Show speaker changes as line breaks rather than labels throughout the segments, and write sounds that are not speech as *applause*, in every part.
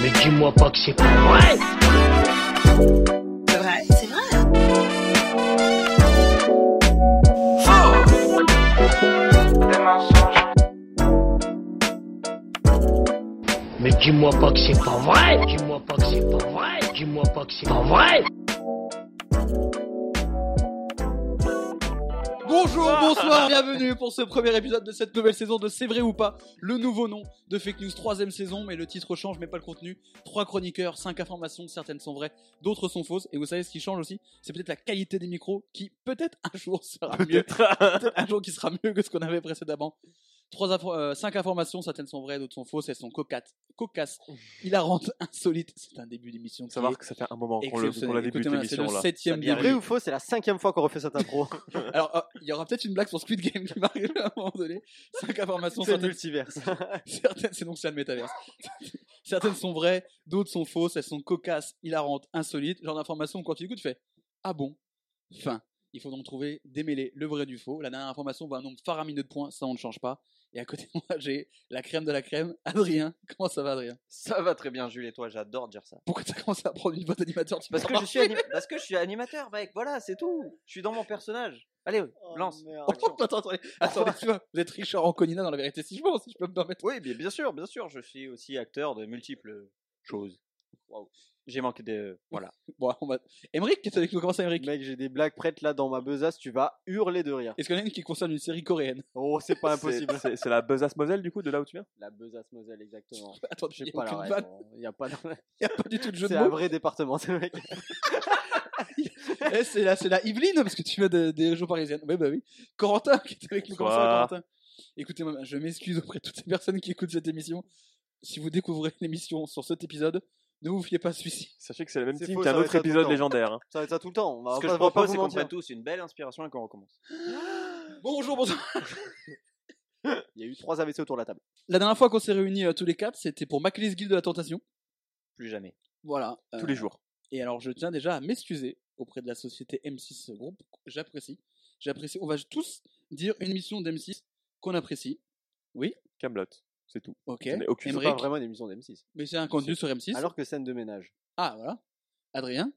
mais dis-moi pas que c'est pas vrai.
C'est vrai. C'est vrai.
Mais dis-moi pas que c'est pas vrai. Dis-moi pas que c'est pas vrai. Dis-moi pas que c'est pas vrai.
Bonjour, bonsoir, bienvenue pour ce premier épisode de cette nouvelle saison de C'est vrai ou pas, le nouveau nom de Fake News, troisième saison, mais le titre change, mais pas le contenu. Trois chroniqueurs, cinq informations, certaines sont vraies, d'autres sont fausses, et vous savez ce qui change aussi C'est peut-être la qualité des micros qui, peut-être un jour, sera Ah,
*laughs*
mieux. Peut-être un jour qui sera mieux que ce qu'on avait précédemment. Trois info- euh, cinq informations, certaines sont vraies, d'autres sont fausses, elles sont cocates, cocasses, hilarantes, insolites. C'est un début d'émission. qui
savoir
est
que ça fait un moment qu'on le- qu'on la
exceptionnel.
débute
Écoutez-moi, C'est
l'émission
le
là.
septième
bien
début.
Vrai ou faux, c'est la cinquième fois qu'on refait cette *laughs* intro.
Alors, euh, il y aura peut-être une blague sur Squid Game qui va arriver à un moment donné. Cinq informations,
c'est le
certaines,
*laughs* multiverse.
*laughs* certaines- c'est donc ça le métaverse. *laughs* certaines sont vraies, d'autres sont fausses, elles sont cocasses, hilarantes, insolites. Genre d'informations, quand tu écoutes, tu fais Ah bon Fin. Il faut donc trouver, démêler le vrai du faux. La dernière information va un nombre faramineux de points, ça on ne change pas. Et à côté *laughs* de moi, j'ai la crème de la crème, Adrien. Comment ça va, Adrien
Ça va très bien, Jules, et toi, j'adore dire ça.
Pourquoi t'as commencé à prendre une voix d'animateur tu
Parce que,
parles
je suis anim- Parce que je suis animateur, mec, voilà, c'est tout. Je suis dans mon personnage. Allez, lance.
Oh, *laughs* attends, attendez, attendez, tu vois, vous êtes Richard Anconina dans la vérité, si je pense, si je peux me permettre.
Oui, bien, bien sûr, bien sûr, je suis aussi acteur de multiples choses. Waouh. J'ai manqué de. Voilà.
Bon, on va. Emeric, qui est avec nous, comment ça, Emeric
Mec, j'ai des blagues prêtes là dans ma besace, tu vas hurler de rire.
Est-ce qu'il y en a une qui concerne une série coréenne
Oh, c'est pas impossible.
C'est- C'est c'est la besace Moselle du coup de là où tu viens
La besace Moselle, exactement.
Attends, il
J'ai
n'y
pas
a,
la
aucune
ref.
vanne,
Il y a pas de...
y a pas du tout de jeu de
C'est un
mots.
vrai département, *laughs* c'est mec.
Eh, c'est la, c'est la Yveline, parce que tu viens de- des régions parisiennes. Oui, bah oui. Corentin, qui est avec nous, comment ça va,
Bonsoir.
Corentin Écoutez-moi, je m'excuse auprès de toutes les personnes qui écoutent cette émission. Si vous découvrez l'émission sur cet épisode, ne vous fiez pas à celui-ci.
Sachez que c'est le même
C'est
team
faux,
qu'un
ça Bah, va
autre
être à tout le
épisode
temps.
légendaire. hein.
Ça va être ça tout le temps. On va
Ce que
pas-
je
on va pas
propose,
vous
c'est qu'on
mentir.
prenne tous une belle inspiration et qu'on recommence.
Bonjour, bonsoir.
Il y a eu trois AVC autour de la table.
La dernière fois qu'on s'est réunis euh, tous les quatre, c'était pour Maclise Guild de la Tentation.
Plus jamais.
Voilà. euh,
Tous les jours.
Et alors, je tiens déjà à m'excuser auprès de la société M6 Group. J'apprécie. J'apprécie. On va tous dire une émission d'M6 qu'on apprécie.
Camelot, c'est tout.
Ok.
J'en ai aucune.
C'est
Emeric.
pas vraiment une émission d'M6.
Mais c'est un contenu sur M6.
Alors que scène de ménage.
ah, voilà. Adrien.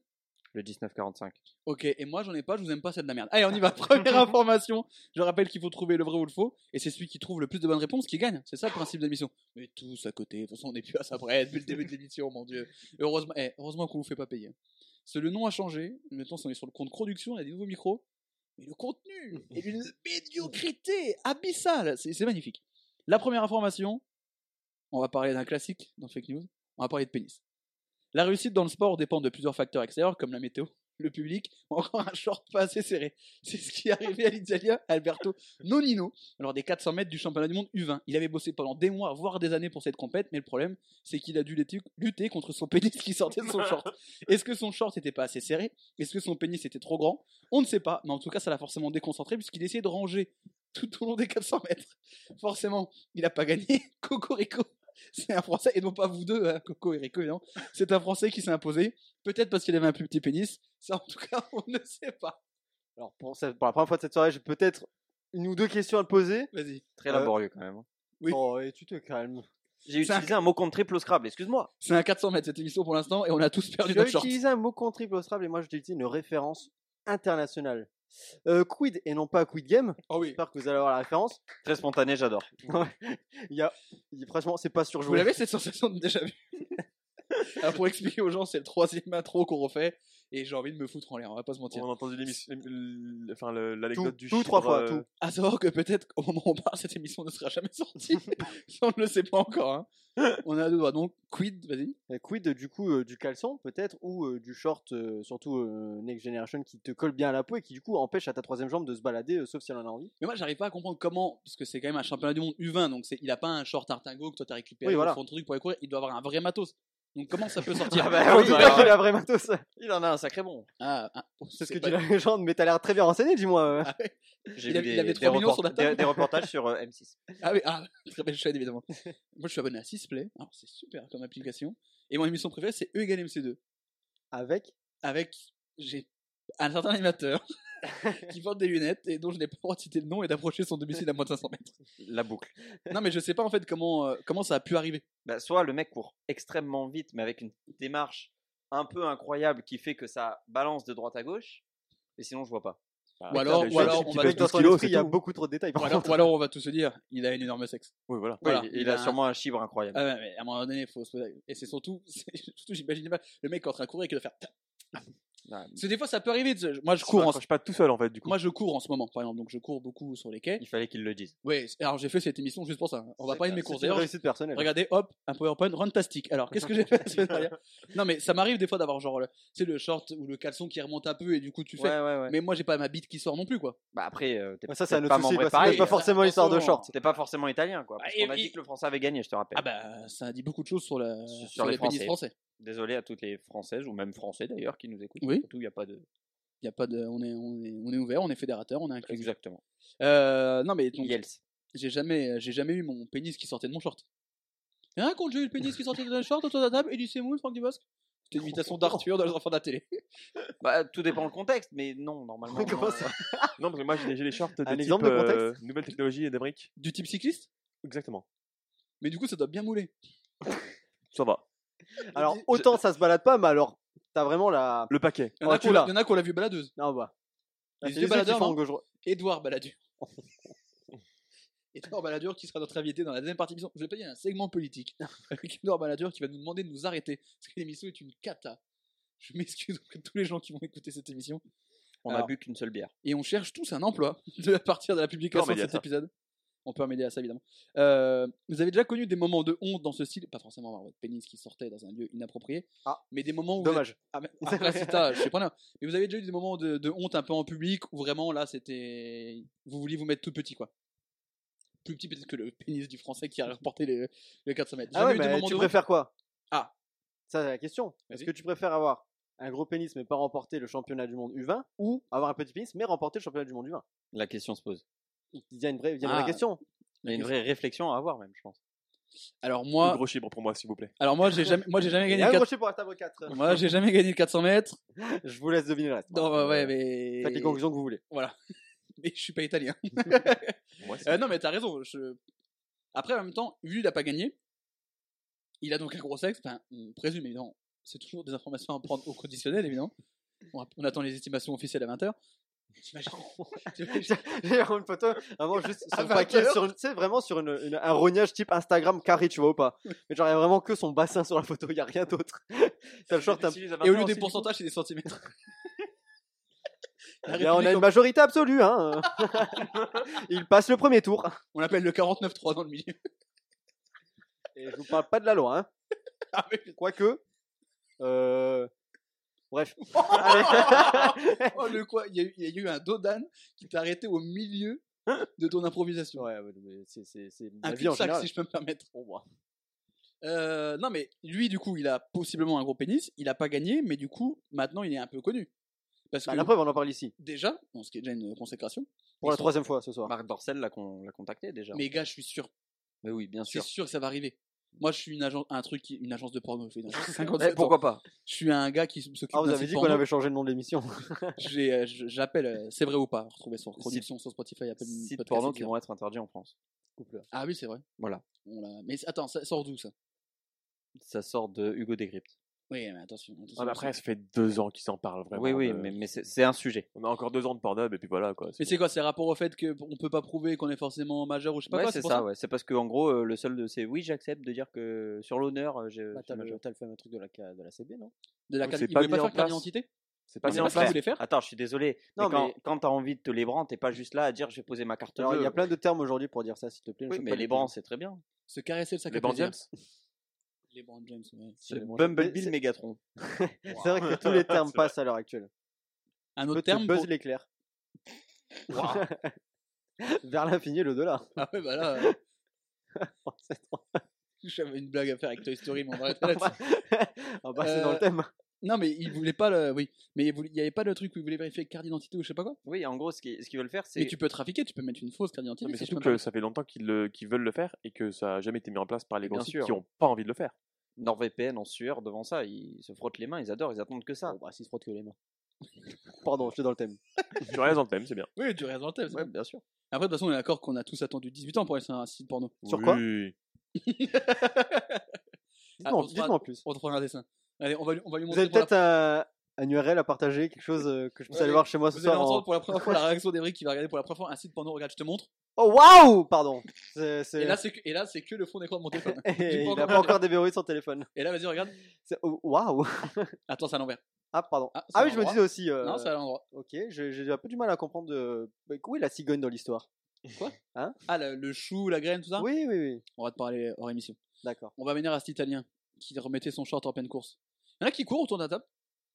Le 1945.
Ok, et moi j'en ai pas, je vous aime pas, c'est de la merde. Allez, on y va. Première information. Je rappelle qu'il faut trouver le vrai ou le faux. Et c'est celui qui trouve le plus de bonnes réponses qui gagne. C'est ça le principe de l'émission. Mais tous à côté. De toute façon, on n'est plus à ça près depuis le début de l'émission, mon dieu. Heureusement, eh, heureusement qu'on vous fait pas payer. Ce, le nom a changé. Maintenant, on est sur le compte production, il y a des nouveaux micros. Mais le contenu est d'une médiocrité abyssale. C'est c'est magnifique. La première information, on va parler d'un classique dans Fake News. On va parler de pénis. La réussite dans le sport dépend de plusieurs facteurs extérieurs comme la météo, le public, *laughs* ou encore un short pas assez serré. C'est ce qui est arrivé à l'Italien Alberto Nonino lors des 400 mètres du championnat du monde U20. Il avait bossé pendant des mois, voire des années pour cette compète, mais le problème, c'est qu'il a dû lutter- lutter contre son pénis qui sortait de son short. Est-ce que son short n'était pas assez serré Est-ce que son pénis était trop grand On ne sait pas, mais en tout cas, ça l'a forcément déconcentré puisqu'il essayait de ranger tout au long des 400 mètres. Forcément, il n'a pas gagné. *laughs* Cocorico, c'est un Français, et non pas vous deux, hein, Coco et Rico, évidemment. C'est un Français qui s'est imposé, peut-être parce qu'il avait un plus petit pénis. Ça, en tout cas, *laughs* on ne sait pas.
Alors, pour, cette- pour la première fois de cette soirée, j'ai peut-être une ou deux questions à te poser.
Vas-y.
Très
Euh,
laborieux quand même. hein.
Oui.
Oh, et tu te calmes.
J'ai
Cinq.
utilisé un mot contre triple au Scrabble, excuse-moi.
C'est un 400 mètres cette émission pour l'instant, et on a tous perdu
Tu as
notre short.
utilisé un mot contrible au Strab et moi j'utilise une référence internationale. Euh, quid et non pas quid game.
Oh oui.
J'espère que vous allez avoir la référence.
Très spontané,
*laughs*
j'adore.
Il y a, il- franchement, c'est pas
Vous
surjoué.
l'avez cette sensation de déjà vu *laughs* Alors pour expliquer aux gens, c'est le troisième intro qu'on refait, et j'ai envie de me foutre en l'air, on va pas se mentir.
On a entendu l'émission, l- enfin le-
tout,
l'anecdote du
tout
chiffre,
trois fois,
euh,
tout.
À savoir que peut-être au moment où on parle, cette émission ne sera jamais *laughs* sortie. Ça, on ne le sait pas encore. hein. On est à deux doigts, donc quid, vas-y.
Euh, Quid du coup euh, du caleçon peut-être ou euh, du short, euh, surtout euh, Next Generation qui te colle bien à la peau et qui du coup empêche à ta troisième jambe de se balader, euh, sauf si elle en a envie.
Mais moi, j'arrive pas à comprendre comment, parce que c'est quand même un championnat du monde U20, donc c'est- il a pas un short artingo que toi t'as récupéré
Oui,
au
voilà.
fond de ton truc pour aller courir, il doit avoir un vrai matos. Donc comment ça *laughs* peut sortir
*laughs*
Ah bah oui,
On dit
bah
pas qu'il
alors.
a vrai matos.
Il en a un sacré bon.
Ah, ah, bon,
C'est ce que
pas-
dit la légende, mais t'as l'air très bien renseigné, dis-moi. euh.
Ah,
J'ai
Il
vu
avait- il
des,
avait
des
trois millions
report-
sur la table.
des- des reportages sur euh, M6.
Ah oui, ah, *laughs* très belle chaîne évidemment. Moi je suis abonné à Sisplay, alors c'est super comme application. Et mon émission préférée c'est E égale MC2.
Avec
Avec, j'ai un certain animateur *laughs* qui porte des lunettes et dont je n'ai pas le droit de citer le nom et d'approcher son domicile à moins de 500 mètres.
La boucle.
Non, mais je sais pas en fait comment, euh, comment ça a pu arriver.
Bah, soit le mec court extrêmement vite, mais avec une démarche un peu incroyable qui fait que ça balance de droite à gauche, et sinon je vois pas.
Ou alors,
je
ou
sais
alors
qu'il
on
Qui
va,
pèse
tous
12
kilos,
kilos,
c'est
il y a
tout.
beaucoup trop de détails. par
ou alors-
contre.
ou alors on va tout se dire, il a une énorme sexe.
Oui, voilà.
Ouais,
Voilà.
il, il a sûrement un chibre incroyable.
Ah ouais, mais à un moment donné, faut se poser- Et c'est surtout, *laughs* c'est- surtout j'imagine pas le mec qui est en train de courir et qui doit faire.
Ouais,
Parce que des fois, ça peut arriver. tu sais, Moi, je
Je
cours en,
m'accroche pas tout seul en fait, du coup.
moi, je cours en ce moment, par exemple. Donc, je cours beaucoup sur les quais.
Il fallait qu'il le dise.
Oui, alors j'ai fait cette émission juste pour ça. On va
Mm.
parler de
C'est clair,
mes
c'est
courses.
C'est une
D'ailleurs,
réussite personnelle.
Regardez, hop, un PowerPoint fantastique. Alors, qu'est-ce que j'ai fait la semaine dernière Non, mais ça m'arrive des fois d'avoir genre, le- tu sais, le short ou le caleçon qui remonte un peu et du coup tu fais.
Ouais, ouais, ouais.
Mais moi, j'ai pas ma bite qui sort non plus, quoi.
Bah après, euh, t'es
Ouais, Ça, c'est un
peut-être
autre souci.
pas membre
parce que
pareil.
C'est pas forcément l'histoire de short.
T'es pas forcément italien, quoi. Parce
Ah, et-
qu'on a
et-
dit que le français avait gagné, je te rappelle.
Ah bah, ça dit beaucoup de choses sur, la,
Sur
les
les
pénis
Français.
français.
Désolé à toutes les françaises, ou même français d'ailleurs, qui nous écoutent.
Oui.
Surtout, il n'y a pas de.
Y a pas de, on est, on est, on est ouvert, on est fédérateur, on est inclusif.
Exactement.
Euh, non mais donc,
Yels.
j'ai jamais, euh, j'ai jamais eu mon pénis qui sortait de mon short. Hein, quand j'ai eu le pénis qui sortait de mon short autour de la table, et du Semoun, Franck Dubosc. C'était une
*laughs*
imitation d'Arthur dans les enfants de la télé.
Bah, tout dépend le contexte, mais non, normalement.
*laughs*
euh, non.
Comment ça
Non, parce que moi j'ai j'ai les shorts de
Un
type
exemple de contexte
euh, nouvelle technologie et des briques.
Du type cycliste
Exactement.
Mais du coup, ça doit bien mouler.
Ça va.
Alors, autant ça se balade pas, mais alors, t'as vraiment la.
Le paquet.
Il y en a
Oh,
qui
tu
l'a-
l'as.
il y en a qui ont la vue baladeuse.
Non, bah. Ah,
Les
C'est
yeux
les yeux qui
baladeurs,
font
non
en gauche-droite. *laughs*
Édouard Balladur. Édouard Balladur qui sera notre invité dans la deuxième partie de l'émission. Je vais pas dire un segment politique *laughs* avec Édouard Balladur qui va nous demander de nous arrêter parce que l'émission est une cata. Je m'excuse auprès de tous les gens qui vont écouter cette émission.
On
Alors.
a bu qu'une seule bière.
Et on cherche tous un emploi *laughs* de- à partir de la
On peut
publication de
remédier à
hein.
cet
ça.
épisode. On peut remédier à ça évidemment. Euh, vous avez déjà connu des moments de honte dans ce style, pas forcément avoir votre pénis qui sortait dans un lieu inapproprié,
Ah.
mais des moments où vous êtes-
Dommage. *laughs*
Ah, mais après, si t'as- je sais pas, non. Mais vous avez déjà eu des moments de, de honte un peu en public où vraiment là c'était. Vous vouliez vous mettre tout petit quoi. Plus petit peut-être que le pénis du français qui a reporté les, les 400 mètres.
Ah ouais,
Jamais eu de
mais
moment
tu
de
préfères quoi
Ah.
Ça, c'est la question. Est-ce
Vas-y.
que tu préfères avoir un gros pénis mais pas remporter le championnat du monde U20 ou avoir un petit pénis mais remporter le championnat du monde U20
La question se pose.
Il y a une vraie, il y a une
Ah.
vraie question.
Il y a une vraie réflexion à avoir, même, je pense.
honte Alors
Le
moi,
gros chibre pour moi, s'il vous plaît.
alors moi j'ai jamais, moi j'ai jamais
Il y
gagné.
a un
le
crochet pour la table 4. *laughs*
quatre- Moi j'ai jamais gagné le 400 mètres.
Je vous laisse deviner le reste.
Non, bah, ouais, mais.
Faites les conclusions que vous voulez.
Voilà. Mais je suis pas italien.
Moi, c'est-
Euh, non mais t'as raison. Je... Après en même temps, vu il a pas gagné, il a donc un gros sexe. Enfin, on présume évidemment. C'est toujours des informations à prendre au conditionnel évidemment. On, on attend les estimations officielles à 20h. *laughs* T'imagines
*laughs* J'ai vraiment une photo, vraiment *laughs* juste
À
son
20
paquet,
heures.
sur, une- tu sais, vraiment sur une, une- un rognage type Instagram carré, tu vois ou pas. Mais genre, il y a vraiment que son bassin sur la photo, il n'y a rien d'autre. *laughs* T'as le short, un-
Et au lieu des pourcentages, c'est des centimètres. La
Eh bien, on a
République,
une majorité absolue, hein. *laughs* il passe le premier tour.
on l'appelle le 49-3 dans le milieu.
Et je vous parle pas de la loi, hein.
*laughs* Ah, mais putain.
Quoique. Euh...
*laughs*
Bref. Ah, Allez.
Oh, le quoi Il y, a eu- il y a eu un Dodan qui t'a arrêté au milieu de ton improvisation.
ouais, ouais, mais c'est- c'est c'est
Un
la vie en
cul-de-sac,
général.
si je peux me permettre.
Pour moi.
Euh, non, mais lui, du coup, il a possiblement un gros pénis. Il a pas gagné, mais du coup, maintenant, il est un peu connu. Parce *laughs*
Bah,
que
la preuve, on en parle ici.
déjà, bon, ce qui est déjà une consécration.
Pour
Ils
la
sont-
troisième fois ce soir.
Bah,
Marc Dorcel l'a con- l'a contacté déjà.
Mais gars, je suis sûr.
Mais oui, bien
C'est
sûr.
sûr que ça va arriver. Moi, je suis une agence, un truc, qui- une agence de porno. je fais une agence de
Eh,
57 ans.
pourquoi pas
Je suis un gars qui s'occupe
Ah, vous
d'un
avez
site
dit qu'on
porno.
avait changé le nom de
*laughs*
l'émission.
J'ai, euh, je- J'appelle, euh, c'est vrai ou pas, retrouvez sur production sur Spotify, Apple
Sites
Podcast,
porno qui
etc.
vont être interdits en France.
Ah oui, c'est vrai.
Voilà.
On l'a- mais attends, ça sort d'où ça
Ça sort de Hugo Décrypte.
Oui, mais attention. attention,
Ah, mais après, ça fait deux ans qu'ils s'en parlent vraiment.
oui, oui,
de-
mais, mais c'est c'est un sujet.
On a encore deux ans de pornhub et puis voilà quoi.
Mais c'est quoi C'est rapport au fait qu'on peut pas prouver qu'on est forcément majeur ou je sais pas
Ouais,
quoi
Bah, c'est
pour
ça, ouais. C'est parce que, en gros, euh, le seul de c'est oui, j'accepte de dire que sur l'honneur, euh, je.
Bah,
je suis
t'as le,
majeur.
t'as le fameux truc de la, ca- de la CB, non
De la
Donc,
carte-
c'est
Ils
pas
voulaient pas
mis en
faire carte
place.
d'identité
C'est
Mais
pas
c'est
mis en
pas ce qu'ils
place.
voulaient faire
Attends, je suis désolé.
Non,
mais quand,
mais-
quand t'as envie de te lébran, t'es pas juste là à dire je vais poser ma carte
Alors, il y a
bleue.
plein de termes aujourd'hui pour dire ça, s'il te plaît.
Oui, mais lébran, c'est très bien.
Se caresser le sac
Les
à plaisir.
Bandiams
Les Brand James, ouais.
C'est bon, j'aime-
Bumblebee
c'est-
le Mégatron.
C'est vrai que tous
*laughs*
les termes
C'est vrai.
passent à l'heure actuelle.
Un
Peut
autre
terme
terme
buzz
pour-
l'éclair. *laughs* Vers l'infini et l'au-delà.
*laughs* Ah ouais, bah là,
*laughs*
euh, j'avais une blague à faire avec Toy Story, mais on va arrêter
*laughs*
là-dessus.
Ah bah, c'est dans
Euh,
le thème. *laughs*
Non, mais ils voulaient pas le. Oui, mais ils voulaient- il y avait pas le truc où ils voulaient vérifier carte d'identité ou je sais pas quoi.
Oui, en gros, ce qu'ils ce qu'ils veulent faire, c'est.
Mais tu peux trafiquer, tu peux mettre une fausse carte d'identité.
Non, mais
si je
surtout
peux me
que ça fait longtemps qu'ils le- qu'ils veulent le faire et que ça a jamais été mis en place par les
Bien
grands sites
sûr.
qui ont pas envie de le faire.
NordVPN en sueur devant ça, ils se frottent les mains, ils adorent, ils attendent que ça.
Bon, bah, s'ils se frottent que les mains. Pardon, je suis dans le thème.
Tu restes dans le thème, c'est bien.
Oui, tu restes dans le thème. c'est
Ouais,
bon.
bien sûr.
Après, de toute façon, on est d'accord qu'on a tous attendu 18 ans pour aller sur un site porno.
Sur quoi
Oui.
Ah,
Dites-moi
on se fera-
dites-moi en plus.
On te fera un dessin. Allez, on va lui, on va lui
Vous
montrer.
avez
pour la-
peut-être un, un URL à partager, quelque chose euh, que je puisse
Ouais,
aller voir chez moi ce
Vous allez
soir. en-
entendre pour la première fois la réaction d'Emeric qui va regarder pour la première fois un site porno. Regarde, je te montre.
Oh waouh Pardon. C'est- c'est-
Et là, c'est que, et là, c'est que le fond d'écran de mon téléphone.
*laughs* Et
pas
il n'a
encore
pas encore déverrouillé son téléphone.
Et là, vas-y, regarde.
C'est- oh, Waouh
Attends, c'est à l'envers.
Ah, pardon.
Ah, c'est
Ah oui, je me
l'endroit.
disais aussi. euh,
Non, c'est à l'endroit.
Ok, j'ai j'ai un peu du mal à comprendre. euh, bah, Où est la cigogne dans l'histoire
Ah, le, le chou, la graine, tout ça
Oui, oui, oui.
On va te parler hors émission.
D'accord.
On va venir à cet Italien qui remettait son short en pleine course. Il y en a qui courent autour de la table.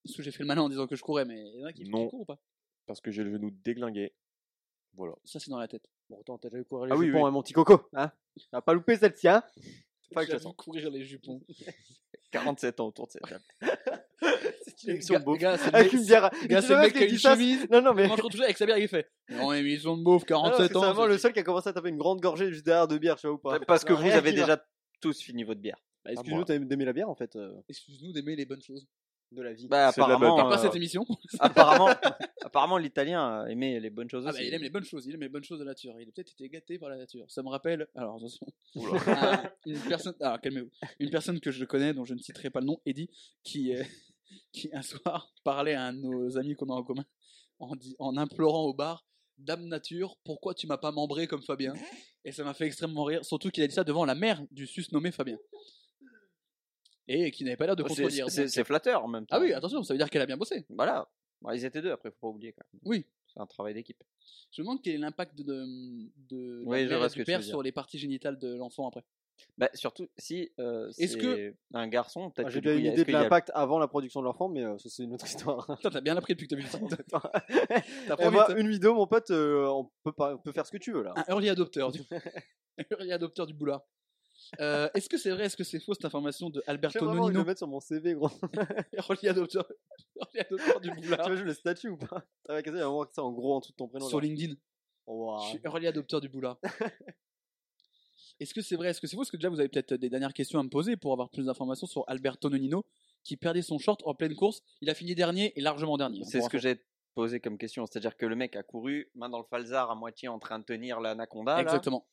Parce que j'ai fait le malin en disant que je courais, mais il y en a qui, qui
Non.
courent ou pas
Parce que j'ai le genou déglingué. Voilà.
Ça, c'est dans la tête.
Bon, attends, t'as déjà eu courir les
Ah oui,
jupons,
oui.
hein, mon petit coco. Hein T'as pas loupé celle-ci, hein
J'ai
Pas que je la
vu courir les
*laughs*
jupons.
47 ans autour de cette table.
une émission
Gars-
beauf.
gars, c'est le
Avec
mec-
une bière.
le gars,
Tu
c'est le
sais
mec
pas
qui a
ce
une
qu'il fasse
chemise.
Non, non, mais.
Moi, je trouve toujours avec sa bière, il fait Non, émission de beauf,
Ah *laughs* non, parce que
47
C'est
ans.
vraiment le seul qui a commencé à taper une grande gorgée juste derrière de bière, tu vois ou pas
Bah, Parce que
Alors,
vous
rien
avez
qui va.
déjà tous fini votre bière.
Bah, Excuse-nous,
moi.
t'as aimé la bière en fait euh,
Excuse-nous d'aimer les bonnes choses.
de la vie.
Bah,
C'est de la bonne,
apparemment,
hein.
Pas
euh,
cette émission. *laughs*
apparemment, apparemment l'Italien euh, aimait les bonnes choses
Ah
aussi.
bah, il aime les bonnes choses, il aime les bonnes choses de la nature. Il a peut-être été gâté par la nature. Ça me rappelle, alors attention,
Oula.
*laughs* un- une personne, alors calmez-vous, une personne que je connais, dont je ne citerai pas le nom, Eddie, qui, euh, *laughs* qui un soir parlait à un de nos amis qu'on a en commun en, di- en implorant au bar Dame Nature, pourquoi tu m'as pas membré comme Fabien Et ça m'a fait extrêmement rire, surtout qu'il a dit ça devant la mère du sus nommé Fabien. Et qui n'avait pas l'air de
C'est-
contredire.
c'est- C'est flatteur en même temps.
Ah oui, attention, ça veut dire qu'elle a bien bossé.
Voilà. Bah, ils étaient deux après, faut pas oublier. quand même.
Oui.
C'est un travail d'équipe.
Je me demande quel est l'impact de, de, de
Oui, je
la mère
vois
et
ce
du
que tu
père
veux dire.
sur les parties génitales de l'enfant après. *laughs*
Bah, surtout si euh,
Est-ce
est-ce
que-
que un garçon, peut-être.
Ah, J'ai
que
bien
du coup,
une
il y a-
idée
est-ce
de
qu'il y a-
l'impact avant la production de l'enfant, mais euh, ça c'est une autre histoire.
Putain, t'as bien appris depuis que t'as vu le
*laughs*
film. T'apprends
Et
vite.
moi, une vidéo, mon pote, euh, on, peut pas, on peut faire ce que tu veux là.
Un early adopteur
*laughs*
du, un early adopteur du boulard. Euh, est-ce que c'est vrai, est-ce que c'est faux cette information de
J'ai
Alberto
vraiment envie de
Nonino,
le mettre sur mon CV, gros. tu
*laughs* early adopteur, early adopteur du boulard
vois, je le statue ou pas *laughs* T'as la casser, il va voir que c'est en gros en dessous de ton prénom.
sur
là.
LinkedIn
Ouah.
Ah.
Je suis early adopteur du
*laughs*
boulard. Est-ce que c'est vrai, est-ce que c'est faux Parce que déjà, vous avez peut-être des dernières questions à me poser pour avoir plus d'informations sur Alberto Nonino qui perdait son short en pleine course. Il a fini dernier et largement dernier. hein,
C'est ce que
j'ai
j'ai posé comme question, c'est-à-dire que le mec a couru main dans le falzar à moitié en train de tenir l'anaconda. Ah, là,
Exactement.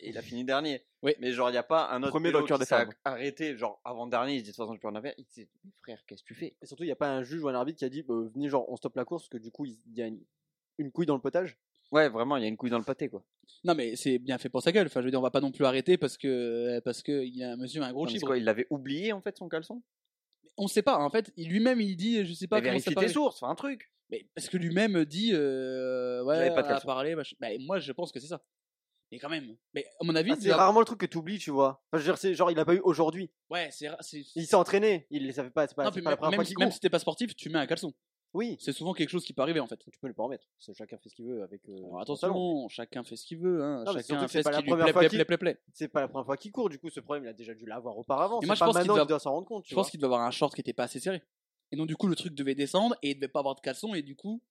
Et il a fini dernier.
Oui.
Mais genre, il n'y a pas un autre
Premier
pélo
vainqueur
qui
des
s'est
femmes.
arrêté, genre avant-dernier, il se dit de toute façon, je peux en avoir. Il dit, mais frère, qu'est-ce que tu fais
Et surtout, il n'y a pas un juge ou un arbitre qui a dit bah, venez, genre, on stoppe la course, parce que du coup, il y a une, une couille dans le potage.
Ouais, vraiment, il y a une couille dans le pâté, quoi.
Non, mais c'est bien fait pour sa gueule. Enfin, je veux dire, on va pas non plus arrêter parce que euh, parce que il y a un monsieur, un gros
Non, mais c'est
chibre.
quoi, il l'avait oublié en fait son caleçon
On sait pas. En fait, il- lui-même, il dit, je sais pas. comment
Mais
ça
Vérifie
paraît.
tes sources, fais un truc.
Mais parce que lui-même dit, euh, ouais,
J'avais pas
on
de
a
caleçon.
parlé. machin. Bah, moi, je pense que c'est ça. Mais quand même. Mais à mon avis,
Ah,
il
c'est
doit-
rarement le truc que tu oublies, tu vois. Enfin, je veux dire, c'est genre, il l'a pas eu aujourd'hui.
ouais, c'est ra- c'est-
Il s'est entraîné, il ne savait pas, c'est pas,
Non,
bah, c'est
puis
pas la
même,
première fois qu'il
même
court.
si t'es pas sportif, tu mets un caleçon.
Oui,
C'est souvent quelque chose qui peut arriver en fait.
tu peux le pas en mettre. C'est- Chacun fait ce qu'il veut avec. euh,
Alors,
son
attention,
talent.
chacun fait ce qu'il veut. Hein.
Non, mais surtout
chacun
que c'est
fait ce
pas la
qui lui
première
plaît,
fois
plaît,
qu'il-
plaît, plaît, plaît.
C'est pas la première fois qu'il court, du coup, ce problème, il a déjà dû l'avoir auparavant.
Et moi,
C'est
je
pas
pense qu'il
maintenant
doit-
qu'il doit s'en rendre compte, tu
Je
vois.
pense qu'il devait avoir un short qui était pas assez serré. Et donc, du coup, le truc devait descendre et il devait pas avoir de caleçon. Et du coup,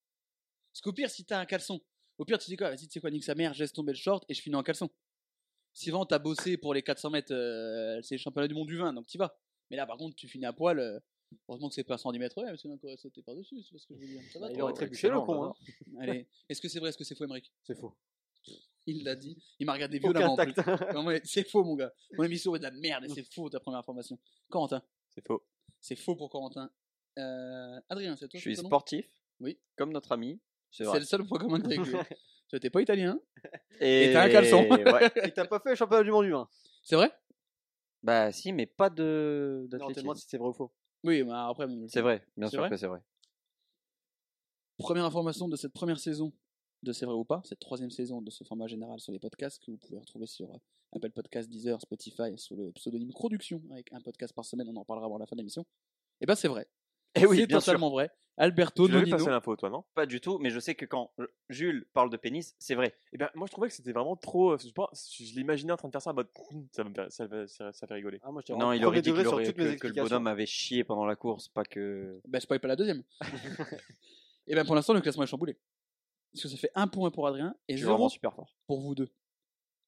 parce qu'au pire, si t'as un caleçon, au pire, tu dis quoi Vas-y, tu sais quoi, nique sa mère, je laisse tomber le short et je finis en caleçon. Si vraiment t'as bossé pour les 400 mètres, euh, c'est les championnats du monde du vin, donc t'y vas. Mais là, par contre, tu finis à poil. euh, heureusement que c'est pas 110 mètres, ouais, parce qu'on aurait sauté par-dessus, c'est pas ce que je veux dire. Ça va,
Il
toi
aurait
Oh,
trébuché le
excellent,
con,
j'adore.
hein.
Allez, est-ce que c'est vrai, est-ce que c'est faux, Emmerich
C'est faux.
Il l'a dit, il m'a regardé violemment.
Aucun
en plus.
tact. *laughs*
Vraiment, C'est faux, mon gars. Mon émission est de la merde et
Mm.
c'est faux ta première information. Corentin,
C'est faux.
c'est faux pour Corentin. Euh, Adrien, c'est toi
Je suis
ton nom
sportif,
Oui.
comme notre ami. C'est
C'est
vrai.
le seul point commun que t'as avec
*laughs*
lui. Toi, T'es pas italien. hein
Et
t'as un caleçon.
*laughs*
ouais.
Et t'as pas fait le championnat du monde hein. humain.
C'est vrai
Bah si, mais pas de.
Non, on te
d'athlétisme.
demande si c'est vrai ou faux.
Oui, bah après, mais-
C'est vrai, bien
C'est
sûr
vrai
que c'est vrai.
première information de cette première saison de C'est vrai ou pas, cette troisième saison de ce format général sur les podcasts que vous pouvez retrouver sur euh, Apple Podcasts, Deezer, Spotify, sous le pseudonyme Production, avec un podcast par semaine, on en parlera avant la fin de l'émission. Et ben c'est vrai.
Et Eh oui,
c'est
bien sûr.
totalement vrai. Alberto
Tu l'avais
Nonino.
passé l'info, toi, non
Pas du tout, mais je sais que quand Jules parle de pénis, c'est vrai.
Eh bien, moi, je trouvais que c'était vraiment trop. euh, Je, sais pas, je l'imaginais en train de faire ça en mode. *laughs* Ça me fait, ça me fait- ça fait rigoler.
Ah, moi, je te
Non,
rends
il
premier
aurait dit que,
degré
l'aurait-
sur toutes
que-
mes
que le
explications.
bonhomme avait chié pendant la course, pas que.
Bah, je spoil pas la deuxième. et ben pour l'instant, le classement est chamboulé. Parce que ça fait un point pour Adrien et
Je suis
zéro
vraiment super fort.
pour vous deux.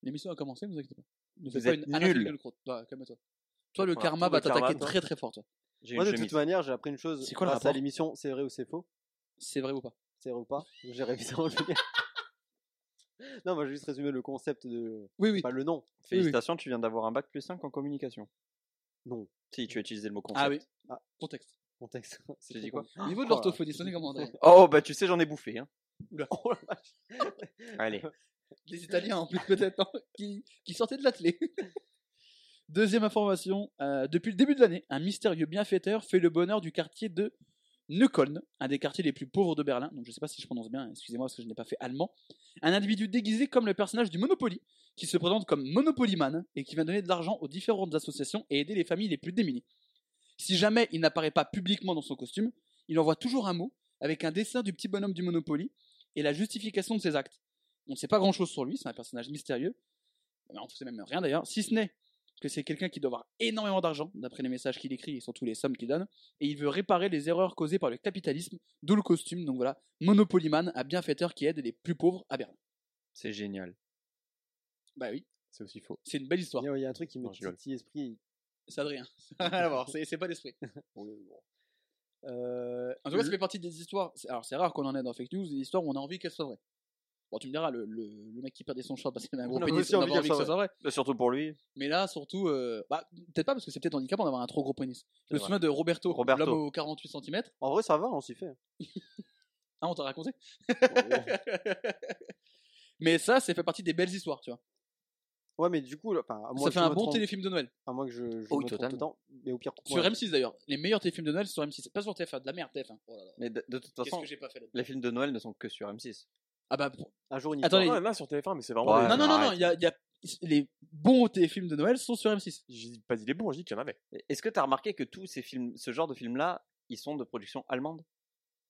L'émission a commencé, ne vous inquiétez pas. Ne
Vous
faites pas une
êtes
anarchie
nuls.
de gueule crotte. Ouais, calme-toi. Toi, le
Voilà,
karma
tout
va
le karma,
t'attaquer
toi.
très très fort. Toi.
J'ai
Moi,
une
de toute
chemise.
manière, j'ai appris une chose
C'est quoi le
grâce à
rapport
l'émission C'est vrai ou c'est faux.
C'est vrai ou pas
C'est vrai ou pas J'ai révisé en
*laughs*
juillet. Non, moi j'ai juste résumé le concept de.
Oui, oui.
Pas le nom.
Félicitations, tu viens d'avoir un bac plus 5 en communication.
Non.
Si, tu as utilisé le mot concept.
Ah oui.
Ah.
Contexte.
*laughs* Contexte.
J'ai dit quoi
Niveau de
Oh là là.
l'orthophonie, on est comment André
Oh, bah tu sais, j'en ai bouffé. Hein. *laughs*
Oula. *laughs*
Allez.
Les Italiens en plus peut-être, non qui, qui sortaient de l'athlé. *laughs* Deuxième information, euh, depuis le début de l'année, un mystérieux bienfaiteur fait le bonheur du quartier de Neukölln, un des quartiers les plus pauvres de Berlin. Donc je ne sais pas si je prononce bien, excusez-moi parce que je n'ai pas fait allemand. Un individu déguisé comme le personnage du Monopoly, qui se présente comme Monopolyman et qui vient donner de l'argent aux différentes associations et aider les familles les plus démunies. Si jamais il n'apparaît pas publiquement dans son costume, il envoie toujours un mot avec un dessin du petit bonhomme du Monopoly et la justification de ses actes. On ne sait pas grand-chose sur lui, c'est un personnage mystérieux. Mais on ne sait même rien d'ailleurs, si ce n'est que c'est quelqu'un qui doit avoir énormément d'argent, d'après les messages qu'il écrit et surtout les sommes qu'il donne, et il veut réparer les erreurs causées par le capitalisme, d'où le costume. Donc voilà, Monopolyman, un bienfaiteur qui aide les plus pauvres à Berlin.
C'est génial.
Bah oui,
C'est aussi faux.
c'est une belle histoire.
Il y a- il y a un truc qui me
Non, je rigole.
titille l'esprit.
C'est Adrien. Ça n'a rien *laughs* à voir, c'est c'est pas d'esprit.
Euh,
En tout cas, ça fait partie des histoires. c'est- Alors, c'est rare qu'on en ait dans Fake News, des histoires où on a envie qu'elles soient vraies. Bon, tu me diras, le, le, le mec qui perdait son chat parce qu'il avait un gros
On a
pénis,
aussi
on
envie
avait
qu'elles
envie que ça
soient
soit vrai.
Surtout pour lui.
Mais là, surtout, euh, bah, peut-être pas parce que c'est peut-être handicapant d'avoir un trop gros pénis. Je me
vrai.
souviens de Roberto,
Roberto.
l'homme aux 48 cm.
en vrai, ça va, on s'y fait.
*laughs* Ah, on t'a raconté *laughs*
ouais,
Mais ça, c'est fait partie des belles histoires, tu vois.
Ouais, mais du coup, là, enfin, à moins
ça
que
fait
Ah, je
un
me
bon
trompe-
téléfilm de Noël.
À moins que je, je
Oh,
me trompe tout le
totalement.
temps. Mais au pire,
Sur
moi,
M6 d'ailleurs. Les meilleurs téléfilms de Noël c'est sur M6. Pas sur TF1, de la merde TF1. Oh là là.
Mais de, de toute
Qu'est-ce
façon,
que j'ai pas fait là
les films de Noël ne sont que sur M6.
Ah bah. pro-
un jour, on y
Attendez.
Non, là sur TF1, mais c'est vraiment.
Ouais.
des-
non, non, non, non,
arrête.
il y a, il y a- Les bons téléfilms de Noël sont sur M6.
J'ai pas dit les bons, j'ai dit qu'il y en avait.
Est-ce que t'as remarqué que tous ces films, ce genre de films-là, ils sont de production allemande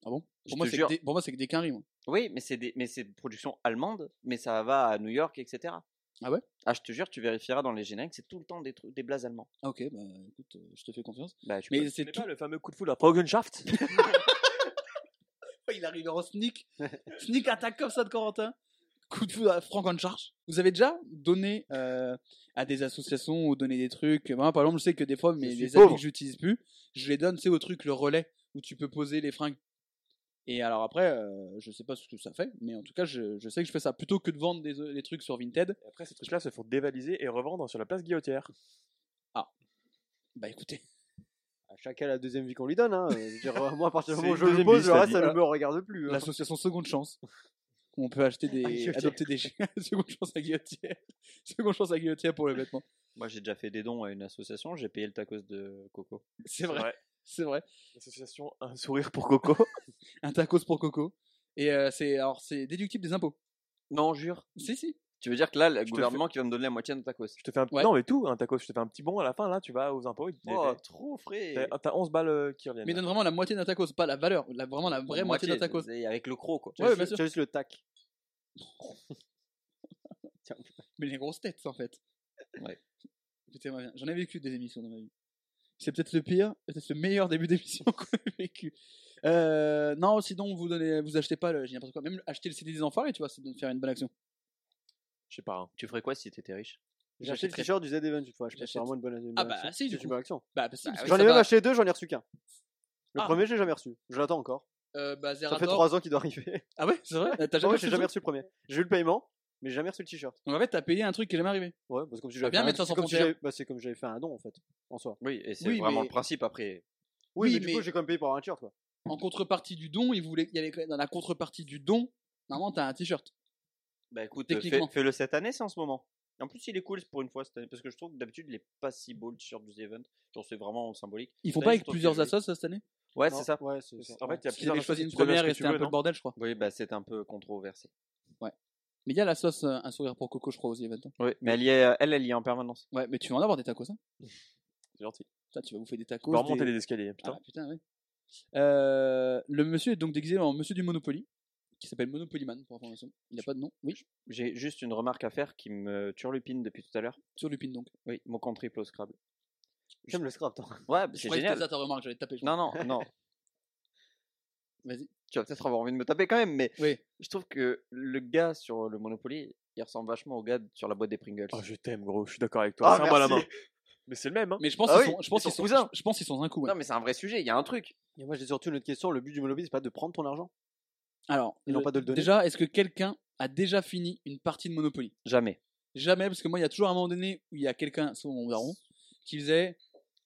Ah bon
Je
pour moi,
te
c'est
jure.
que des- pour moi, c'est que des quinries, moi.
Oui, mais c'est des, mais c'est de production allemande, mais ça va à New York, etc.
Ah ouais
Ah, je te jure, tu vérifieras dans les génériques, c'est tout le temps des trucs, des blazes allemands.
Ah ok, bah écoute, euh, je te fais confiance.
Bah, tu
Mais
peux-
c'est
C'est
tout.
pas le fameux coup de foudre à Progenshaft
Il arrive en *laughs* sneak. sneak attaque comme ça de Corentin. Coup de foudre à Franck en charge. Vous avez déjà donné euh, à des associations ou donné des trucs euh, Moi, par exemple, je sais que des fois, mais
suis
les
pauvre.
amis que j'utilise plus, je les donne, c'est au truc, le relais, où tu peux poser les fringues. Et alors après, euh, je sais pas ce que ça fait, mais en tout cas, je, je sais que je fais ça plutôt que de vendre des, des trucs sur Vinted.
Et Après, ces trucs-là se font dévaliser et revendre sur la place Guillotière.
Bah écoutez,
À chacun la deuxième vie qu'on lui donne. Hein. Euh, je veux dire, euh, *laughs* moi, à partir du
C'est
moment où
une
je le
deuxième vie,
pose, le
ça
reste,
dit.
ça
euh,
ne me regarde plus. hein.
l'association Seconde Chance. où On peut acheter des,
Guillotière.
adopter des *laughs* seconde chance à guillotière, *laughs* seconde chance à guillotière pour le vêtement.
Moi, j'ai déjà fait des dons à une association, j'ai payé le tacos de Coco.
C'est vrai,
Ouais.
c'est vrai.
L'association Un sourire pour Coco.
un tacos pour Coco. Et euh, c'est alors c'est déductible des impôts.
*laughs* Non, jure.
Si si.
Tu veux dire que là, le
te
gouvernement qui va me donner la moitié de tacos
Je te fais un
Ouais.
Non, mais tout, un tacos. Je te fais un petit bon à la fin, là, tu vas aux impôts. il te les
Oh,
fait.
trop frais.
T'as- T'as 11 balles euh, qui reviennent.
Mais il donne vraiment la moitié d'un tacos, pas la valeur, la, vraiment la vraie ben. moitié, d'un tacos.
c'est- Avec le croc, quoi.
Tu as
Ouais,
juste-
bien sûr.
Tu as juste le tac.
Mais les grosses têtes en *laughs* fait.
Ouais.
Écoutez, moi, j'en ai vécu des émissions dans ma vie. C'est peut-être le pire, peut-être le meilleur début d'émission *laughs* qu'on ait vécu. Euh, non, sinon vous donnez, vous achetez pas, le- j'ai n'importe quoi. Même acheter le CD des enfants, tu vois, c'est de faire une bonne action.
Je sais pas. hein.
Tu ferais quoi si t'étais riche
J'ai acheté le
J'achèterai.
t-shirt du Z-Event une fois. Je pense que c'est
J'achète.
vraiment une bonne, une
Ah
bonne
bah,
action.
si, du
C'est une bonne action.
Bah, parce que- parce que
J'en
ça
ai même
va-
acheté deux, j'en ai reçu qu'un. Le
Ah.
premier, j'ai jamais reçu. Je l'attends encore.
Euh, bah,
Ça fait
Zerador.
trois ans qu'il doit arriver.
Ah ouais, c'est vrai. T'as
En
jamais,
vrai,
acheté
j'ai jamais
le truc
reçu le premier. J'ai eu le paiement, mais j'ai jamais reçu le t-shirt.
Donc en fait, t'as payé un truc qui est jamais arrivé.
Ouais, parce que comme si
Bah,
j'avais
bien,
fait un-
Médecins
c'est
sans
comme si
frontières.
j'avais- bah, c'est comme si j'avais fait un don en fait, en soi.
Oui, et c'est
Oui,
vraiment
mais-
le principe après.
Oui,
Oui,
mais, du coup,
mais-
j'ai quand même payé pour un t-shirt quoi.
En contrepartie du don, il voulait, il y avait quand même- dans la contrepartie du don, normalement t'as un t-shirt.
Bah écoute,
Techniquement.
fais- fais-le cette année, c'est en ce moment. En plus, il est cool pour une fois cette année, parce que je trouve que d'habitude, il est pas si beau le t-shirt du The Event. Genre, c'est vraiment symbolique.
Ils font
Là,
pas
ils
avec
sont
plusieurs
obligés.
assos ça, cette année
Ouais,
Non
c'est ça.
Ouais, c'est ça.
En fait, il y a
Parce qu'ils avaient
plusieurs
choisi
assos
une
qui donnent
première
ce
et
que tu
c'était un
veux,
peu le
non
bordel, je crois.
Oui, bah c'est un peu controversé.
Mais il y a la sauce euh, Un sourire pour Coco, je crois, aux events.
Oui, mais elle y est, euh, elle, elle y est en permanence.
Ouais, mais tu vas en avoir des tacos, hein
C'est gentil.
Putain, tu vas bouffer des
On
tacos.
va remonter
des-
les escaliers,
Ah,
putain.
putain, ouais. Euh, le monsieur est donc déguisé en monsieur du Monopoly, qui s'appelle Monopolyman, pour information. Il a pas de nom. Oui,
J'ai juste une remarque à faire qui me turlupine depuis tout à l'heure.
sur Lupin, donc.
Oui, mon compte triple au Scrabble.
J'aime le scrap. toi.
Ouais, bah,
Je
c'est
croyais que
génial.
c'était ça ta remarque, j'allais te taper. je
Non, non, *laughs* non.
Vas-y.
Tu vas peut-être avoir envie de me taper quand même, mais
Oui.
je trouve que le gars sur le Monopoly, il ressemble vachement au gars sur la boîte des Pringles.
Oh, je Ah, t'aime, gros, je suis d'accord avec toi.
Ah,
Serre-moi la main.
merci.
Mais c'est le même, hein.
Mais je pense
Ah
qu'ils
oui,
sont, je pense
ils sont
qu'ils sont-
cousins.
je pense qu'ils sont un coup. ouais.
Non, mais c'est un vrai sujet, il y a un truc.
Et moi, j'ai surtout une autre question. Le but du monopoly, c'est pas de prendre ton argent.
Alors,
Ils n'ont
le-
pas de le donner.
déjà, est-ce que quelqu'un a déjà fini une partie de Monopoly
Jamais.
Jamais, parce que moi, il y a toujours un moment donné où il y a quelqu'un, souvent mon daron, qui faisait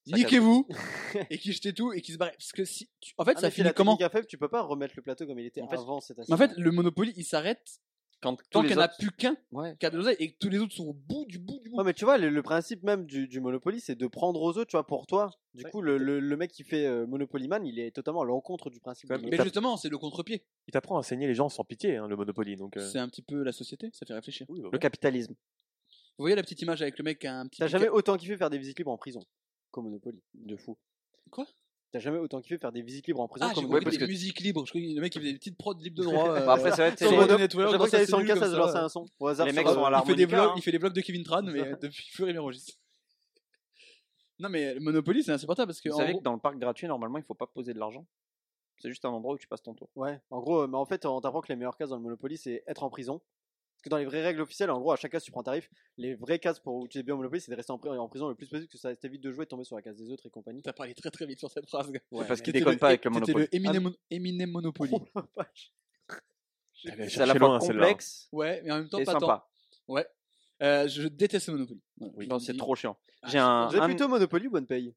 niquez-vous *laughs* et qui jetait tout et qui se barrait. Parce que si, tu- en fait,
Ah,
ça
mais
finit
la
comment
technique à faible, tu peux pas remettre le plateau comme il était
En fait,
avant cette
Mais en fait, le Monopoly, il s'arrête
Quand
tant
tous
qu'il
les
n'y en a
autres...
plus qu'un
Ouais.
qui a de l'oseille et que tous les autres sont au bout du bout du bout.
Non, mais tu vois, le, le principe même du, du Monopoly, c'est de prendre aux autres, tu vois, pour toi. Du coup, le, le- le mec qui fait euh, Monopoly Man, il est totalement à l'encontre du principe.
Ouais,
du
mais
Monopoly.
Mais
t'as-
justement, c'est le contre-pied.
Il t'apprend à saigner les gens sans pitié, hein, le Monopoly. Donc, euh,
C'est un petit peu la société, ça fait réfléchir.
oui, bah
Le
voilà.
*laughs* capitalisme.
Vous voyez la petite image avec le mec qui a un petit.
T'as
piquet-
jamais autant kiffé faire des visites libres en prison qu'au Monopoly. De fou.
Quoi
T'as jamais autant kiffé faire des visites libres en prison
Ah, j'ai
qu'au
compris
parce
Monopoly.
des
que-
musiques libres. Je croyais que le mec qui faisait des petites prods
*laughs*
libres de droit. euh,
Bah, après, ça va être
sans
Sur
les-
Monopoly,
redonner tout à l'heure,
Chaque
comme
fois
ça,
qu'il allait
c'est
sur le
nul
cas, ça
comme
se
ça,
lançait
ouais.
un son. Au hasard,
Les
sur
mecs sont
un-
à la-
Euh, il fait des
l'harmonica,
blogs,
hein.
il fait des blogs de Kevin Tran, mais euh, depuis Fury les registre. Non mais le Monopoly c'est insupportable parce que
Vous
en
savez
gros-
que dans le parc gratuit, normalement, il faut pas poser de l'argent. C'est juste un endroit où tu passes ton tour.
Ouais, en gros, euh, mais en fait, on t'apprend que les meilleures cases dans le Monopoly, c'est être en prison. Parce que dans les vraies règles officielles, en gros, à chaque case, tu prends un tarif. Les vraies cases pour utiliser bien au Monopoly, c'est de rester en, pri- en prison le plus possible, que ça t'évite de jouer et de tomber sur la case des autres et compagnie.
t'as parlé très très vite sur cette phrase. gars.
c'est parce
T'étais
qu'il déconne pas avec le Ah,
t'étais
monopole.
Eminem, Mon- Eminem Monopoly.
Oh la vache.
Ah, mais
C'est à la
cherchez
fois
loin, celle-là.
complexe
Ouais, mais en même temps
et
pas tant.
sympa.
Ouais. Euh, je déteste Monopoly. Voilà, je
Non,
le
c'est
dis.
trop chiant.
Ah,
J'ai un,
Vous êtes
un-
plutôt Monopoly ou Bonne Paye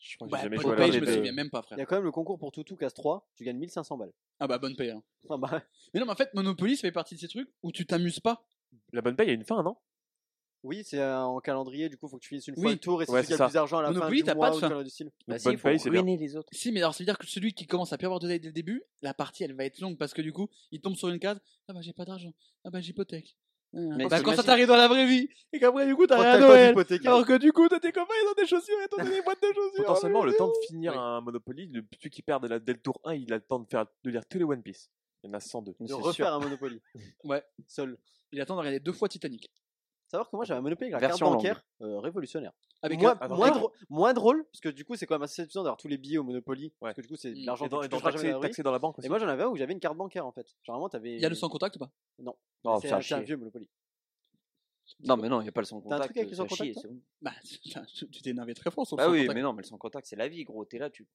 Je crois que
Bah,
j'ai jamais
bonne
joué à
paye,
l'un
je
des
me
deux.
souviens même pas,
Il y
frère.
a quand même le concours pour Toutou Case 3, tu gagnes 1500 balles. *laughs*
Ah bah bonne paye. hein.
Ah bah,
Mais non, mais en fait, Monopoly, ça fait partie de ces trucs où tu t'amuses pas.
La bonne paye, il y a une fin, non
oui, c'est euh, en calendrier, du coup, faut que tu finisses une fois
Oui.
le tour et c'est
Ouais,
celui qui a
c'est
le plus d'argent à la
Monopoly,
fin.
t'as
du
pas
mois
de
ou
fin.
dans le style.
Bah si,
bonne
il faut
paye, c'est bien.
ruiner les autres.
Si, mais alors, c'est-à-dire que celui qui commence à plus avoir de dès le début, la partie, elle va être longue parce que du coup, il tombe sur une case. Ah bah, j'ai pas d'argent. Ah bah, j'hypothèque. Ah,
Mais
bah, quand ça
t'imagines-
t'arrive dans la vraie vie et qu'après, du coup,
Quand
t'as
t'as le
rien à
code
Noël.
hypothécaire.
Alors que du coup, t'as tes copains, ils ont des chaussures et t'as des boîtes de chaussures. Oh,
Potentiellement, le temps de finir
Oui.
un Monopoly, le- celui qui perd de la, dès le tour 1, il a le temps de, faire, de lire tous les One Piece. Il y en a 102.
Mais
de
c'est
refaire
sûr.
un Monopoly.
Ouais.
Seul.
Il attend de regarder deux fois Titanic.
Savoir que moi, j'avais un Monopoly avec la carte
Version longue.
bancaire euh, révolutionnaire.
Avec
moins,
un-
ah,
moins
vraiment
drôle, moins drôle, parce que du coup, c'est quand même assez séduisant d'avoir tous les billets au Monopoly. Parce
Ouais.
que du coup, c'est
Mm.
de l'argent
Et dans,
que
et
tu
dans
toucheras jamais
taxé,
dans la vie.
taxé dans la banque aussi.
Et moi, j'en avais un où j'avais une carte bancaire en fait. Généralement, t'avais.
Il y a le sans contact ou pas
Non,
C'est
ça
un- c'est un
chier.
vieux Monopoly.
Non, mais non, il n'y a pas le sans
T'as un
contact. euh,
truc avec le
ça
sans
chier,
contact,
c'est bon.
Bah, *laughs* tu tu t'es énervé très fort sur le
Bah
sans
oui,
contact.
mais non, mais le sans contact, c'est la vie, gros. T'es là, tu.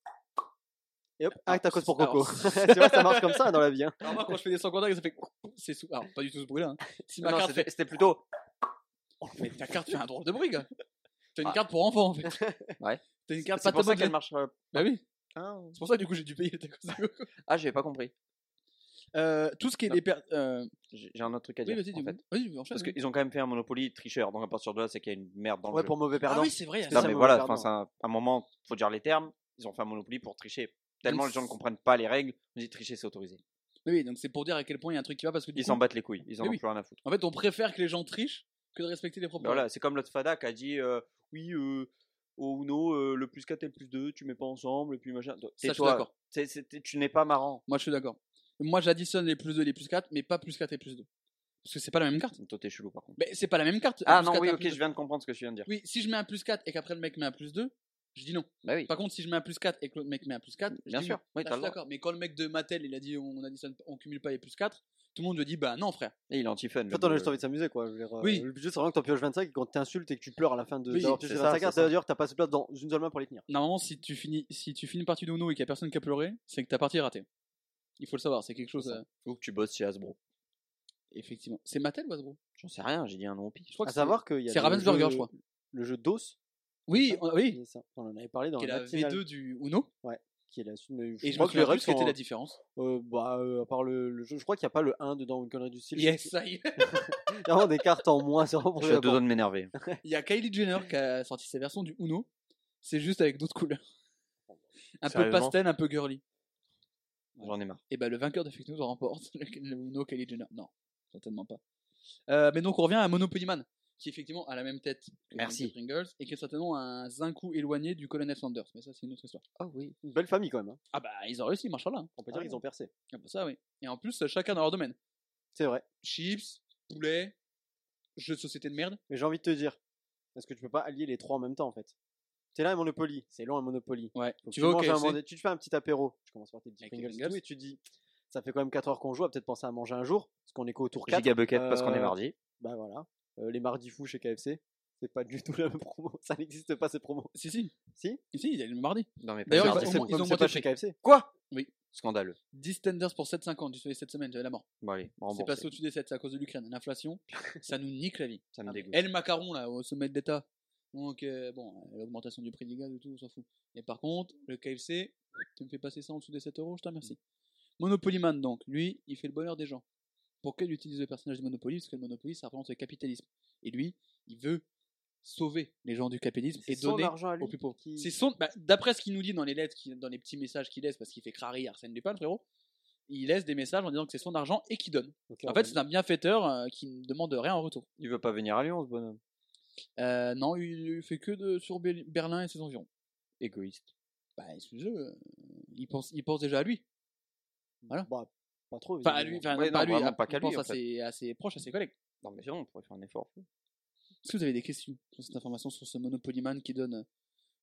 Et hop, ah, t'as cause pour
alors,
Coco. *laughs* tu vois, ça marche comme ça dans la
*laughs*
vie. hein.
Alors moi, quand je fais des sans contact, ça fait. *laughs* C'est sous. Alors, pas du tout ce bruit-là. hein. Si ma
Non,
carte
c'était
fait.
c'était plutôt.
Mais ta carte fait un drôle de bruit, gars. T'as une
Ah.
carte pour enfant, en fait.
Ouais.
T'as une carte
C'est
pas
pour ça
table.
qu'elle marche. euh,
Bah oui.
hein.
C'est pour ça, du coup, j'ai dû payer ta cause.
Ah, j'avais pas compris.
Euh, tout ce qui est
Non.
les pertes. Euh...
J'ai j'ai un autre truc à
Oui,
dire.
vas-y,
en
dis-moi.
fait.
Vas-y, enchaîne.
Parce qu'ils ont quand même fait un Monopoly tricheur. Donc à partir de là, c'est qu'il y a une merde dans le
Ouais,
jeu.
pour mauvais
Ah
perdant.
oui, c'est vrai.
C'est
ça,
Non,
ça,
mais
mauvais
voilà,
perdant.
enfin, c'est un, un moment, faut dire les termes. Ils ont fait un Monopoly pour tricher. Tellement
Donc,
les gens ne
c'est-
comprennent pas les règles, on dit tricher, c'est autorisé.
Oui, oui, donc c'est pour dire à quel point il y a un truc qui va parce que du
Ils
coup,
s'en battent les couilles. Ils en
Mais
ont
oui.
plus rien à foutre.
en fait, on préfère que les gens trichent que de respecter les propres.
Bah voilà, c'est comme l'autre Fada qui a dit euh, oui, euh, au Uno, euh, le plus 4 et le plus 2, tu mets pas ensemble, et puis machin.
Ça, je suis
Tais-toi.
d'accord.
C'est- c'est- t'es- tu n'es pas marrant.
Moi, je suis d'accord. Moi, j'additionne les plus 2 et les plus 4, mais pas plus 4 et plus 2. Parce que c'est pas la même carte.
Toi, t'es chelou par contre.
Mais c'est pas la même carte. un
Ah
plus
non,
4 et
oui,
un
ok,
plus
je viens de comprendre ce que tu viens de dire.
Oui, si je mets un plus 4 et qu'après le mec met un plus 2, je dis non.
Bah oui,
Par contre, si je mets un plus 4 et que le mec met un plus 4, je
bien
dis
sûr. Bah,
oui.
Oui,
Là,
t'as
je suis
le droit.
d'accord. Mais quand le mec de Mattel, il a dit on additionne, on cumule pas les plus 4, tout le monde lui dit bah non, frère.
Et il est anti-fun. le
Toi, t'en as
boulot.
juste envie de s'amuser quoi. Je veux dire, euh,
Oui.
Le but, c'est vraiment que t'en pioches 25 et qu'on t'insulte et que tu pleures à la fin de
Oui,
d'avoir
c'est
pioché
ça,
25
c'est
cartes.
ça.
D'ailleurs, t'as pas assez de place dans une seule main pour les tenir.
Normalement, si tu finis, si tu finis une partie de Uno et qu'il y a personne qui a pleuré, c'est que ta partie est ratée. Il faut le savoir, c'est quelque chose. euh,
Ou que tu bosses chez Hasbro.
effectivement. C'est Mattel ou Hasbro
J'en sais rien, j'ai dit un nom au Ah, pire.
Je crois
À
que
savoir qu'il y a
c'est
le
Ravensburger,
jeu-
je crois.
Le jeu DOS.
Oui,
c'est ça
on- oui.
qui est Ah, ça. On en avait parlé dans
Qui est
la
la
finale,
V2 du Uno.
Qui est la suite. mais
Et je
crois
me
que les
souviens plus
règles
ce qu'était
sont-
la différence.
euh, Bah, euh, à part le le jeu, je crois qu'il n'y a pas le 1 dedans ou une connerie du style.
Yes, ça y est.
Il y a vraiment des cartes en moins. c'est vraiment
Je suis à deux
pour-
doigts
*laughs*
de m'énerver.
Il y a Kylie Jenner qui a sorti sa version du Uno. C'est juste avec d'autres couleurs. Un peu
Sérieusement
pastel, un peu girly.
J'en ai marre.
Et bah le vainqueur de Fake News remporte *laughs* le le Uno Kylie Jenner. Non, certainement pas. Euh, mais donc on revient à Monopoly Man, qui effectivement a la même tête que
Merci.
Monkey Pringles et qui est certainement un zincou éloigné du Colonel Sanders. Mais ça, c'est une autre histoire.
Ah oui.
Une belle famille quand même. hein.
Ah bah ils ont réussi, machallah.
Oh, On peut dire qu'ils ont percé.
Ah bah ça, oui. Et en plus, chacun dans leur domaine.
C'est vrai.
Chips, poulet, jeux de société de merde.
Mais j'ai envie de te dire, est-ce que tu peux pas allier les trois en même temps en fait T'es là à Monopoly, c'est long à Monopoly.
Ouais.
Faut que
Tu vas au
manges un
KFC.
moment donné- tu te fais un petit apéro, tu commences par tes petits
Avec
Pringles
les
et tout, et tu dis, ça fait quand même 4 heures qu'on joue, à peut-être penser à manger un jour, parce qu'on est qu'au tour 4.
Giga Bucket parce qu'on est
Euh,
mardi.
Bah voilà. Euh, les mardis fous chez KFC. C'est pas du tout la même promo. *laughs* Ça n'existe pas ces promos.
Si, si.
Si
Si, il y a le mardi.
Non, mais
D'ailleurs,
pas
ils
ça,
ont- ils
c'est bon.
ont-
Comme c'est pas
gratté
chez
le
KFC.
Quoi
Oui.
Scandaleux.
10 tenders pour 7,50 j'ai fait cette semaine, j'avais la mort.
Bon, allez,
C'est
rembourse.
passé au-dessus des 7, c'est à cause de l'Ukraine.
*laughs*
L'inflation, ça nous nique la vie.
Ça me
Ah, mais
dégoûte.
Et le macaron, là, au sommet de l'État. Donc, euh, bon, euh, l'augmentation du prix du gaz et tout, on s'en fout. Mais par contre, le KFC, tu me fais passer ça en dessous des 7 euros, je te remercie. Monopoly Man, donc, lui, il fait le bonheur des gens. Pourquoi il utilise le personnage du Monopoly Parce que le Monopoly, ça représente le capitalisme. Et lui, il veut sauver les gens du capitalisme et
C'est son
donner
argent à lui
aux plus pauvres.
qui-
C'est son, bah, d'après ce qu'il nous dit dans les lettres, qu'il- dans les petits messages qu'il laisse, parce qu'il fait crari Arsène Lupin, le frérot, il laisse des messages en disant que c'est son argent et qu'il donne.
Ok,
En
on
fait,
va-
c'est un bienfaiteur euh, qui ne demande rien en retour.
Il veut pas venir à Lyon, ce bonhomme.
Euh, non, il il fait que de, sur Ber- Berlin et ses environs.
Égoïste.
Bah, ce jeu, euh, il pense, il pense déjà à lui. voilà.
Bah, pas trop.
Mmh. Enfin, à lui,
évidemment.
enfin,
Ouais,
pas à
non,
lui,
vraiment
à-
pas
il
qu'à lui,
pense
en
à
fait.
ses, à ses proches, à ses collègues.
Non, mais c'est bon, on pourrait faire un effort.
Est-ce que vous avez des questions sur cette information, sur ce Monopoly Man qui donne euh,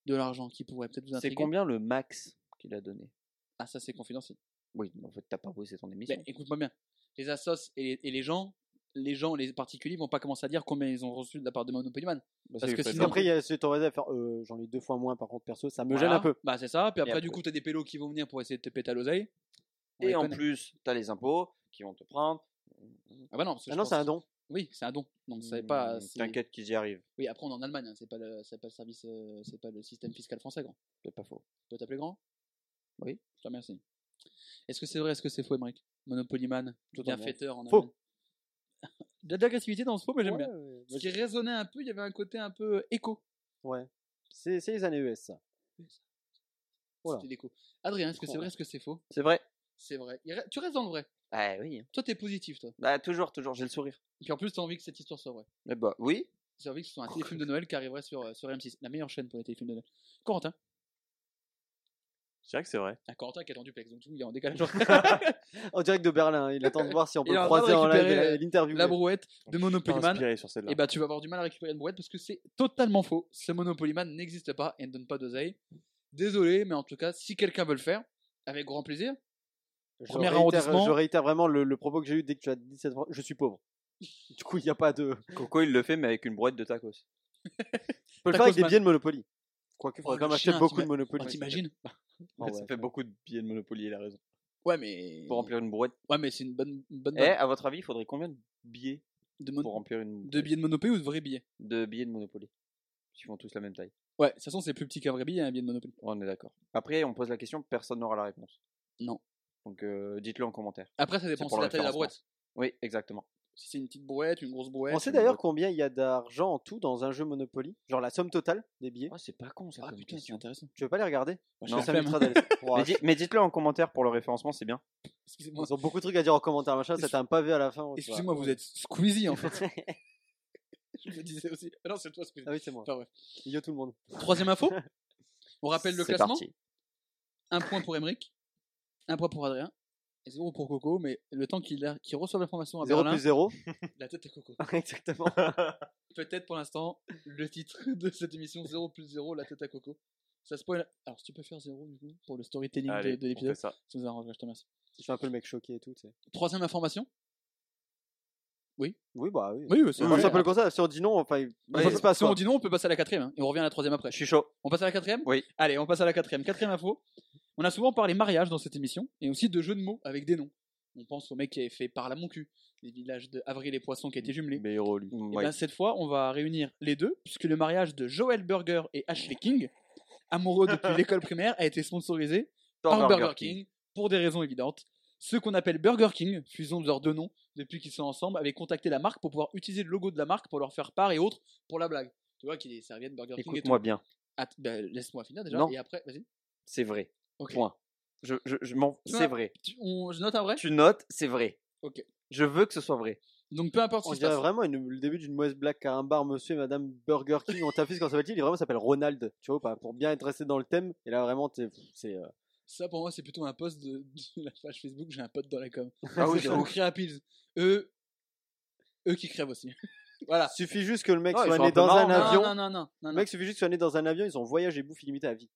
de l'argent, qui pourrait peut-être vous
C'est
intriguer
combien le max qu'il a donné
Ah, ça, c'est confidentiel.
Oui, mais en fait, t'as pas oui, c'est ton émission.
Ben, écoute-moi bien. Les assos et les, et les gens, les gens, les particuliers vont pas commencer à dire combien ils ont reçu de la part de Monopoly Man.
Bah,
parce que
Parce
sinon-
qu'après, il y a ce à faire. euh, J'en ai deux fois moins par contre, perso. Ça me
Voilà.
gêne un peu.
Bah, c'est ça. Puis après,
après-
du coup, t'as des pélos qui vont venir pour essayer de te péter à l'oseille. On
Et
les
en
connaît.
plus, t'as les impôts qui vont te prendre.
Ah, bah non, parce que
Ah
je
non,
pense-
c'est un don.
Oui, c'est un don. Donc, ça n'est pas.
Hmm,
si-
T'inquiète qu'ils y arrivent.
Oui, après on est en Allemagne, hein, c'est pas le, c'est pas le service, euh, c'est pas le système fiscal français, grand.
C'est pas faux.
Tu peux t'appeler grand
Oui.
Je te remercie. Est-ce que c'est vrai, est-ce que c'est faux, Emmerich Monopoly Man,
Totalement.
bienfaiteur en
Faux.
Allemagne. *laughs* Il y a de l'agressivité dans ce faux, mais j'aime bien.
Ouais, ouais,
Ce qui résonnait un peu, il y avait un côté un peu euh, écho.
Ouais. C'est c'est les années E US, ça. Voilà.
C'était l'écho. Adrien, est-ce que c'est
Crois.
vrai, est-ce que c'est faux
C'est vrai
C'est vrai. Il re- Tu restes dans le vrai.
Ah oui. hein.
Toi, t'es positif, toi.
Bah, toujours, toujours, j'ai le sourire.
Et puis en plus, t'as envie que cette histoire soit vraie.
Mais bah, oui.
J'ai envie que ce
Oh,
soit un téléfilm de Noël qui arriverait sur, euh, sur M6, la meilleure chaîne pour les téléfilms de Noël. Corentin.
Je dirais que c'est vrai.
Ah, Corentin qui attend du plex, donc tout, il est en décalage. horaire.
En direct de Berlin, hein,
*laughs*
il attend de voir si on peut
Il est
le
en train de
croiser en live
récupérer,
et l'interview.
la brouette de
Pas
Monopoly Man.
inspiré sur celle-là.
Et bah tu vas avoir du mal à récupérer une brouette parce que c'est totalement faux. Ce Monopoly Man n'existe pas et ne donne pas d'oseille. Désolé, mais en tout cas, si quelqu'un veut le faire, avec grand plaisir.
Je
premier
réitère-
arrondissement.
Je réitère vraiment le, le propos que j'ai eu dès que tu as dit cette phrase. Je suis pauvre. *laughs* Du coup, il n'y a pas de.
Coco, il le fait, mais avec une brouette de tacos.
Je peux le
Tacos
faire avec des
Man.
billets de Monopoly. Quoique, il faudrait
Oh,
quand
le
même acheter
chien,
beaucoup de
t'ima-
Monopoly.
Ouais, T'imagines
Ah ouais.
ça fait beaucoup de billets de Monopoly, il a raison.
Ouais, mais.
Pour remplir une brouette.
Ouais, mais c'est une bonne. Une bonne
Eh,
balle.
à votre avis, il faudrait combien de billets
de, mon-
pour remplir une
de billets de Monopoly ou de vrais billets
de billets de Monopoly Ils font tous la même taille.
Ouais, de toute façon, c'est plus petit qu'un vrai billet, un billet de Monopoly.
On est d'accord. Après, on pose la question, personne n'aura la réponse.
Non.
Donc, euh, dites-le en commentaire.
Après, ça
C'est
dépend
pour
de
le
la taille de la
référencement.
brouette.
Oui, exactement.
Si c'est une petite brouette, une grosse brouette.
On sait d'ailleurs combien il y a d'argent en tout dans un jeu Monopoly. Genre la somme totale des billets.
Oh, c'est pas con ça.
Ah
comme
putain, c'est
question.
intéressant.
Tu veux pas les regarder
Moi,
Parce
je
que ça
fais la flemme.
m'évitera d'aller-
*laughs*
Ouah,
Mais, di- mais dites-le en commentaire pour le référencement, c'est bien.
Excusez-moi,
Ils ont beaucoup de trucs à dire en commentaire, machin. C'était un pavé à la fin. tu vois.
Excusez-moi, vous êtes Squeezie en fait. *laughs* Je me disais aussi. Ah non, c'est toi Squeezie.
Ah oui, c'est moi.
Enfin, bref.
Yo tout le monde.
Troisième info. On rappelle le
C'est
classement.
parti.
Un point pour Emeric, un point pour Adrien, et zéro pour Coco. Mais le temps qu'il a- qu'il reçoive l'information à
0
Berlin,
plus 0.
la tête à Coco.
*laughs* Exactement.
Peut-être pour l'instant le titre *laughs* de cette émission 0 plus 0, la tête à Coco. Ça spoil. Alors, si tu peux faire 0 du coup pour le storytelling de-
Allez,
de
on fait
l'épisode,
ça.
ça nous arrange, je te remercie.
Je suis un peu le mec choqué et tout. tu sais.
Troisième information.
Oui, bah oui.
Oui, c'est
On pense un peu comme ça. Si on dit non, enfin,
Bah,
ça se passe.
Si on
quoi.
dit non, on peut passer à la quatrième hein, et on revient à la troisième après.
Je suis chaud.
On passe à la quatrième
Oui.
Allez, on passe à la quatrième. Quatrième info. On a souvent parlé mariage dans cette émission et aussi de jeux de mots avec des noms. On pense au mec qui avait fait Parle à mon cul, les villages de Avril et Poisson qui étaient jumelés.
Mais héros, lui.
Mm,
Et ben, cette fois, on va réunir les deux puisque le mariage de Joel Burger et Ashley King, amoureux
*laughs*
depuis l'école primaire, a été sponsorisé par Burger King, pour des raisons évidentes. Ceux qu'on appelle Burger King, fusion de leurs deux noms, depuis qu'ils sont ensemble, avaient contacté la marque pour pouvoir utiliser le logo de la marque pour leur faire part et autres pour la blague. Tu vois qu'il est serviette Burger King et tout.
Écoute-moi bien.
Att- bah, laisse-moi finir déjà
Non.
et après, vas-y.
C'est vrai.
Ok.
Point. Je, je, je m'en.
Toi-
C'est vrai.
Tu- on- je note un vrai.
Tu notes, c'est vrai.
Ok.
Je veux que ce soit vrai.
Donc peu importe ce
On
qui se passe.
dirait vraiment une- le début d'une mauvaise blague car un bar monsieur et madame Burger King ont tapé ce qu'on s'appelle il vraiment s'appelle Ronald, tu vois ou pas, pour bien être resté dans le thème et là vraiment t'es- c'est euh,
Ça pour moi c'est plutôt un post de, de la page Facebook. J'ai un pote dans la com.
Ah
*laughs*
oui,
Ils sont créés à Pils. Eux, eux qui crèvent aussi. *laughs* voilà.
suffit juste que le mec
Ouais, ils
soit
sont
né
un peu
dans un
marrants, hein.
avion.
Non non non non. non,
Le
non.
mec suffit juste qu'il soit né dans un avion, ils ont voyage et bouffe illimitée à vie.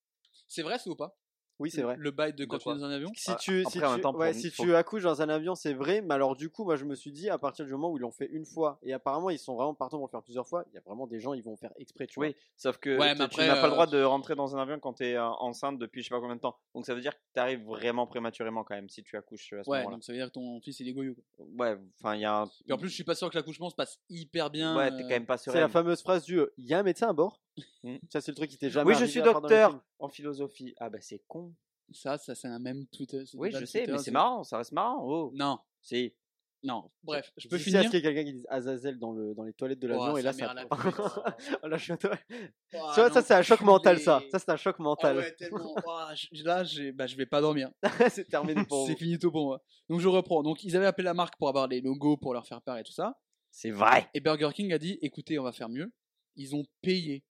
C'est vrai ça ou pas
Oui, c'est vrai.
Le bail de quand tu es
quoi
dans un avion
Si
Ah,
tu,
après,
si,
en
tu,
même temps, pour
ouais,
une-
si
faut-
tu accouches dans un avion, c'est vrai, mais alors du coup, moi je me suis dit, à partir du moment où ils l'ont fait une fois, et apparemment ils sont vraiment partants pour le faire plusieurs fois, il y a vraiment des gens, ils vont faire exprès, tu
Oui, sauf que
Ouais,
tu-
mais
tu
après,
n'as pas
euh,
le droit de rentrer dans un avion quand tu es enceinte depuis je sais pas combien de temps. Donc ça veut dire que tu arrives vraiment prématurément quand même si tu accouches à ce
Ouais,
moment-là.
donc ça veut dire que ton fils il est goyou. quoi.
Ouais, enfin il y a un...
Et en plus, je suis pas sûr que l'accouchement se passe hyper bien.
Ouais, t'es
euh,
quand même pas
vois. C'est la
sereine.
fameuse phrase du euh, il y a un médecin à bord.
Mm.
Ça, c'est le truc qui t'est jamais
Oui, je
arrivé
suis
à part dans les
docteur
films.
en philosophie. Ah bah c'est con.
Ça, ça c'est un même Twitter. c'est
Oui,
débat
je sais,
Twitter,
mais c'est marrant, ça reste marrant. Oh,
Non,
c'est
non. Bref, je peux
D'ici à
finir.
ce qu'il y ait quelqu'un qui dise Azazel dans, le, dans les toilettes de l'avion,
Oh,
et là,
sa mère,
ça.
la
*laughs*
*laughs*
Oh, là, je suis-
pute. Oh,
Tu vois, ça, c'est un choc
l'enculé.
mental, ça. Ça, c'est un choc
Ah
mental.
ouais, tellement. Oh, je- là, j'ai- bah, je vais pas dormir.
*laughs* c'est terminé pour
C'est
vous.
fini tout pour moi. Donc je reprends. Donc ils avaient appelé la marque pour avoir les logos, pour leur faire part et tout ça.
c'est vrai.
Et Burger King a dit écoutez, on va faire mieux. Ils ont payé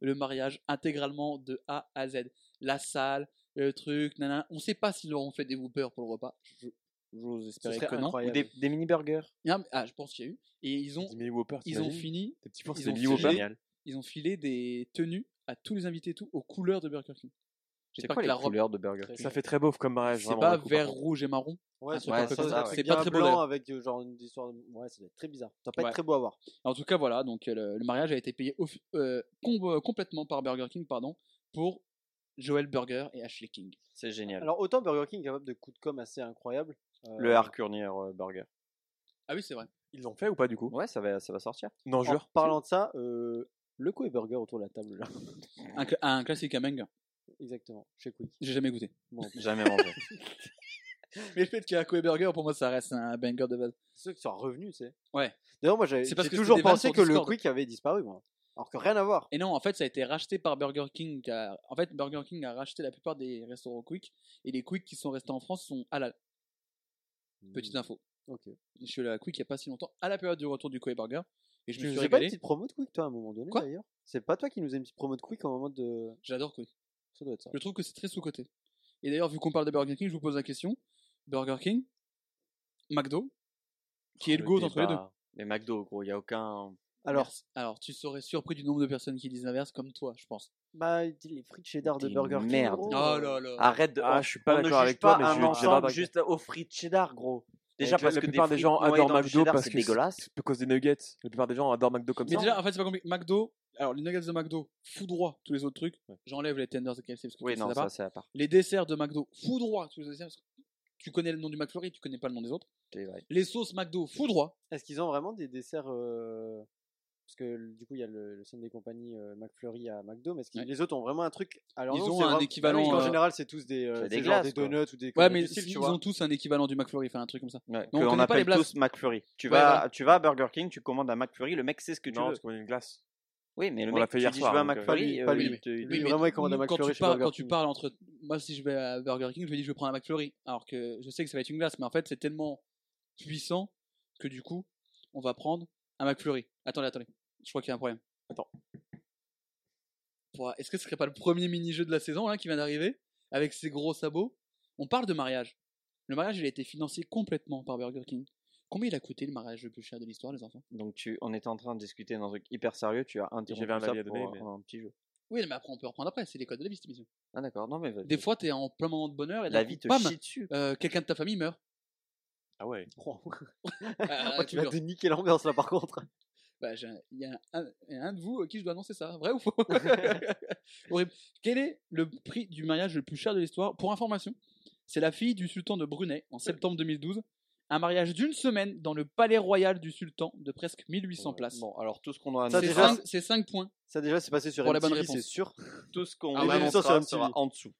le mariage intégralement de A à Z. La salle, le truc, nanana. On sait pas s'ils leur ont fait des whoopers pour le repas. Je- J'ose
Ce
espérer
serait
que non.
Ou
incroyable.
des, des mini burgers.
Non, mais- Ah, je pense qu'il y a eu. Et ils ont,
Des mini Whoppers,
ils ont
t'imagines
fini
Des petits fours,
ils
c'est des
ont
mini
filé-
Whoppers.
ils ont filé des tenues à tous les invités et tout aux couleurs de Burger King.
C'est
J'espère
quoi
que
les
la robe
couleurs de burger
Ça fait très beauf comme mariage.
c'est
vraiment,
pas
pour le coup, par
vert,
contre.
rouge et marron.
Ouais,
un
c'est
truc
pas
un peu
possible.
bizarre,
C'est
ouais.
bien
Pas très beau,
blanc
d'ailleurs.
avec euh, genre une histoire. de- Ouais, ça doit être très bizarre. Ça doit pas
Ouais.
être très beau à voir.
En tout cas, voilà, donc euh, le, le mariage a été payé offi- euh, com- euh, complètement par Burger King pardon, pour Joel Burger et Ashley King.
C'est génial.
Alors autant Burger King est capable de coups de com assez incroyables. euh,
Le Harcurnier euh, burger.
Ah oui, c'est vrai.
Ils l'ont fait ou pas du coup
Ouais, ça va, ça va sortir.
Non,
En
jure.
parlant de ça, euh, le coup est burger autour de la table là. *laughs*
Un, cla- un classique à manga.
Exactement, chez Quick.
J'ai jamais goûté.
Jamais mangé.
Mais le fait qu'il y a un Koei Burger, pour moi, ça reste un banger de base.
Ceux qui sont revenus, tu sais.
Ouais.
D'ailleurs, moi j'avais
C'est parce
j'ai
que
toujours
c'était des vannes
pensé
sur
que le
Discord.
Quick avait disparu, moi. Alors que rien à voir.
Et non, en fait, ça a été racheté par Burger King. qui a- En fait, Burger King a racheté la plupart des restaurants Quick. Et les Quick qui sont restés en France sont halal. Petite info.
Hmm. Ok.
Je suis allé à Quick il n'y a pas si longtemps, à la période du retour du Koei Burger. Et je
Tu
me suis
faisais pas une
régalé.
petite promo de Quick toi à un moment donné
Quoi
d'ailleurs C'est pas toi qui nous faisais une petite promo de Quick au moment de.
J'adore Quick.
Ça doit être ça.
Je trouve que c'est très sous-coté. Et d'ailleurs, vu qu'on parle de Burger King, je vous pose la question. Burger King, McDo, qui est le, goût entre les deux
Oh, débat. Mais McDo, gros, il y a aucun.
Alors,
Merci. alors, tu serais surpris du nombre de personnes qui disent l'inverse, comme toi, je pense.
bah les frites cheddar de
Des
Burger King.
merdes.
gros.
Oh
là là.
Arrête de.
Ah, je suis pas
on ne
d'accord
juge
avec toi,
pas
mais je
un
vais
ensemble juste aux frites cheddar, gros. Déjà
la
parce que
plupart des
frites
gens
noyées
adorent
dans le
McDo
cheddar,
parce
c'est
que
dégueulasse.
C'est à cause des nuggets. La plupart des gens adorent McDo comme
Mais
ça.
déjà, en fait, c'est pas compliqué. McDo, alors les nuggets de McDo, foudroie tous les autres trucs. J'enlève les tenders de KFC parce que
Oui,
ça,
non,
ça
ça
va.
c'est à part.
Les desserts de McDo, foudroie tous les autres desserts. parce que Tu connais le nom du McFlurry, tu connais pas le nom des autres.
C'est vrai.
Les sauces McDo, foudroie.
Est-ce qu'ils ont vraiment des desserts euh, Parce que le- du coup, il y a le, le Sunday Company euh, McFlurry à McDo, mais est-ce que
Ouais.
les autres ont vraiment un truc Alors
Ils
non,
ont
c'est
un
vraiment-
équivalent,
Parce qu'en
euh,
général, c'est tous des, euh,
c'est des
c'est genre
glaces,
des
quoi.
donuts ou des.
Ouais,
conneries
mais
du style,
ils
tu vois.
ont tous un équivalent du McFlurry, enfin un truc comme ça.
Ouais,
on
que
connaît
on
pas les
appelle
blagues.
tous McFlurry. Tu
Ouais,
vas,
voilà.
tu vas à Burger King, tu commandes un McFlurry, le mec sait ce que tu
non,
veux.
parce qu'on a une glace.
Oui, mais le
on l'a
mec,
fait
tu
hier
dis je
soir,
veux un
donc, euh,
McFlurry.
pas
euh,
lui,
il
mais-
te- il
lui,
te-
vraiment, il commande un
nous, quand
McFlurry
tu,
chez
parles,
Burger
quand tu
King.
parles entre. Moi, si je vais à Burger King, je vais dire je vais prendre un McFlurry. Alors que je sais que ça va être une glace, mais en fait, c'est tellement puissant que du coup, on va prendre un McFlurry. Attendez, attendez. Je crois qu'il y a un problème.
Attends.
Ouah, Est-ce que ce serait pas le premier mini-jeu de la saison là, qui vient d'arriver Avec ses gros sabots On parle de mariage. Le mariage, il a été financé complètement par Burger King. Combien il a coûté le mariage le plus cher de l'histoire, les enfants
Donc tu, on était en train de discuter d'un truc hyper sérieux, tu as interrompu
J'avais un
ça
avis à donner,
pour
mais-
un petit jeu.
Oui, mais après, on peut reprendre après. C'est les codes de la vie, cette émission.
Ah d'accord, non mais vas-y.
Des fois, t'es en plein moment de bonheur et d'un
la
coup,
vie te
bam,
chie dessus.
euh, quelqu'un de ta
*laughs*
famille meurt.
Ah ouais.
Ah,
Oh,
tu
tu vas
meurs.
te niquer l'ambiance là par contre.
Bah, j'ai un- Il y a un, un- un de vous à qui je dois annoncer ça, vrai
*laughs*
ou faux *laughs* Horrible. Quel est le prix du mariage le plus cher de l'histoire Pour information, c'est la fille du sultan de Brunei en septembre 2012. Un mariage d'une semaine dans le palais royal du sultan de presque 1800 places.
Bon, alors tout ce qu'on a
Ça,
C'est
Ah, déjà,
annoncé-
cinq- C'est 5 points.
Ça déjà, c'est passé sur
Pour la bonne
MTV,
réponse.
c'est sûr.
tout ce qu'on
Ah, ouais,
annoncera
sur MTV.
sera en dessous.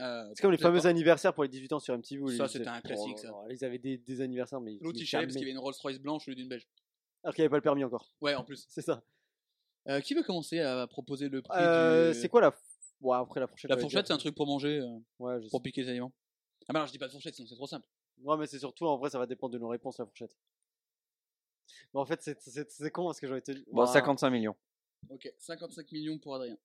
Euh,
C'est comme les
peut-être
fameux
pas.
anniversaires pour les 18 ans sur MTV. où
Ça,
ils-
c'était un
Oh,
classique,
là
ça.
là, Ils avaient des, des anniversaires, mais.
L'autre,
mais
il chialait parce
jamais.
qu'il y avait une Rolls Royce blanche au lieu d'une belge.
Alors qu'il n'y avait pas le permis encore.
Ouais, en plus.
C'est ça.
Euh, qui veut commencer à proposer le prix
Euh,
du-
C'est quoi la. Ouais, après la fourchette.
La
j'allais
fourchette,
dire.
c'est un truc pour manger, euh,
Ouais, je sais.
pour piquer les aliments. Ah, bah non, je dis pas de fourchette, sinon c'est trop simple.
Ouais, mais c'est surtout, en vrai, ça va dépendre de nos réponses, la fourchette. Mais en fait, c'est- c'est c'est con parce que j'aurais été.
Bon,
Ouah.
55 millions,
Ok, 55 millions pour Adrien.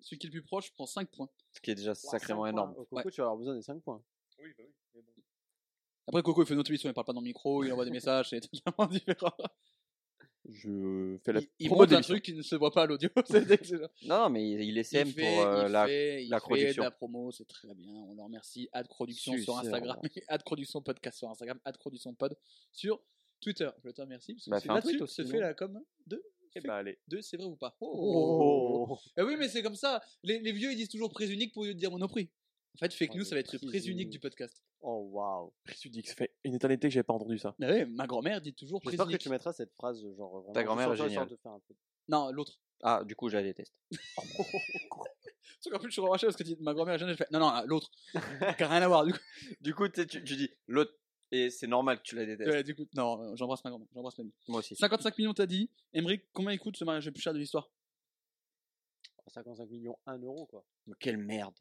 Celui qui est le plus proche prend 5 points.
ce qui est déjà
Ouah,
sacrément
cinq
énorme.
points. Au
Ouais.
coco, tu vas avoir besoin des 5 points.
*laughs* Après, Coco, il fait une autre émission, il parle pas dans le micro, il envoie des messages, c'est totalement différent.
Je fais la
Il- il
promo
montre
de
un
l'émission.
truc qui ne se voit pas à l'audio. *laughs* C'est excellent.
Non, non, mais il, il est SM
il fait,
pour euh,
il
la.
fait, il
la
fait
production.
de la promo, c'est très bien. On leur remercie. Ad Production
Si,
sur
si,
Instagram, *laughs* Ad Production Podcast sur Instagram, Ad Production Pod sur Twitter. Je te remercie. Parce que
Bah,
c'est
fais un
là-dessus
tweet
que
aussi,
se
non
fait la com de,
Bah, allez.
de c'est vrai ou pas
Oh.
Eh oui, mais c'est comme ça. Les, les vieux, ils disent toujours prise unique pour au lieu de dire monoprix. En fait, fake
Oh,
Ouais,
news,
mais
ça va être le
prise
prise unique
unique.
du podcast.
*laughs* Oh waouh.
Qu'est-ce que tu dis que ça fait une éternité que j'avais pas entendu ça.
Ah ouais, ma grand-mère dit toujours prise
J'espère que
unique.
tu mettras cette phrase genre vraiment.
Ta grand-mère
sur toi,
est géniale.
histoire de faire un peu-
Non, l'autre.
Ah, du coup, je la déteste.
Sauf qu'en plus, je suis remarché parce que dit- ma grand-mère, jamais fait. Non, non,
*laughs*
l'autre. Qui a rien à voir. Du coup,
Du coup, tu, sais, tu- tu dis l'autre, et c'est normal que tu la détestes.
Ouais, du coup non, euh, j'embrasse ma grand-mère. J'embrasse ma vie.
Moi aussi.
55 millions, t'as dit. Emmerich, combien il coûte ce mariage le plus cher de l'histoire
55 millions, 1 euro quoi. Ah,
Mais Quelle merde.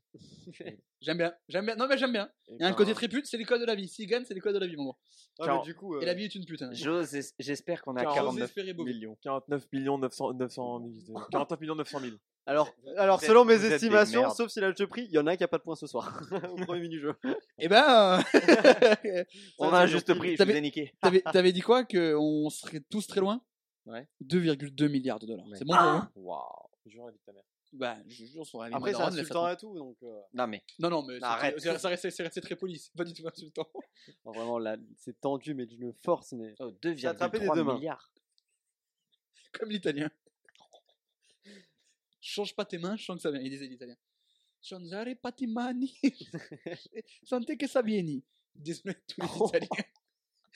J'aime bien. J'aime bien. Non, mais j'aime bien.
Eh
Il y
ben,
a un côté très pute, c'est les codes de la vie. S'il gagne, c'est les codes de la vie, mon gros.
Ah,
Car-
mais du coup.
Et la
euh,
vie est une pute. hein.
J'ose, es- j'espère qu'on a
J'ose
49
espérer beau.
millions.
49 millions 900 900 000. 49 millions 900 000.
Alors, alors
vous
selon
êtes-
mes
vous êtes des
estimations,
merdes.
sauf s'il a le jeu prix, il y en a un qui a pas de points ce soir. *laughs* Au premier mini-jeu.
Eh ben.
*laughs*
euh,
On
Ça,
a un
c'est
juste
gentil.
prix, je
T'as
vous
fait-
ai niqué.
T'avais t'avais dit quoi Qu'on serait tous très loin
Ouais.
2,2 milliards de dollars.
Ouais.
C'est bon pour vous
Waouh.
Jure la vie de ta mère.
Bah, je jure, sur la vie
Ah Après,
de
c'est
Ron, laisse
insultant
attendre.
et tout, donc. euh,
Non, mais
Non, non, mais c'est-
Arrête.
c'est ça restait- c'est resté très poli, c'est pas du tout insultant. *laughs*
non, vraiment, là, c'est tendu, mais d'une force.
*laughs*
Mais...
oh,
attrapé des deux
2,3
mains.
milliards.
Comme l'italien. Change pas tes mains, je sens que ça vient. Il disait l'italien. Changere pas
*laughs*
tes mani. Sentez que ça vieni. Désolé, tous les
*laughs*
italiens.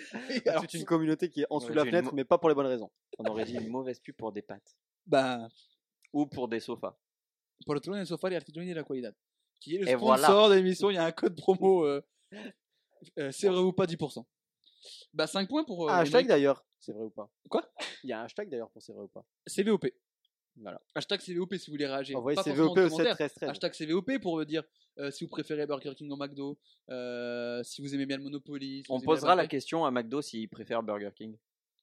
Et
Il y a
alors,
toute Oh. une communauté qui est en dessous de la
Ouais, j'ai une
fenêtre, mais pas pour les bonnes raisons.
On aurait dit une mauvaise pub pour des pâtes.
bah,
Ou pour des sofas.
pour trouver un sofa et artigiani de la qualité. Qui est le
Et
sponsor
voilà.
de l'émission, il y a un code promo. euh, euh, c'est vrai ou pas 10%. Bah, 5 points pour. euh,
Ah, hashtag
Emmerich.
d'ailleurs, c'est vrai ou pas
Quoi
Il y a un hashtag d'ailleurs pour c'est vrai ou pas.
CVOP.
Voilà.
Hashtag CVOP si vous voulez réagir.
Envoyez
Pas forcément
CVOP
de
au 7
commentaires.
13 13.
Hashtag CVOP pour dire euh, si vous préférez Burger King ou McDo, euh, si vous aimez bien le Monopoly. si vous
On
aimez
posera la
Burger King.
question à McDo s'il préfère Burger King.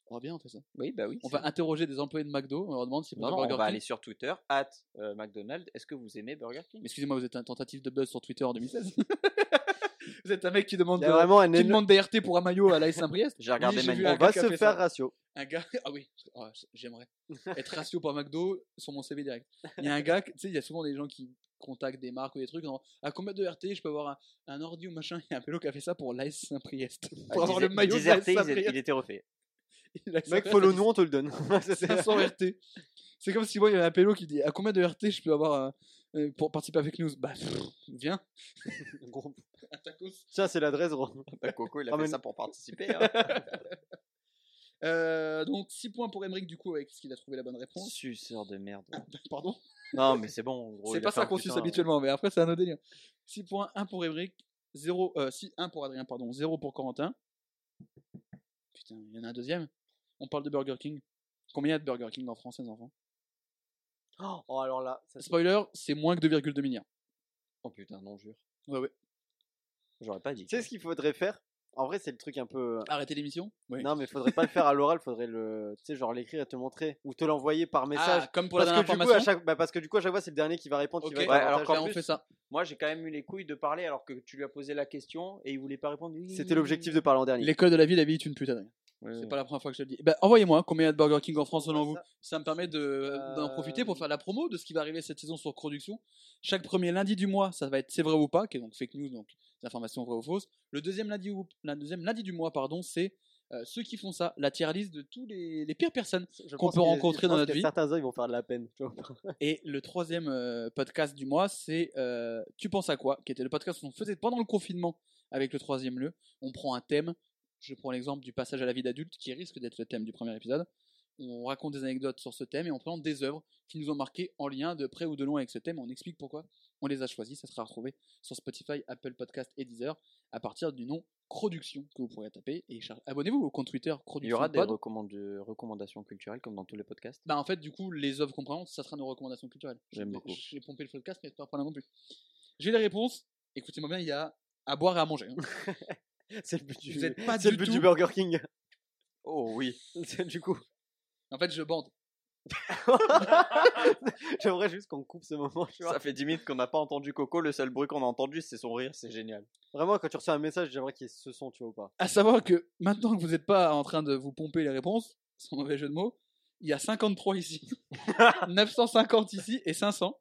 Oh, bien, on fait ça.
Oui, bah oui.
On va interroger des employés de McDo, on leur demande s'ils
Non,
préfèrent
non, on
Burger
va
King.
aller sur Twitter, at euh, McDonald's, est-ce que vous aimez Burger King
Excusez-moi, vous êtes un tentative de buzz sur Twitter en 2016. *laughs* vous êtes un mec qui demande,
Il y a
euh,
vraiment un
qui
énorme.
demande des RT pour un maillot à l'AS Saint-Brieuc.
J'ai regardé
j'ai
Manu.
vu un
On
gars
va
qui a
se
fait
faire
ça.
ratio.
Un gars, *laughs* ah oui, oh, j'aimerais être ratio par McDo sur mon CV direct. Il y a un gars, que- tu sais, il y a souvent des gens qui contactent des marques ou des trucs. en disant, à combien de RT je peux avoir un, un ordi ou machin Il y a un pélo qui a fait ça pour l'AS Saint-Priest. Pour avoir le maillot de l'AS
déserté, Ah, il, est-
Saint-Priest.
il était refait.
Il a accepté
Mec,
la
follow nous,
*laughs*
on te le donne. *laughs* Ça, c'est-
500 RT. C'est comme si moi, il y avait un pélo qui dit à combien de RT je peux avoir euh, euh, pour participer avec nous Bah, pff, viens. *laughs* Un tacos.
Tiens, c'est l'adresse. gros.
Bah, Coco,
Ah,
il a
Ramène-
fait ça pour participer.
*laughs*
hein.
Euh, donc, 6 points pour Emmerich, du coup, avec ce qu'il a trouvé la bonne réponse. *laughs*
Suceur de merde.
Pardon
Non, mais c'est bon. en gros,
C'est
il a
pas
fait
ça
un
qu'on
putain,
suce habituellement, mais après, c'est un autre délire. 6 points, 1 pour Emmerich, 0, euh, 6, 1 pour Adrien, pardon, 0 pour Corentin. Putain, il y en a un deuxième. On parle de Burger King. Combien il y a de Burger King en France, les enfants
Oh, alors là, ça, c'est-
Spoiler, c'est moins que 2,2 milliards.
Oh putain, non, jure.
Ouais, ouais.
J'aurais pas dit.
tu sais ce qu'il faudrait faire En vrai, c'est le truc un peu. euh,
Arrêtez l'émission Oui.
Non, mais faudrait pas le faire à l'oral, faudrait le. Tu sais, genre l'écrire et te montrer. Ou te l'envoyer par message.
Ah, comme pour la
Parce
dernière
que, du coup, à
information.
chaque... bah, parce que du coup, à chaque fois, c'est le dernier qui va répondre.
Ok.
Qui va être
Ouais,
en
alors
avantage.
qu'en
Ouais, on
plus-
fait ça.
Moi, j'ai quand même eu les couilles de parler alors que tu lui as posé la question et il voulait pas répondre. Oui,
C'était l'objectif de parler en dernier.
L'école de la vie, la vie est une pute, Adrien.
Ouais,
C'est
ouais.
pas la première fois que je le dis. Eh ben, Envoyez-moi combien il y a de Burger King en France selon
Ouais,
vous.
ça-
Ça me permet de-
Euh,
d'en profiter pour faire la promo de ce qui va arriver cette saison sur production. Chaque premier lundi du mois, ça va être c'est vrai ou pas, qui est donc fake news, donc des informations vraies ou fausses. Le deuxième lundi, ou, la deuxième lundi du mois, pardon, c'est euh, ceux qui font ça, la tier list de tous les, les pires personnes.
Je
qu'on
pense
peut
qu'il y a-
rencontrer
je
dans
pense
notre
qu'il y a
vie.
Certains uns, ils vont faire de la peine. tu vois. *laughs*
Et le troisième euh, podcast du mois, c'est euh, Tu penses à quoi qui était le podcast qu'on faisait pendant le confinement avec le troisième lieu. On prend un thème. Je prends l'exemple du passage à la vie d'adulte qui risque d'être le thème du premier épisode. On raconte des anecdotes sur ce thème et on présente des œuvres qui nous ont marqué en lien de près ou de loin avec ce thème. On explique pourquoi on les a choisis. Ça sera retrouvé sur Spotify, Apple Podcast et Deezer à partir du nom Production que vous pourrez taper. Et char- abonnez-vous au compte Twitter
Il
Production.
y aura des
Pod.
recommande- recommandations culturelles comme dans tous les podcasts.
Bah en fait, du coup, les œuvres qu'on présente, ça sera nos recommandations culturelles. J'ai-
J'aime beaucoup.
J'ai pompé le podcast, mais pas pour la non plus. J'ai les réponses. Écoutez-moi bien, il y a à boire et à manger. hein.
C'est le but du,
Vous êtes pas
c'est
du
le but
tout-
du Burger King.
Oh oui.
C'est- du coup,
En fait, je bande.
j'aimerais juste qu'on coupe ce moment. tu vois.
Ça fait 10 minutes qu'on n'a pas entendu Coco. Le seul bruit qu'on a entendu, c'est son rire. C'est génial.
Vraiment, quand tu reçois un message, j'aimerais qu'il y ait ce son, tu vois ou pas.
À savoir que maintenant que vous n'êtes pas en train de vous pomper les réponses, sans mauvais jeu de mots, il y a 53 ici, 950 ici et 500.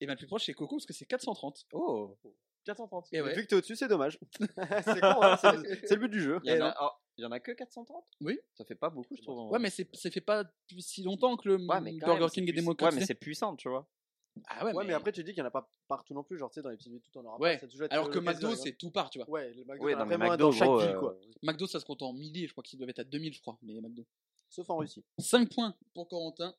Et ma plus proche, c'est Coco parce que c'est 430.
Oh
430.
Et ouais.
Vu que t'es au-dessus, c'est dommage. *laughs* c'est con, hein, c'est le- c'est le but
*laughs*
du jeu.
Il y,
Et
en
non.
a, oh, il y en a que 430
Oui.
Ça fait pas beaucoup, je trouve. en
Ouais,
vrai.
mais c'est- ça fait pas depuis si longtemps que le
Ouais, mais quand
Burger King
même, c'est
est
puissant.
démocratisé.
Ouais, mais c'est puissant, tu vois.
Ah ouais,
Ouais, mais
mais-
après, tu dis qu'il n'y en a pas partout non plus, genre, tu sais, dans les petites villes, tout en aura
Ouais,
pas, ça a toujours été
Alors
le
que
cas,
McDo,
par exemple.
c'est tout part, tu vois.
Ouais, le McDo,
Ouais,
t'en as
non, mais
vraiment un
McDo,
dans chaque
gros,
ville,
euh,
quoi.
McDo, ça se compte en milliers, je crois qu'il doivent être à 2000, je crois, les McDo.
Sauf en
*laughs*
Russie.
5 points pour Corentin,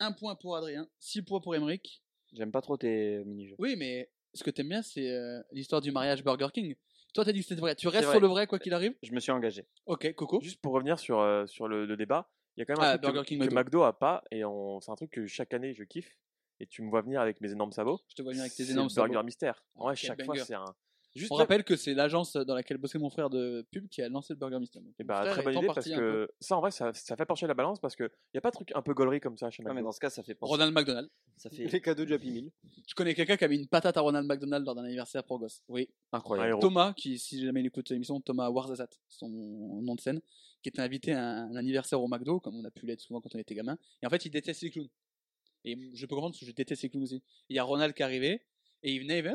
1 point pour Adrien, 6 points pour Emeric.
J'aime pas trop tes mini-jeux.
Oui, mais ce que t'aimes bien, c'est euh, l'histoire du mariage Burger King. Toi, t'as dit que c'était vrai. Tu restes
vrai.
sur le vrai, quoi qu'il arrive
Je me suis engagé.
Ok, Coco.
Juste pour revenir sur, euh, sur le, le débat, il y a quand même un
Ah,
truc
Burger
que,
King,
que
McDo.
McDo a pas, et on- c'est un truc que chaque année je kiffe, et tu me vois venir avec mes énormes sabots.
Je te vois bien avec tes
c'est
énormes
le
sabots.
Burger Mystère. En vrai,
Quel
chaque
banger.
fois, c'est un. Juste
On
même-
rappelle que c'est l'agence dans laquelle bossait mon frère de pub qui a lancé le Burger Mystère. Donc,
Eh
mon
bah,
frère
très
est
bonne
en
idée parce
partie un peu-
que ça en vrai ça, ça fait pencher la balance parce que y a pas de truc un peu gaulerie comme ça chez
Ah,
Non, mais
McDo.
dans ce cas, ça fait penser.
Ronald McDonald.
Ça fait *laughs*
Les cadeaux du Happy Meal.
Je connais quelqu'un qui a mis une patate à Ronald McDonald lors d'un anniversaire pour gosse. Oui.
Un
incroyable.
héros.
Thomas, qui, si jamais il écoute l'émission, Thomas Warzazat, son nom de scène, qui était invité à un, un anniversaire au McDo, comme on a pu l'être souvent quand on était gamin. Et en fait, il déteste les clowns. Et je peux comprendre parce que je déteste les clowns aussi. Et il y a Ronald qui est arrivé, et il venait, il faisait,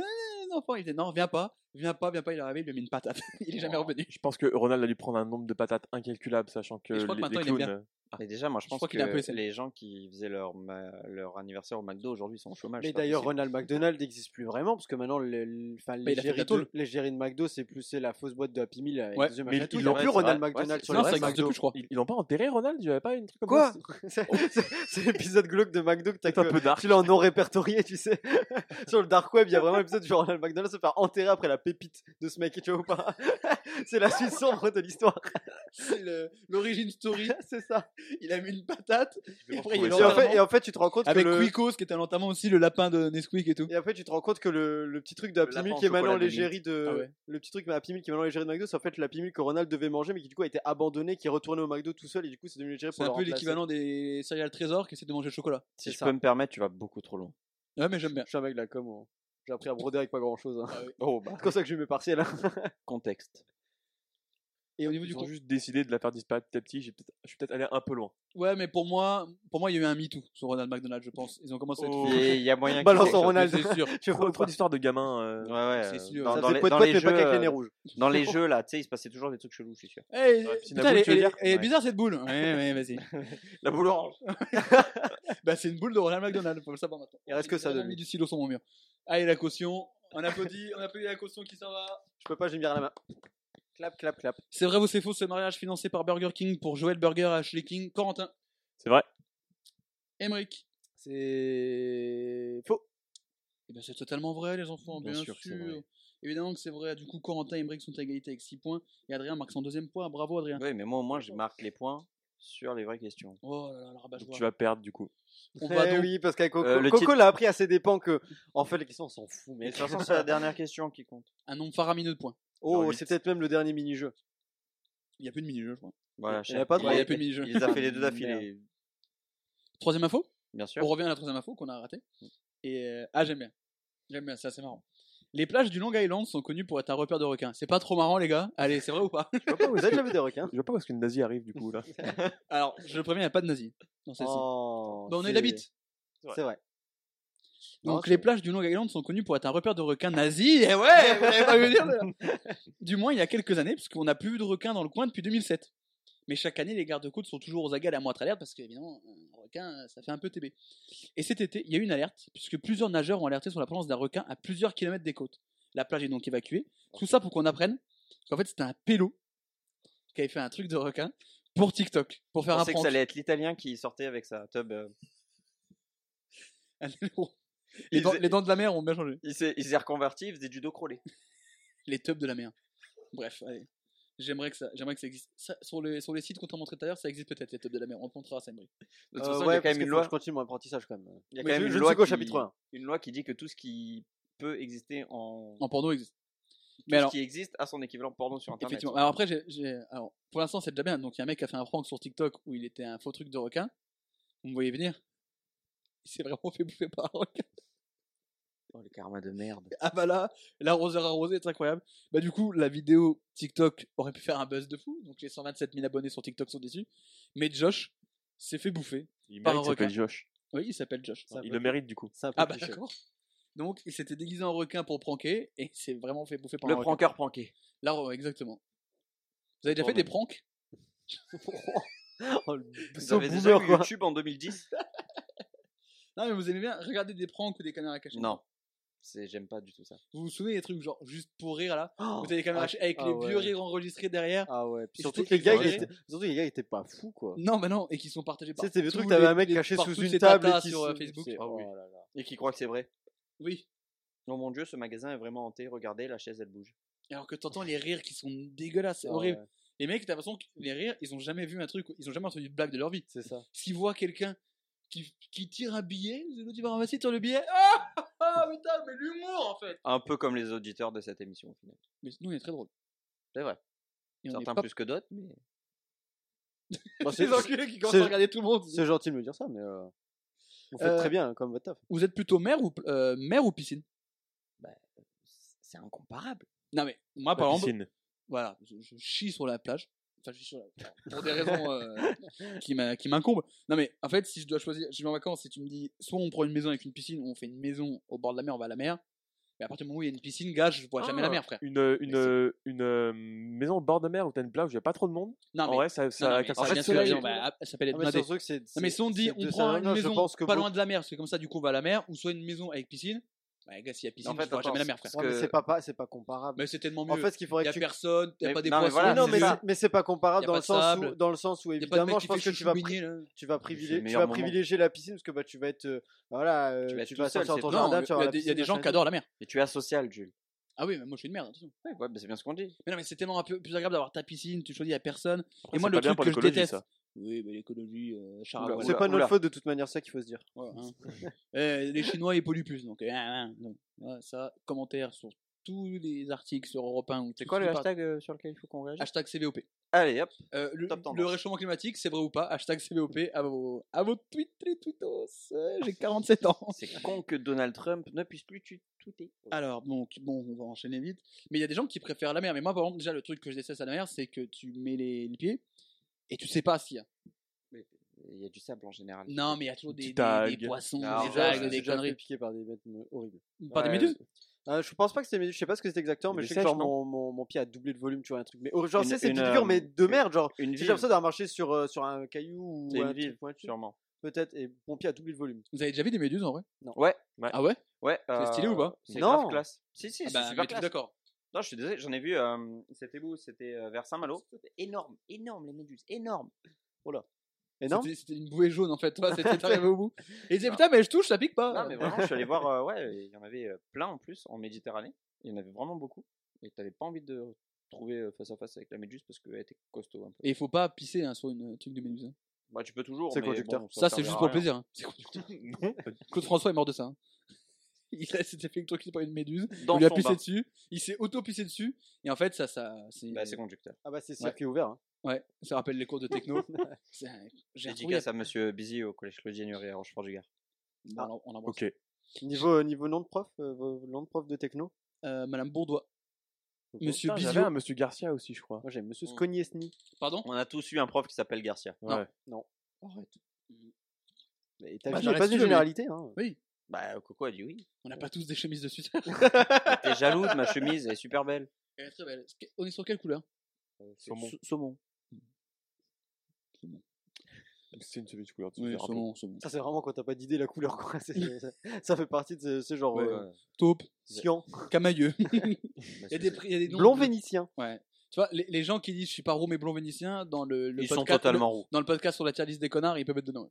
Ah, enfant, il disait, non, viens pas, viens pas, viens pas, il est arrivé, il lui a mis une patate. *laughs* il est jamais
Wow.
revenu.
Je pense que Ronald a dû prendre un nombre de patates incalculable, sachant que
Et je
les,
crois que
les
maintenant, il aime bien.
clowns.
Et déjà, moi, je
Je
pense
crois
que
qu'il a un peu essayé.
les gens qui faisaient leur, ma- leur anniversaire au McDo aujourd'hui sont au chômage.
Mais
c'est pas
d'ailleurs,
possible.
Ronald McDonald n'existe plus vraiment, parce que maintenant, le- le- enfin,
Bah, il a fait de la
l'égérie
tôle.
de, l'égérie de McDo, c'est plus c'est la fausse boîte de Happy Meal. Avec
Ouais,
des yeux
mais
machin
ils-
tout.
ils
Il
l'ont
n'y a plus
pas,
Ronald
c'est vrai. Ouais,
McDonald
c'est-
sur
non,
le
ça
reste
existe
McDo.
plus, je crois.
Ils ils l'ont pas enterré Ronald, il y avait pas une truc comme
Quoi
ça
*laughs* C'est c'est l'épisode glauque de McDo que t'as
C'est un
que-
peu
*laughs*
dark.
Tu l'as en non répertorié, tu sais. *laughs* sur le dark web, il y a vraiment un épisode sur Ronald McDonald se faire enterrer après la pépite de ce mec, tu vois ou pas *laughs* C'est la suite sombre de l'histoire.
*laughs* C'est le- l'origin story.
*laughs* c'est ça.
Il a mis une patate. *laughs* Et après, il
Et
est
en, fait,
l'enterrement.
et en fait, tu te rends compte
Avec
que le...
Quickos, qui était à l'enterrement aussi, le lapin de Nesquik et tout.
Et après, tu te rends compte que le, le petit truc de Happy
lapin
Meal
au
qui est maintenant
chocolat de
l'égérie de.
Ah ouais.
Le petit truc de Happy Meal qui est maintenant l'égérie de McDo, c'est en fait l'Happy Meal que Ronald devait manger, mais qui du coup a été abandonné, qui est retourné au McDo tout seul, et du coup, c'est devenu l'égérie
C'est
pour
un
le remplacer.
peu l'équivalent des céréales trésor qui essaient de manger le chocolat.
Si
c'est
je
ça.
peux me permettre, tu vas beaucoup trop loin.
Ouais, mais j'aime bien.
Je suis un mec de la com, moi. J'ai appris à broder avec pas grand chose.
Oh, bah.
C'est comme ça que j'ai eu mes partiels. hein.
*laughs*
Contexte.
Et au niveau du
Ils ont
contenu.
juste décidé de la faire disparaître petit à petit, j'ai peut-être- je suis peut-être allé un peu loin.
Ouais, mais pour moi, pour moi, il y a eu un MeToo sur Ronald McDonald, je pense. Ils ont commencé à être
Oh.
fous.
Et Il y a moyen
*laughs* Balance
qu'il-
en Ronald.
C'est
*laughs*
sûr.
*laughs* Tu
Trop,
vois,
trop
pas.
d'histoires de gamins. euh,
Ouais, ouais.
C'est
euh,
sûr.
Dans,
Ça
dans
fait
les,
poète,
dans
poète,
les
mais
jeux,
pas qu'avec les nez
euh,
rouges.
dans les jeux, là, tu sais, il se passait toujours des trucs chelous, je suis sûr.
Eh,
Ouais, puis la
putain,
boule,
elle,
tu veux
elle-
dire
elle est
Ouais.
bizarre cette boule. Ouais, ouais, vas-y. *laughs*
La boule orange.
Ah, bah, c'est une boule de Ronald McDonald, faut le savoir maintenant.
Il reste que ça
J'ai
de
vraiment mis
lui.
du stylo sur mon mur. Allez, la caution. On applaudit, on applaudit la caution qui s'en va.
Je peux pas, j'ai mis à la main. Clap, clap, clap.
C'est vrai ou c'est faux ce mariage financé par Burger King pour Joël Burger, Ashley King, Corentin,
C'est vrai.
Emmerich.
C'est faux.
Eh ben, c'est totalement vrai, les enfants, bien,
Bien
sûr.
sûr que c'est vrai.
Évidemment que c'est vrai. Du coup, Corentin et Emmerich sont à égalité avec 6 points. Et Adrien marque son deuxième point. Bravo, Adrien.
Oui, mais moi, au moins, je marque les points sur les vraies questions.
Oh là là, le
Donc
rabat-joie.
tu vas perdre du coup.
On va
Eh
donc-
oui, parce qu'avec Coco,
Euh, le
Coco
titre-
l'a appris à ses dépens que. En fait, les questions, on s'en fout,
Mais de
mec.
toute façon, c'est la dernière question qui compte.
Un nombre faramineux de points.
*laughs* Oh,
huit.
c'est peut-être même le dernier mini-jeu.
Il n'y a plus de mini-jeu, je crois.
Voilà,
Il y a pas de-
Ouais, il y a
il,
plus de mini-jeu.
il les a fait les
*laughs*
deux
Merde.
d'affilée.
*laughs* Troisième info
Bien
On
sûr.
revient à la troisième info qu'on a ratée. Et euh, ah, j'aime bien. J'aime bien, c'est assez marrant. Les plages du Long Island sont connues pour être un repère de requins. C'est pas trop marrant, les gars Allez, c'est vrai ou pas
Je vois pas, Vous avez déjà vu des
*laughs*
requins
Je vois pas où est-ce qu'une nazie arrive du coup là.
Alors, je le préviens, il n'y a pas de nazis dans celle-ci.
Oh,
Bah, on est
c'est-
d'habite.
C'est vrai.
Donc,
Oh,
Non,
les
c'est-
plages du Long Island sont connues pour être un repère de requins nazis. Eh ouais, vous l'avez pas vu dire
*laughs*
d'ailleurs. Du moins, il y a quelques années, parce qu'on n'a plus vu de requins dans le coin depuis 2007. Mais chaque année, les gardes-côtes sont toujours aux aguets à la moindre alerte, parce qu'évidemment, un requin, ça fait un peu TB. Et cet été, il y a eu une alerte, puisque plusieurs nageurs ont alerté sur la présence d'un requin à plusieurs kilomètres des côtes. La plage est donc évacuée.
Oh,
Tout ça pour qu'on apprenne qu'en fait, c'était un pélo qui avait fait un truc de requin pour TikTok, pour
Je
faire un
pensais que
prank.
ça allait être l'italien qui sortait avec sa tub. euh,
*laughs* les,
Il
dents,
faisait-
les dents de la mer ont bien changé.
Il s'est il s'est reconverti, il faisait du dos crawlé.
les tubs de la mer. Bref, allez. J'aimerais que ça, j'aimerais que ça existe. Ça, sur, les, sur les sites qu'on t'a montré tout à l'heure, ça existe peut-être les tubs de la mer. On te montrera ça, Emery.
De toute
Euh,
façon, il y
ouais,
a
parce
quand même
que
une
faut que
loi.
Je continue mon apprentissage quand même.
Il y a quand
Mais
même
je-
une
je ne
loi
suis qu'au
qui-
chapitre 1.
Une loi qui dit que tout ce qui peut exister en.
En porno existe.
tout
Mais alors,
ce qui existe a son équivalent porno sur internet.
effectivement. Alors après, j'ai, j'ai- alors, pour l'instant, c'est déjà bien. Donc, il y a un mec qui a fait un prank sur TikTok où il était un faux truc de requin. Vous me voyez venir Il s'est vraiment fait bouffer par un requin. *laughs*
Oh, le karma de merde.
Ah bah là, l'arroseur arrosé est incroyable. Bah du coup, la vidéo TikTok aurait pu faire un buzz de fou. Donc les 127 000 abonnés sur TikTok sont déçus. Mais Josh, s'est fait bouffer.
Il
Par
mérite, il
un requin.
s'appelle Josh.
Oui, il s'appelle Josh.
C'est un
Il
peu-
le mérite du coup.
C'est un peu
Ah *laughs* bah
cliché.
d'accord. Donc il s'était déguisé en requin pour pranker et il s'est vraiment fait bouffer par
Le
un requin.
pranker pranké.
Là, ouais, exactement. Vous avez déjà
Oh,
fait
mais-
des pranks
Oh, le
Vous
saut
avez déjà
boomer,
vu
quoi.
YouTube en *laughs* 2010
Non, mais vous aimez bien regarder des pranks ou des caméras cachées
Non. C'est- J'aime pas du tout ça.
Vous vous souvenez des trucs genre juste pour rire là
Oh,
Vous avez des caméras
ah,
cachées avec
ah
les
ouais.
vieux rires enregistrés derrière
Ah ouais, puis
Et
surtout
surtout
que les
qu'ils
gars,
sont
ils
gérés.
étaient- surtout que les gars ils étaient pas fous quoi.
Non, bah non, et qui sont partagés par.
Tu sais, c'est le
tous
truc, t'avais
les-
un mec
les-
caché
par
sous
tous
une
les
table
tatas
et qui
sur euh,
se-
Facebook.
c'est-
Ah oui.
oh là là.
Et qui croit que c'est vrai.
Oui.
Oh mon dieu, ce magasin est vraiment hanté. Regardez, la chaise elle bouge.
Alors que t'entends les rires qui sont dégueulasses, c'est
Ah
horrible.
ouais,
Les mecs, t'as l'impression que les rires, ils ont jamais vu un truc, ils ont jamais entendu de blague de leur vie.
C'est ça.
S'ils voient quelqu'un qui, qui tire un billet, l'autre il va ramasser, tire le billet. Ah Ah putain, mais l'humour en fait
Un peu comme les auditeurs de cette émission au final.
Mais nous, on est très drôle.
C'est vrai.
Et on est
Certains
pas
plus que d'autres, mais.
Bon,
*laughs*
c'est-
C'est les enculés qui commencent
c'est-
à regarder tout le monde.
C'est gentil de me dire ça, mais euh, vous faites
Euh,
très bien comme votre taf.
Vous êtes plutôt mer ou, euh, mer ou piscine
Bah, C'est incomparable.
Non mais, moi
La
par exemple,
piscine.
voilà, je, je chie sur la plage. Enfin, je chie sur la pour des raisons euh, qui m'a- qui m'incombent. Non mais, en fait, si je dois choisir, je vais en vacances et tu me dis, soit on prend une maison avec une piscine, ou on fait une maison au bord de la mer, on va à la mer. Mais à partir du moment où il y a une piscine, gars, je vois jamais
Ah.
la mer, frère.
Une, euh, une,
Mais c'est-
euh, une euh, maison au bord de mer où t'as une plage où il n'y a pas trop de monde.
Non Ah, mais,
en vrai, ça, ça,
non, non, mais
t'as
ça,
pas de
bien sûr,
soleil
les
et
gens,
tout.
bah, ah, ça s'appelle être
Ah, mais
blindé.
c'est surtout que c'est-
Non mais si on dit
c'est
on
de
prend
ça-
une
non, je
maison
pense que
pas
beaucoup-
loin de la mer, parce que comme ça du coup on va à la mer, ou soit une maison avec piscine, bah les gars s'il y a piscine,
En fait,
tu vois
attends,
jamais la mer frère.
parce
Ouais, mais
que-
c'est pas, pas- c'est pas comparable.
Mais c'est tellement mieux.
en fait, ce qu'il faudrait
y a
que tu.
personne, y a
Mais-
pas des
non, mais
poissons,
voilà,
Oui, non,
c'est
mais
ça.
c'est- mais c'est pas
Y
comparable
a
dans
pas
le,
de
sens où,
sable.
dans le sens où
y a pas de euh. mec
évidemment,
qui
je pense
fait
que tu vas, pri-
chouchoubiner, là.
tu vas,
C'est le
privilégier, tu
meilleur
vas
moment.
privilégier la piscine parce que bah, tu vas être, euh, voilà, euh,
Tu vas être
tu
tout
vas
seul,
sortir dans
c'est
ton
tout.
Non,
jardin,
il
tu vas à
y a
la
des- il y a
piscine,
des gens
machin
qui adorent la mer.
Et tu es asocial, Jules.
Ah oui, mais moi je suis une merde, attention.
Ouais, ouais, bah, c'est bien ce qu'on dit.
Mais non, mais c'est tellement un peu plus agréable d'avoir ta piscine, tu choisis à personne.
Après,
et moi
c'est
le
pas bien
truc
pour
que je
l'écologie,
déteste.
ça.
Oui, mais l'écologie euh,
et
Oula,
tout.
charabole.
C'est pas
oula.
notre faute de toute manière, c'est ça qu'il faut se dire.
Ouais, hein. Euh, les Chinois ils polluent plus donc euh, euh, euh, donc, voilà, ça commentaire sur tous les articles sur Europe 1 ou
C'est
tout-
quoi le
tout par-
hashtag euh, sur lequel il faut qu'on réagisse
hashtag CVOP.
Allez, hop.
Euh, le,
Top tendance.
le réchauffement climatique, c'est vrai ou pas Hashtag CVOP à vos, à vos tweets, les tweetos. Euh, J'ai 47
*laughs*
ans.
C'est con que Donald Trump ne puisse plus tu- tweeter.
Alors, donc, bon, on va enchaîner vite. Mais il y a des gens qui préfèrent la mer. Mais moi, par exemple, déjà, le truc que je déteste à la mer, c'est que tu mets les, les pieds et tu sais pas s'il y a.
Il y a du sable en général.
Non, mais il y a toujours des,
Petite
des- des
algue.
poissons,
Non,
des
ouais,
algues, des
c'est
déjà fait
conneries.
piquer par des bêtes euh, horribles.
Par des
Ouais,
méduses
Euh, je pense pas que c'était méduse, je sais pas ce que c'était exactement, mais
Des
je sais que
sèches,
genre mon, mon, mon pied a doublé de volume, tu vois, un truc. Mais oh, genre,
Une-
c'est ces
une,
petites figures,
euh,
mais de merde, genre.
Une
J'ai
vie,
l'impression d'avoir marché sur, euh, sur un caillou
C'est
ou
une
un
vive,
truc pointu,
sûrement.
peut-être, et mon pied a doublé de volume.
Vous avez déjà vu des méduses en vrai
Ouais,
Ah ouais
ouais. euh,
C'est stylé ou pas
C'est
Non.
grave classe. Si, si,
Ah
c'est
bah,
super
mais tout
classe.
d'accord.
Non, je suis désolé, j'en ai vu. euh, c'était où C'était euh, vers Saint-Malo. Énorme, énorme les méduses, énorme.
Et non
C'était c'était une bouée jaune en fait. *laughs* Toi, c'était arrivé au bout. Et ils disaient putain, mais je touche, ça pique pas.
Non, mais vraiment, je suis allé voir. euh, ouais, il y en avait euh, plein en plus en Méditerranée. Il y en avait vraiment beaucoup. Et t'avais pas envie de trouver euh, face à face avec la méduse parce qu'elle était costaud un peu.
Et il faut pas pisser hein, sur une un truc de méduse. hein.
Bah, tu peux toujours.
C'est
mais
conducteur.
bon,
Ça, c'est
servira
juste
à
pour le
rien.
plaisir. hein. C'est conducteur.
*laughs*
Claude François est mort de ça. hein. *laughs* Il a- s'était fait électrocuter par une méduse.
Dans
on lui a
son
pissé
bain.
dessus. Il s'est auto-pissé dessus. Et en fait, ça, ça, c'est,
Bah, c'est conducteur.
Ah bah, c'est circuit ouvert. hein.
ouais, ça rappelle les cours de
*laughs*
techno. C'est un- J'ai retrouvé.
Dédicace à monsieur Bizy au collège Claude January à Rochefort-du-Gard.
Bon, on- on l'embrasse.
Ok.
Niveau, euh, niveau nom de prof, euh, vos- nom de prof de techno
Euh, Madame Bourdois. Monsieur
Putain,
Bizot.
J'avais un monsieur Garcia aussi, je crois.
Moi, j'aime Monsieur
Mm.
Scognesny.
Pardon
On a tous eu un prof qui s'appelle Garcia.
Non.
Ouais.
Et ta
Bah,
vie
j'en
n'est pas
reste
une
sûr, mais-
généralité.
*laughs*
Hein.
Oui.
Bah, Coco a dit oui.
On n'a pas tous des chemises de suite.
Mais T'es jaloux de ma chemise, elle est super belle.
Elle est très belle. bah, Ce- On est sur quelle couleur
*laughs*
Saumon.
Sa- Saumon.
Ah,
C'est une chemise couleur. tu
Oui,
verras un peu.
saumon, saumon.
Ça, c'est vraiment quand t'as pas d'idée la couleur, quoi. *laughs*
*laughs*
C'est- ça- ça fait partie de ce, ce genre.
Ouais,
euh,
Taupe.
Cyan.
*laughs* Camailleux.
Bah,
Il y a
c'est-
des, prix- il y a des noms
Blond
de-
vénitien.
Ouais. Tu vois, les, les gens qui disent je suis pas roux mais blond vénitien, dans le, le
Ils sont
podcast,
totalement roux.
dans le podcast sur la tier list des connards, ils peuvent mettre dedans. ouais.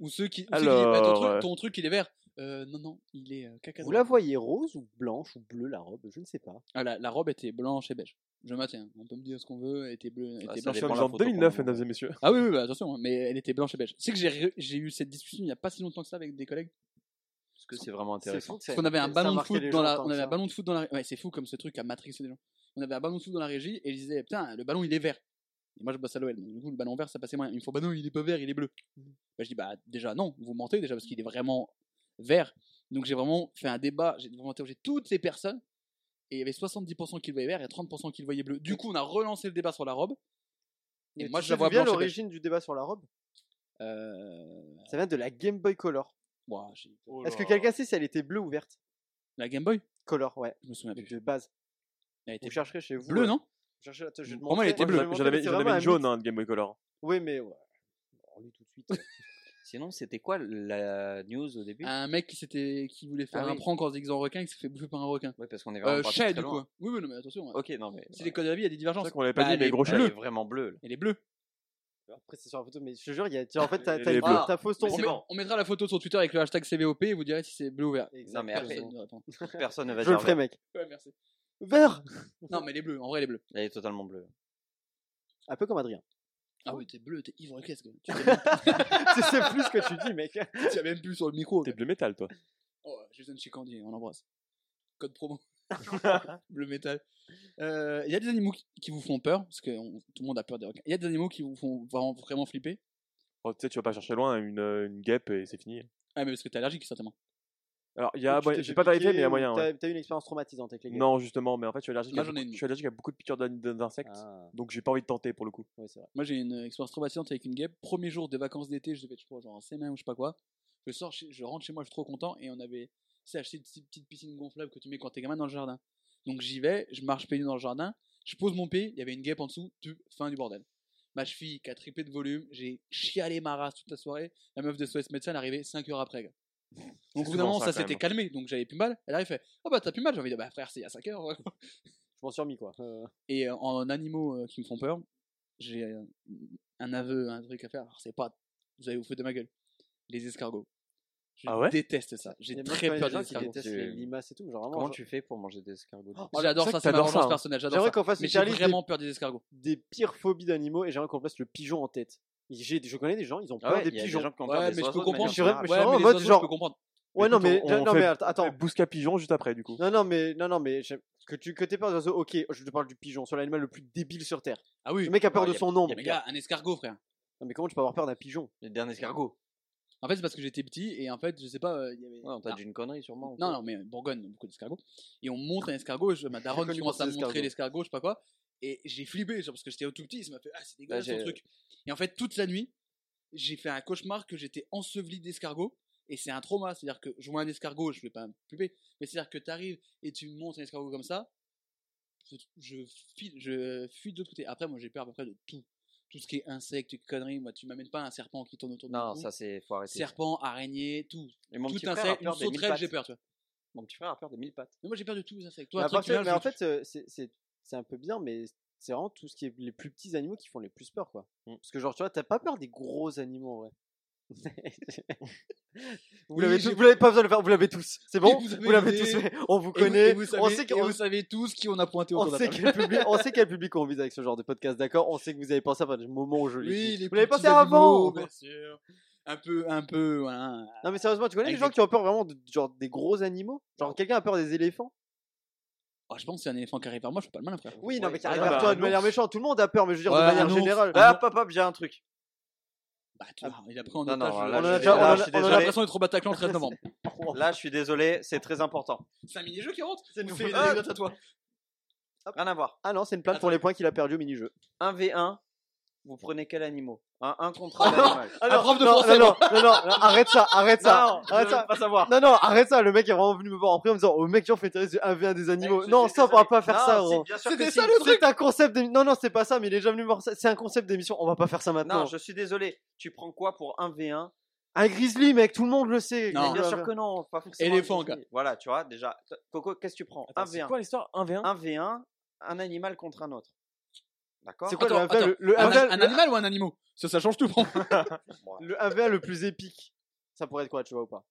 Ou ceux qui, ou ceux qui
Alors,
disent, bah, ton, truc,
ouais.
ton truc, il est vert. Euh, non, non, il est euh, caca.
Vous la voyez rose ou blanche ou bleue, la robe Je ne sais pas.
Ah, la, la robe était blanche et beige. Je maintiens. On peut me dire ce qu'on veut. Elle était, bleue, elle
Ah,
était
ça
Nous
blanche et
dépend
sommes
la
en
photo
2009,
qu'on a.
mesdames et messieurs.
Ah oui, oui bah, attention, hein, mais elle était blanche et beige. C'est que j'ai re- j'ai eu cette discussion il n'y a pas si longtemps que ça avec des collègues.
Parce que c'est vraiment intéressant.
que ça-
Parce qu'on avait un
ça a
ballon de
marqué
foot
les
dans
gens
la,
tant
on
que
avait un
ça.
ballon de foot dans la, ouais, c'est fou comme ce truc à matrixer des gens. On avait un ballon de foot dans la régie et ils disaient putain le ballon il est vert. Et moi je bosse à l'OL donc du coup le ballon vert ça passait moyen. Ils me font bah non il est pas vert il est bleu.
Mmh.
Bah, je dis bah déjà non vous mentez déjà parce qu'il est vraiment vert. Donc j'ai vraiment fait un débat j'ai vraiment interrogé toutes les personnes et il y avait 70% qui le voyaient vert et 30% qui le voyaient bleu. Du coup on a relancé le débat sur la robe. Et
Mais
moi
tu
je la
sais
vois
bien
blanche. et beige.
l'origine du débat sur la robe.
Euh...
Ça vient de la Game Boy Color.
ouah, j'ai-
Oh
Est-ce que
là.
quelqu'un sait si elle était bleue ou verte
la Game Boy
Color, ouais.
Je me souviens plus.
De base.
Elle était
Vous chercherez chez vous.
bleue,
euh,
non
vous chercherez- attends, je vais te
Pour moi, elle
montrer.
était bleue.
je vais te
J'en avais,
montrer,
j'en
c'est
avais
vraiment
une
un
jaune,
mythe.
hein, de Game Boy Color.
Oui, mais ouais.
On lit tout de suite. Sinon, c'était quoi la news au début
Un mec qui s'était, qui voulait faire
Ah
un
oui.
prank en se déguisant en requin et qui s'est fait bouffer par un requin.
Ouais, parce qu'on est vraiment
Euh,
parti
Shed,
très
du coup.
loin.
Oui, oui, non, mais attention.
Ok, non mais.
C'est les codes de la vie, il y a des
C'est
divergences.
vrai qu'on l'avait pas
Bah,
dit, mais
les-
gros
Elle est
cheveux.
vraiment bleue. là.
Elle est bleue.
Après, c'est sur la photo, mais je te jure, il y a... tu- en fait, t'as
Elle
t'as
est
une-
bleue.
ta fausse tombe.
on, met- on mettra la photo de son Twitter avec le hashtag CVOP et vous direz si c'est bleu ou vert.
Exactement.
Non, mais après-
Personne ne
*laughs*
répond.
Personne ne va
Je le
dire.
ferai,
vert.
mec.
Ouais, merci.
Vert
Non, mais elle est bleue. En vrai, elle est bleue.
Elle est totalement bleue.
Un peu comme Adrien.
Ah oui, t'es bleu, t'es ivre, qu'est-ce que tu t'es-
tu sais plus ce que tu dis, mec.
tu t'as même plus sur le micro.
T'es bleu métal, toi.
Oh, Jason Chikandi, on l'embrasse. Code
*laughs*
promo. Bleu métal. Euh, Il y a des animaux qui, qui vous font peur, parce que on- tout le monde a peur des requins. Il y a des animaux qui vous font vraiment, vraiment flipper.
Oh, tu sais, tu vas pas chercher loin une, euh, une guêpe et c'est fini.
Ah, mais parce que t'es allergique, certainement.
Alors, il y a,
Tu t'es
ouais,
fait
j'ai pas vérifié,
piquer
mais il y a
ou
moyen.
T'as
ouais.
t'as eu une expérience traumatisante avec les gars.
Non, justement, mais en fait, je suis allergique,
Moi,
à,
j'en ai
beaucoup,
une.
je suis allergique à beaucoup de piqûres d'in- d'insectes.
Ah,
Donc, j'ai pas envie de tenter pour le coup.
ouais, c'est vrai.
Moi, j'ai une expérience traumatisante avec une guêpe. Premier jour des vacances d'été, je devais être, je crois, genre en semaine ou je sais pas quoi. Je sors, chez- je rentre chez moi, je suis trop content. Et on avait, tu sais, acheté une petite petite piscine gonflable que tu mets quand t'es gamin dans le jardin. Donc j'y vais, je marche pédé dans le jardin, je pose mon pied, il y avait une guêpe en dessous, tu, fin du bordel. Ma cheville qui a triplé de volume, j'ai chialé ma race toute la soirée. La meuf de SOS médecin, elle est arrivée 5 heures
*laughs*
après. gars. Donc au bout d'un
souvent
moment, ça
ça, quand même. hein.
s'était calmé, donc j'avais plus mal. Elle arrive, fait Oh bah t'as plus mal, j'ai envie de Bah frère, c'est il y a 5 heures.
Je m'en suis remis, quoi. Euh,
Et euh, en animaux euh, qui me font peur, j'ai euh, un aveu, un truc à faire. Alors, c'est pas. Vous allez vous foutre de ma gueule. Les escargots. Je
Ah ouais
déteste ça.
et
J'ai
moi, je
très
connais
peur
des
des
gens qui
escargots.
détestent
Tu-
les limaces et tout. Genre, vraiment,
Comment
genre-
tu fais pour manger des escargots
Oh,
déjà
J'adore
c'est
ça,
vrai que
c'est ma
t'adores ça,
vengeance
hein.
personnelle. J'adore
J'aimerais
ça.
qu'on fasse
Mais
une
j'ai
liste des,
vraiment peur des escargots.
des pires phobies d'animaux et j'aimerais qu'on place le pigeon en tête. J'ai- Je connais des gens, ils ont peur
Ah ouais,
des
il y a
pigeons.
gens qui ont peur
Ouais,
des
mais je
oiseaux
peux
de
comprendre.
manière
je suis vraiment-
générale.
mais je suis vraiment en
Ouais, mais les
mode
oiseaux,
genre-
je peux comprendre.
Ouais, non,
Écoute,
mais,
on- on
non,
fait-
mais att- attends.
Bousca pigeon juste après, du coup.
Non, non, mais, non, non, mais j'aime- que tu que t'aies peur d'oiseaux, ok, je te parle du pigeon, sur l'animal le plus débile sur Terre.
Ah oui.
Le mec a peur
ouais,
de
y a-
son ombre.
Mais gars, un escargot, frère.
Non, mais comment tu peux avoir peur d'un pigeon
Les derniers escargots.
En fait, c'est parce que j'étais petit et en fait, je sais pas. euh, il y avait-
Ouais, on t'a dit une connerie sûrement. ou
Non,
quoi
non, mais en Bourgogne, beaucoup d'escargots. Et on monte un escargot, je, ma daronne
connu
commence
pour ses
à me montrer
escargots.
l'escargot, je sais pas quoi. Et j'ai flippé, genre, parce que j'étais au tout petit, ça m'a fait, ah, c'est dégueulasse
Ouais,
ce
Bah, j'ai-
truc. Et en fait, toute la nuit, j'ai fait un cauchemar que j'étais enseveli d'escargots. Et c'est un trauma, c'est-à-dire que je vois un escargot, je vais pas me flipper, mais c'est-à-dire que t'arrives et tu montes un escargot comme ça, je, je, fuis, je fuis de l'autre côté. Après, moi, j'ai peur à peu près de tout. Tout ce qui est insectes, conneries, moi, tu m'amènes pas un serpent qui tourne autour de
Non,
mon cou.
ça c'est. Faut arrêter.
Serpent, araignée, tout.
Et mon
Tout
petit frère a
insecte, une
peur des mille
sauterelle,
pattes.
j'ai peur, tu vois.
Mon petit frère a peur des mille pattes.
Mais moi j'ai perdu tous les insectes.
Mais
Toi, un
à
truc,
partir-
tu
Mais
lâches,
en
tu-
fait, euh, c'est- c'est c'est un peu bien, mais c'est vraiment tout ce qui est les plus petits animaux qui font les plus peur, quoi.
Mmh.
Mm.
Parce que, genre, tu vois, t'as pas peur des gros animaux,
*laughs*
en vrai. vous
Oui,
l'avez
j'ai-
tous- vous l'avez pas besoin de le faire, vous l'avez tous. C'est
*laughs*
bon
Et vous avez
Vous l'avez
une
tous
idée.
fait. On vous
Et vous-
connaît.
et vous savez,
on sait
et
qu'on
vous savez tous qui on a pointé
on
autour de la
sait, quel
table.
public, on sait quel public on vise avec ce genre de podcast, d'accord On sait que vous avez pensé à partir du moment où je l'ai
Oui,
dit.
les
Vous l'avez
petits
pensé
animaux,
avant
bien sûr. Un peu, un peu, voilà.
Non, mais sérieusement, tu connais
Avec
des gens
des-
qui ont peur vraiment de, genre, des gros animaux Genre, quelqu'un a peur des éléphants
Oh, je pense que c'est un éléphant qui arrive vers moi, je fais pas le mal, frère.
Oui, non, mais qui
ah,
arrive
bah,
vers toi
un
de manière méchante. Tout le monde a peur, mais je veux dire,
Ouais,
de
un
manière
ours.
générale.
Ah,
hop, hop, j'ai un truc.
Bah, tu vois, il a pris en
Non,
otage.
non,
euh,
là,
on en a
je-
déjà-
là,
on en a-
je suis
on en a
J'ai
désolé.
l'impression d'être au Bataclan le 13 novembre.
Là, je suis désolé, c'est très important.
C'est un mini-jeu qui rentre
C'est une
Ou
faute.
une anecdote à toi
Rien à voir.
Ah non, c'est une plainte pour les points qu'il a perdu au mini-jeu.
1v1, vous prenez quel animal Un 1 contre un animal.
Ah,
Un
non,
prof de
non,
français,
non, non, non, non, non, arrête ça, arrête *laughs* ça.
Non,
arrête
je
ça.
veux pas savoir.
Non, non, arrête ça. Le mec est vraiment venu me voir en privé en me disant Oh, mec, tu en fais t'as un v des animaux.
Je
non,
suis
ça, on pourra
désolé.
pas faire
Non,
ça,
si,
gros.
bien sûr que
C'était
si.
ça le truc. C'est un concept d'émission. Non, non, c'est pas ça, mais il est déjà venu me voir. ça. C'est un concept d'émission. On va pas faire ça maintenant.
Non, je suis désolé. Tu prends quoi pour 1v1
Un grizzly, mec, tout le monde le sait.
Non.
Mais Bien sûr que non, pas forcément.
Éléphant, gars.
Voilà, tu vois, déjà. t- Coco, qu'est-ce que tu prends
Attends, c'est
1v1.
quoi l'histoire 1v1
1v1, un animal contre un autre. D'accord
C'est quoi
Attends,
le 1v1
attends.
le, le
un,
1v1
un
le-
animal ou un animal ça, ça change tout. Bon.
le 1v1 le plus épique Ça pourrait être quoi, tu vois ou pas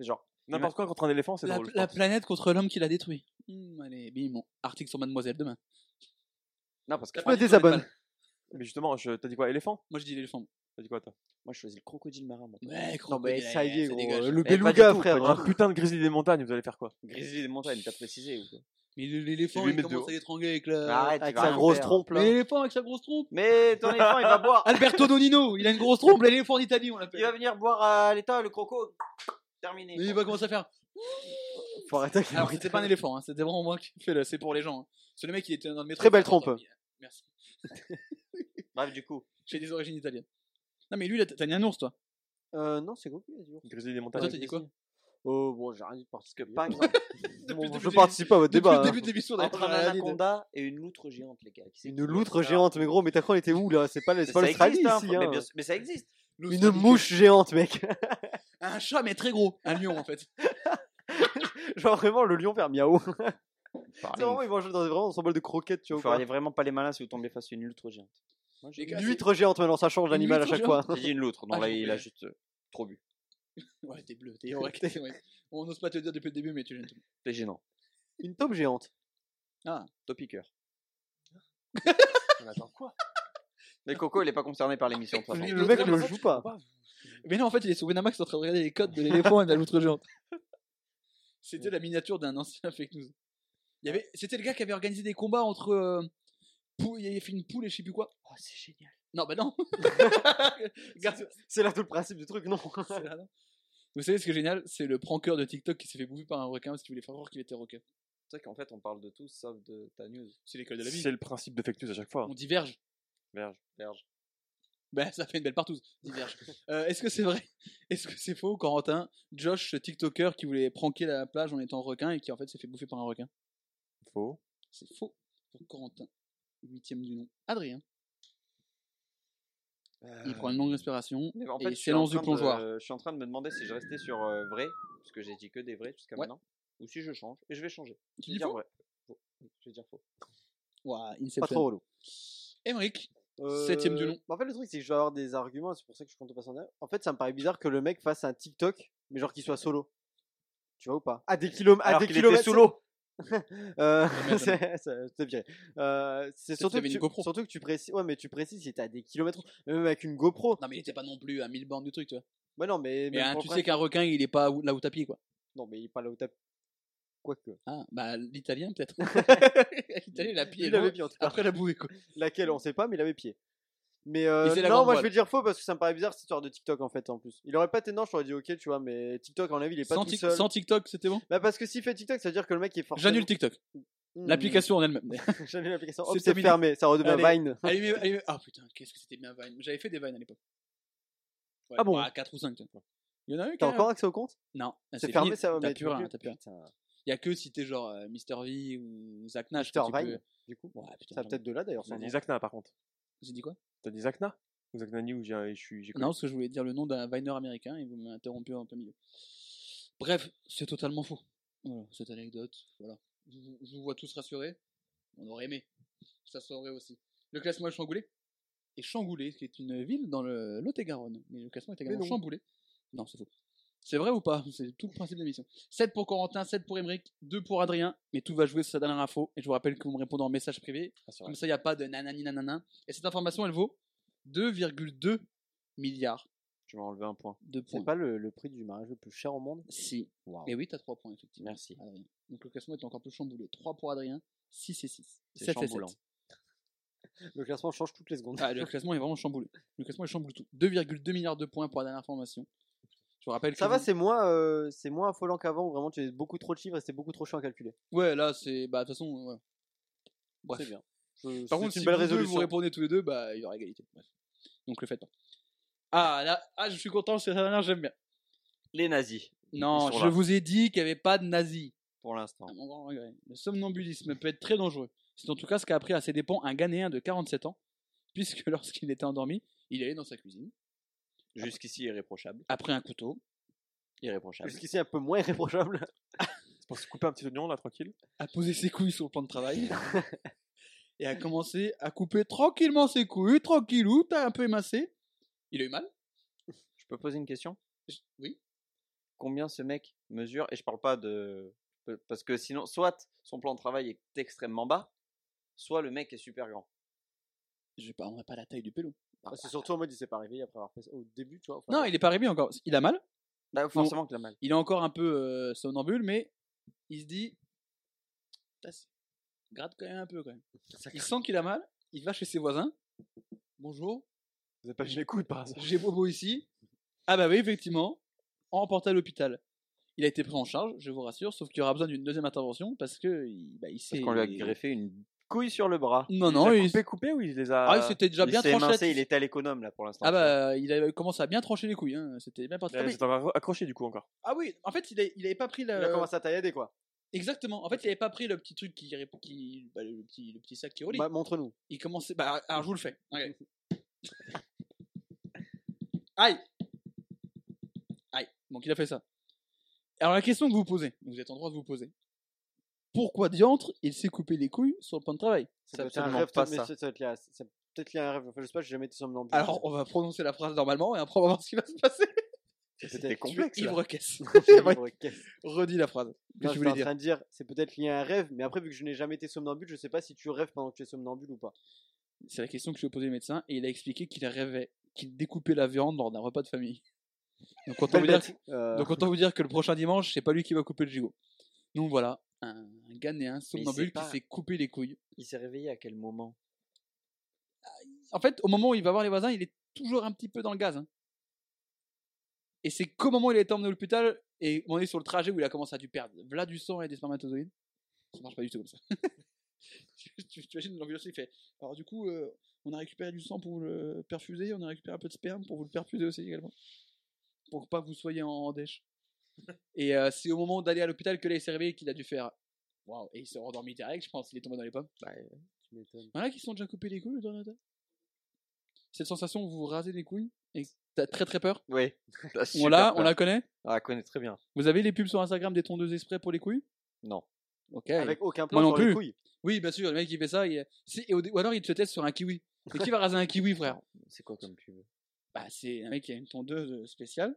Genre,
N'importe quoi contre un éléphant, c'est
La,
drôle. je
la
pense.
planète contre l'homme qui l'a détruit. Hmm, allez, bim, mon article sur Mademoiselle demain.
non, parce que
Je me désabonne.
Mais justement, je- t'as dit quoi Éléphant
Moi, je dis l'éléphant.
T'as dit quoi toi
moi, je choisis le crocodile marin. moi.
Ouais,
Non,
crocodile,
mais ça y est,
ça
gros.
dégage.
Eh,
Le
pas du
beluga,
tout, pas
frère.
du
hein.
Un putain de grizzly des montagnes, vous allez faire quoi
Grizzly des montagnes, t'as précisé ou quoi
Mais l'éléphant,
Lui
il
mettre de
commence
haut.
à l'étrangler avec la. Bah,
Arrête,
Avec
tu vas
sa
rien
grosse
faire.
trompe, là.
L'éléphant avec sa grosse trompe.
Mais ton éléphant, il va boire.
Alberto Donino, il a une grosse trompe, l'éléphant d'Italie, on
Il va
l'appelle.
venir boire euh, à l'état le croco. Terminé.
Mais il va commencer à faire.
Faut arrêter avec les
Alors,
bruits.
c'était pas un éléphant, hein, c'était vraiment moi qui fais le. C'est pour les gens. hein. Parce que le mec, il était dans le métro.
Très belle
il fait,
trompe.
Merci.
Bref, du coup,
J'ai des origines italiennes. Non, mais lui, là, t'as mis un ours, toi.
Euh, non, c'est Goku, vas-y.
Grizzly des
toi,
montagnes.
t'as dit quoi
Oh, bon, j'ai rien dit de particulier.
*laughs* Par exemple,
Bon,
le
je
début-
participe pas à votre
Depuis
débat.
le
hein.
début de l'émission, on a
entre
été-
un
Ryan.
anaconda et une loutre géante, les gars. qui c'est
Une
qui
loutre
fait ça
géante, mais gros, mais t'as cru, on était où là C'est pas, le- c'est pas
Ça
l'Australie
existe, hein,
ici.
mais
hein.
bien sûr- mais ça existe.
Une mouche géante, mec. *laughs*
Un chat, mais très gros. Un lion, en fait.
Genre vraiment, le lion faire miaou. C'est
Vous
vraiment, ils mangent dans, vraiment dans son bol de croquettes, tu vois. ou pas.
feriez vraiment pas les malins si vous tombez face à une loutre géante. Moi, j'ai *laughs*
Les gars,
Une huître géante, maintenant ça change
Une
l'animal à
huître
chaque fois.
j'ai dit une loutre,
Ah,
donc là
j'ai
il a
oublié.
juste euh, trop bu.
Ouais, t'es bleu,
*laughs*
t'es oracle. ouais. On n'ose pas te le dire depuis le début, mais tu viens de tout.
C'est gênant.
Une taupe géante.
Topiqueur. On attend quoi Mais Coco, il est pas concerné par l'émission. de toute façon.
Le mec ne joue pas.
Mais non, en fait, il est sur Benamax en train de regarder les codes de l'éléphant et de la loutre *laughs* géante. C'était la miniature d'un ancien *laughs* fake news. Il y avait... C'était le gars qui avait organisé des combats entre. euh, pou- Il avait fait une poule et je sais plus quoi. Oh, c'est génial. Non, bah *laughs* non. Garde-
C'est là tout le principe du truc, non
*laughs* c'est là, non Vous savez ce qui est génial C'est le pranker de TikTok qui s'est fait bouffer par un requin parce qu'il voulait faire croire qu'il était requin.
C'est vrai qu'en fait, on parle de tout sauf de ta news.
C'est l'école de la vie.
C'est le principe de fake news à chaque fois. hein.
On diverge.
Verge.
Verge.
Ben, ça fait une belle partouze.
*laughs*
Diverge. Euh, Est-ce que c'est vrai Est-ce que c'est faux, Corentin Josh, ce TikToker qui voulait pranker la plage en étant requin et qui en fait s'est fait bouffer par un requin
Faux.
C'est faux pour Corentin. Huitième du nom. Adrien.
Euh,
Il prend une longue respiration.
Mais en
Et
fait, je suis en
s'élance du
train de-
plongeoir.
je suis en train de me demander si je restais sur euh, vrai, parce que j'ai dit que des vrais jusqu'à
Ouais.
maintenant, ou si je change. Et je vais changer.
Tu
Je vais
dis
dire
faux
vrai. Faux. Je vais dire faux.
Ouah,
Pas trop
Inception.
relou.
Emmerich.
Euh,
Septième du nom.
En fait, le truc, c'est que je dois avoir des arguments, c'est pour ça que je compte pas s'en aller. En fait, ça me paraît bizarre que le mec fasse un TikTok, mais genre qu'il soit solo. Tu vois ou pas À des kilomètres. À
Alors
des
qu'il était
kilomètres
sous l'eau.
Euh,
mais
*laughs* c'est- ça- je t'ai viré. Euh, C'est
qu'il
surtout,
avait
que
une
tu-
GoPro.
surtout que tu précises. Ouais, mais tu précises, si t'es à des kilomètres, même avec une GoPro.
Non, mais il était pas non plus à 1000 bornes du truc, tu vois.
Ouais, non, mais.
Mais
même
hein,
pour
tu
le
sais
principe-
qu'un requin, il est pas où- là où t'as pied, quoi.
Non, mais il parle au tap. Quoique.
Ah, bah, l'italien,
*laughs*
peut-être. l'italien, il a pied.
Il avait
loin
pied en tout cas.
Après la bouée, quoi.
Laquelle, on sait pas, mais il avait pied. Mais euh,
faisait la
non,
grande
moi je
voile.
vais dire faux parce que ça me paraît bizarre cette histoire de TikTok en fait en plus. Il aurait pas été non, je t'aurais dit ok, tu vois, mais TikTok, à mon avis, il est pas
Sans,
tout
tic-
seul.
sans TikTok, c'était bon
Bah, parce que s'il fait TikTok, ça veut dire que le mec est fort.
J'annule TikTok. L'application en elle-même.
*laughs* J'annule l'application.
C'est
Hop, c'est
terminé.
fermé, ça redevient
Allez.
Vine.
*laughs* allumez, allumez. Ah putain, qu'est-ce que c'était bien Vine. J'avais fait des Vines à l'époque. Ouais,
Ah bon
4 ou 5. Il y en a eu qui
T'as
a-
encore accès au compte
Non, là,
C'est
fini.
fermé, ça va
T'as
mais tu
plus
peux
rien,
plus.
t'as plus rien.
Putain,
Il y a que si t'es genre euh, Mr V ou Zach Nash.
Mr.
que tu
Vine,
peux-
Du coup,
Ouais, putain.
ça
j'en-
va peut-être de là d'ailleurs.
T'as
son nom.
dit Zakna par contre.
J'ai dit quoi
T'as dit Zakna Ou Zakna News, j'ai j'ai- j'ai
Non, parce que je voulais dire le nom d'un Viner américain et vous m'avez interrompu en plein milieu. Bref, c'est totalement faux. Voilà, cette anecdote, voilà. Je vous- je vous vois tous rassurés. On aurait aimé. Ça serait aussi. Le classement est chamboulé. Et Chamboulé, qui est une ville dans le Lot-et-Garonne. Mais le classement est également
non.
chamboulé. Non, c'est faux. C'est vrai ou pas C'est tout le principe de l'émission. 7 pour Corentin, 7 pour Emeric, 2 pour Adrien. Mais tout va jouer sur sa dernière info. Et je vous rappelle que vous me répondez en message privé.
Ah, c'est vrai.
Comme ça, il n'y a pas de nanani nanana. Et cette information, elle vaut 2,2 milliards
Tu m'as enlevé un point.
de
C'est
points.
pas le, le prix du mariage le plus cher au monde
Si.
Waouh.
Et oui, t'as 3 points, effectivement.
Merci.
Adrien. Donc le classement est encore plus chamboulé. 3 pour Adrien, 6 et 6.
C'est
7 et 7.
chamboulant.
Le classement change toutes les
*laughs*
secondes.
Ah, le classement est vraiment chamboulé. Le classement est chamboulé tout. 2,2 milliards de points pour la dernière formation. Je vous rappelle
Ça
que
va,
vous-
c'est moins, euh, c'est moins affolant qu'avant où vraiment tu as beaucoup trop de chiffres et c'est beaucoup trop chiant à calculer.
Ouais, là, c'est. Bah, de toute façon. ouais. Bref.
C'est bien. Je-
Par
c'est
contre,
une
si
belle
vous, deux, vous
résolution.
répondez tous les deux, bah, il y aura égalité. Bref. Donc le faites pas. Ah, là, ah, je suis content, c'est la dernière, j'aime bien.
Les nazis,
Non,
sont
je
là.
vous ai dit qu'il n'y avait pas de nazis.
pour l'instant.
à mon grand regret. Le somnambulisme peut être très dangereux. C'est en tout cas ce qu'a appris à ses dépens un Ghanéen de 47 ans, *laughs* puisque lorsqu'il était endormi, il allait dans sa cuisine,
Jusqu'ici, irréprochable.
après un couteau, Ah,
Irréprochable.
Jusqu'ici, un peu moins *laughs* irréprochable.
C'est pour se couper un petit oignon là, tranquille.
à poser ses couilles sur le plan
*laughs*
de travail et à commencer à couper tranquillement ses couilles, tranquillou, t'as un peu émincé. Il a eu mal
Je peux poser une question
Je- Oui.
Combien ce mec mesure Et je parle pas de. Parce que sinon, soit son plan de travail est extrêmement bas, soit le mec est super *laughs* grand.
Je vais pas, on n'a pas la taille du pélo.
Ah,
Bah,
C'est surtout en mode, il s'est pas réveillé après avoir fait ça au début, tu vois. enfin,
Non, il est pas réveillé encore. Il a mal,
Bah, forcément qu'il a mal.
il est encore un peu euh, somnambule, mais il se dit Putain, c'est- gratte quand même un peu quand même. Il sent qu'il a mal, il va chez ses voisins. Bonjour,
Vous avez pas vu les coudes par hasard
j'ai Bobo ici. Ah bah oui, effectivement, emporté à l'hôpital. Il a été pris en charge, je vous rassure, sauf qu'il y aura besoin d'une deuxième intervention parce que il, bah, il s'est.
Parce qu'on lui a greffé une couilles sur le bras.
Non, non, il,
il coupé, coupé ou il les a.
ah, il s'était déjà
il
bien
s'est
tranché.
émincé, il était à l'économe là pour l'instant.
Ah bah, il avait commencé à bien trancher les couilles. hein. C'était bien parti.
Ah,
Ah,
mais
mais-
c'est encore accroché du coup encore.
ah oui, en fait, il, a- il avait pas pris
Il
Euh,
le.
a commencé à taillader quoi.
Exactement. En fait, il avait pas pris le petit truc qui, qui bah, le petit, le petit sac qui relie.
Bah, Montre-nous.
Il commençait. Bah, alors je vous le fais. Regardez. *laughs* Aïe. Aïe. Donc il a fait ça. Alors la question que vous posez, vous êtes en droit de vous poser. Pourquoi diantre il s'est coupé les couilles sur le plan de travail
Ça doit être
absolument
un rêve,
pas
mais
ça.
ça doit être lié à- ça peut être lié à un rêve. Enfin, je sais pas, j'ai jamais été somnambule.
Alors on va prononcer la phrase normalement et après on va voir ce qui va se passer.
c'était
complexe, *laughs* là.
Ivre caisse.
*laughs* Qu'est-ce
Redis la phrase.
que
Qu'est-ce que tu
je voulais
voulais
en
dire
train de dire C'est peut-être lié à un rêve, mais après, vu que je n'ai jamais été somnambule, je sais pas si tu rêves pendant que tu es somnambule ou pas.
C'est la question que je lui ai posée au médecin et il a expliqué qu'il rêvait qu'il découpait la viande lors d'un repas de famille. Donc quand on veut dire
Euh,
Donc autant vous dire que le prochain dimanche, c'est pas lui qui va couper le gigot. Donc voilà, un, un Ghanéen somnambule qui
pas-
s'est coupé les couilles.
Il s'est réveillé à quel moment
En fait, au moment où il va voir les voisins, il est toujours un petit peu dans le gaz. hein. Et c'est qu'au moment où il est emmené à l'hôpital et on est sur le trajet où il a commencé à du perdre. V'là du sang et des spermatozoïdes. Ça marche pas du tout comme ça. *laughs* tu, tu- tu imagines l'ambulancier il fait. Alors du coup, euh, on a récupéré du sang pour vous le perfuser, on a récupéré un peu de sperme pour vous le perfuser aussi également. Pour pas que vous soyez en, en dèche. Et euh, c'est au moment d'aller à l'hôpital que là il s'est réveillé qu'il a dû faire. Waouh, et il s'est rendormi direct, je pense, il est tombé dans les pommes.
tu m'étonnes.
Voilà qui sont déjà coupés les couilles, Donata. Cette sensation où vous vous rasez les couilles et que t'as très très peur.
Oui.
on l'a, on la connaît.
Ah, elle connaît très bien.
Vous avez les pubs sur Instagram des tondeuses exprès pour les couilles
Non.
Ok.
Avec aucun plan
non
sur les
plus.
couilles.
Oui, bien sûr, le mec qui fait ça, il- si- et au dé- ou alors il te teste sur un kiwi. Mais qui va raser un kiwi, frère
C'est quoi comme pub
Bah, c'est un mec qui a une tondeuse spéciale.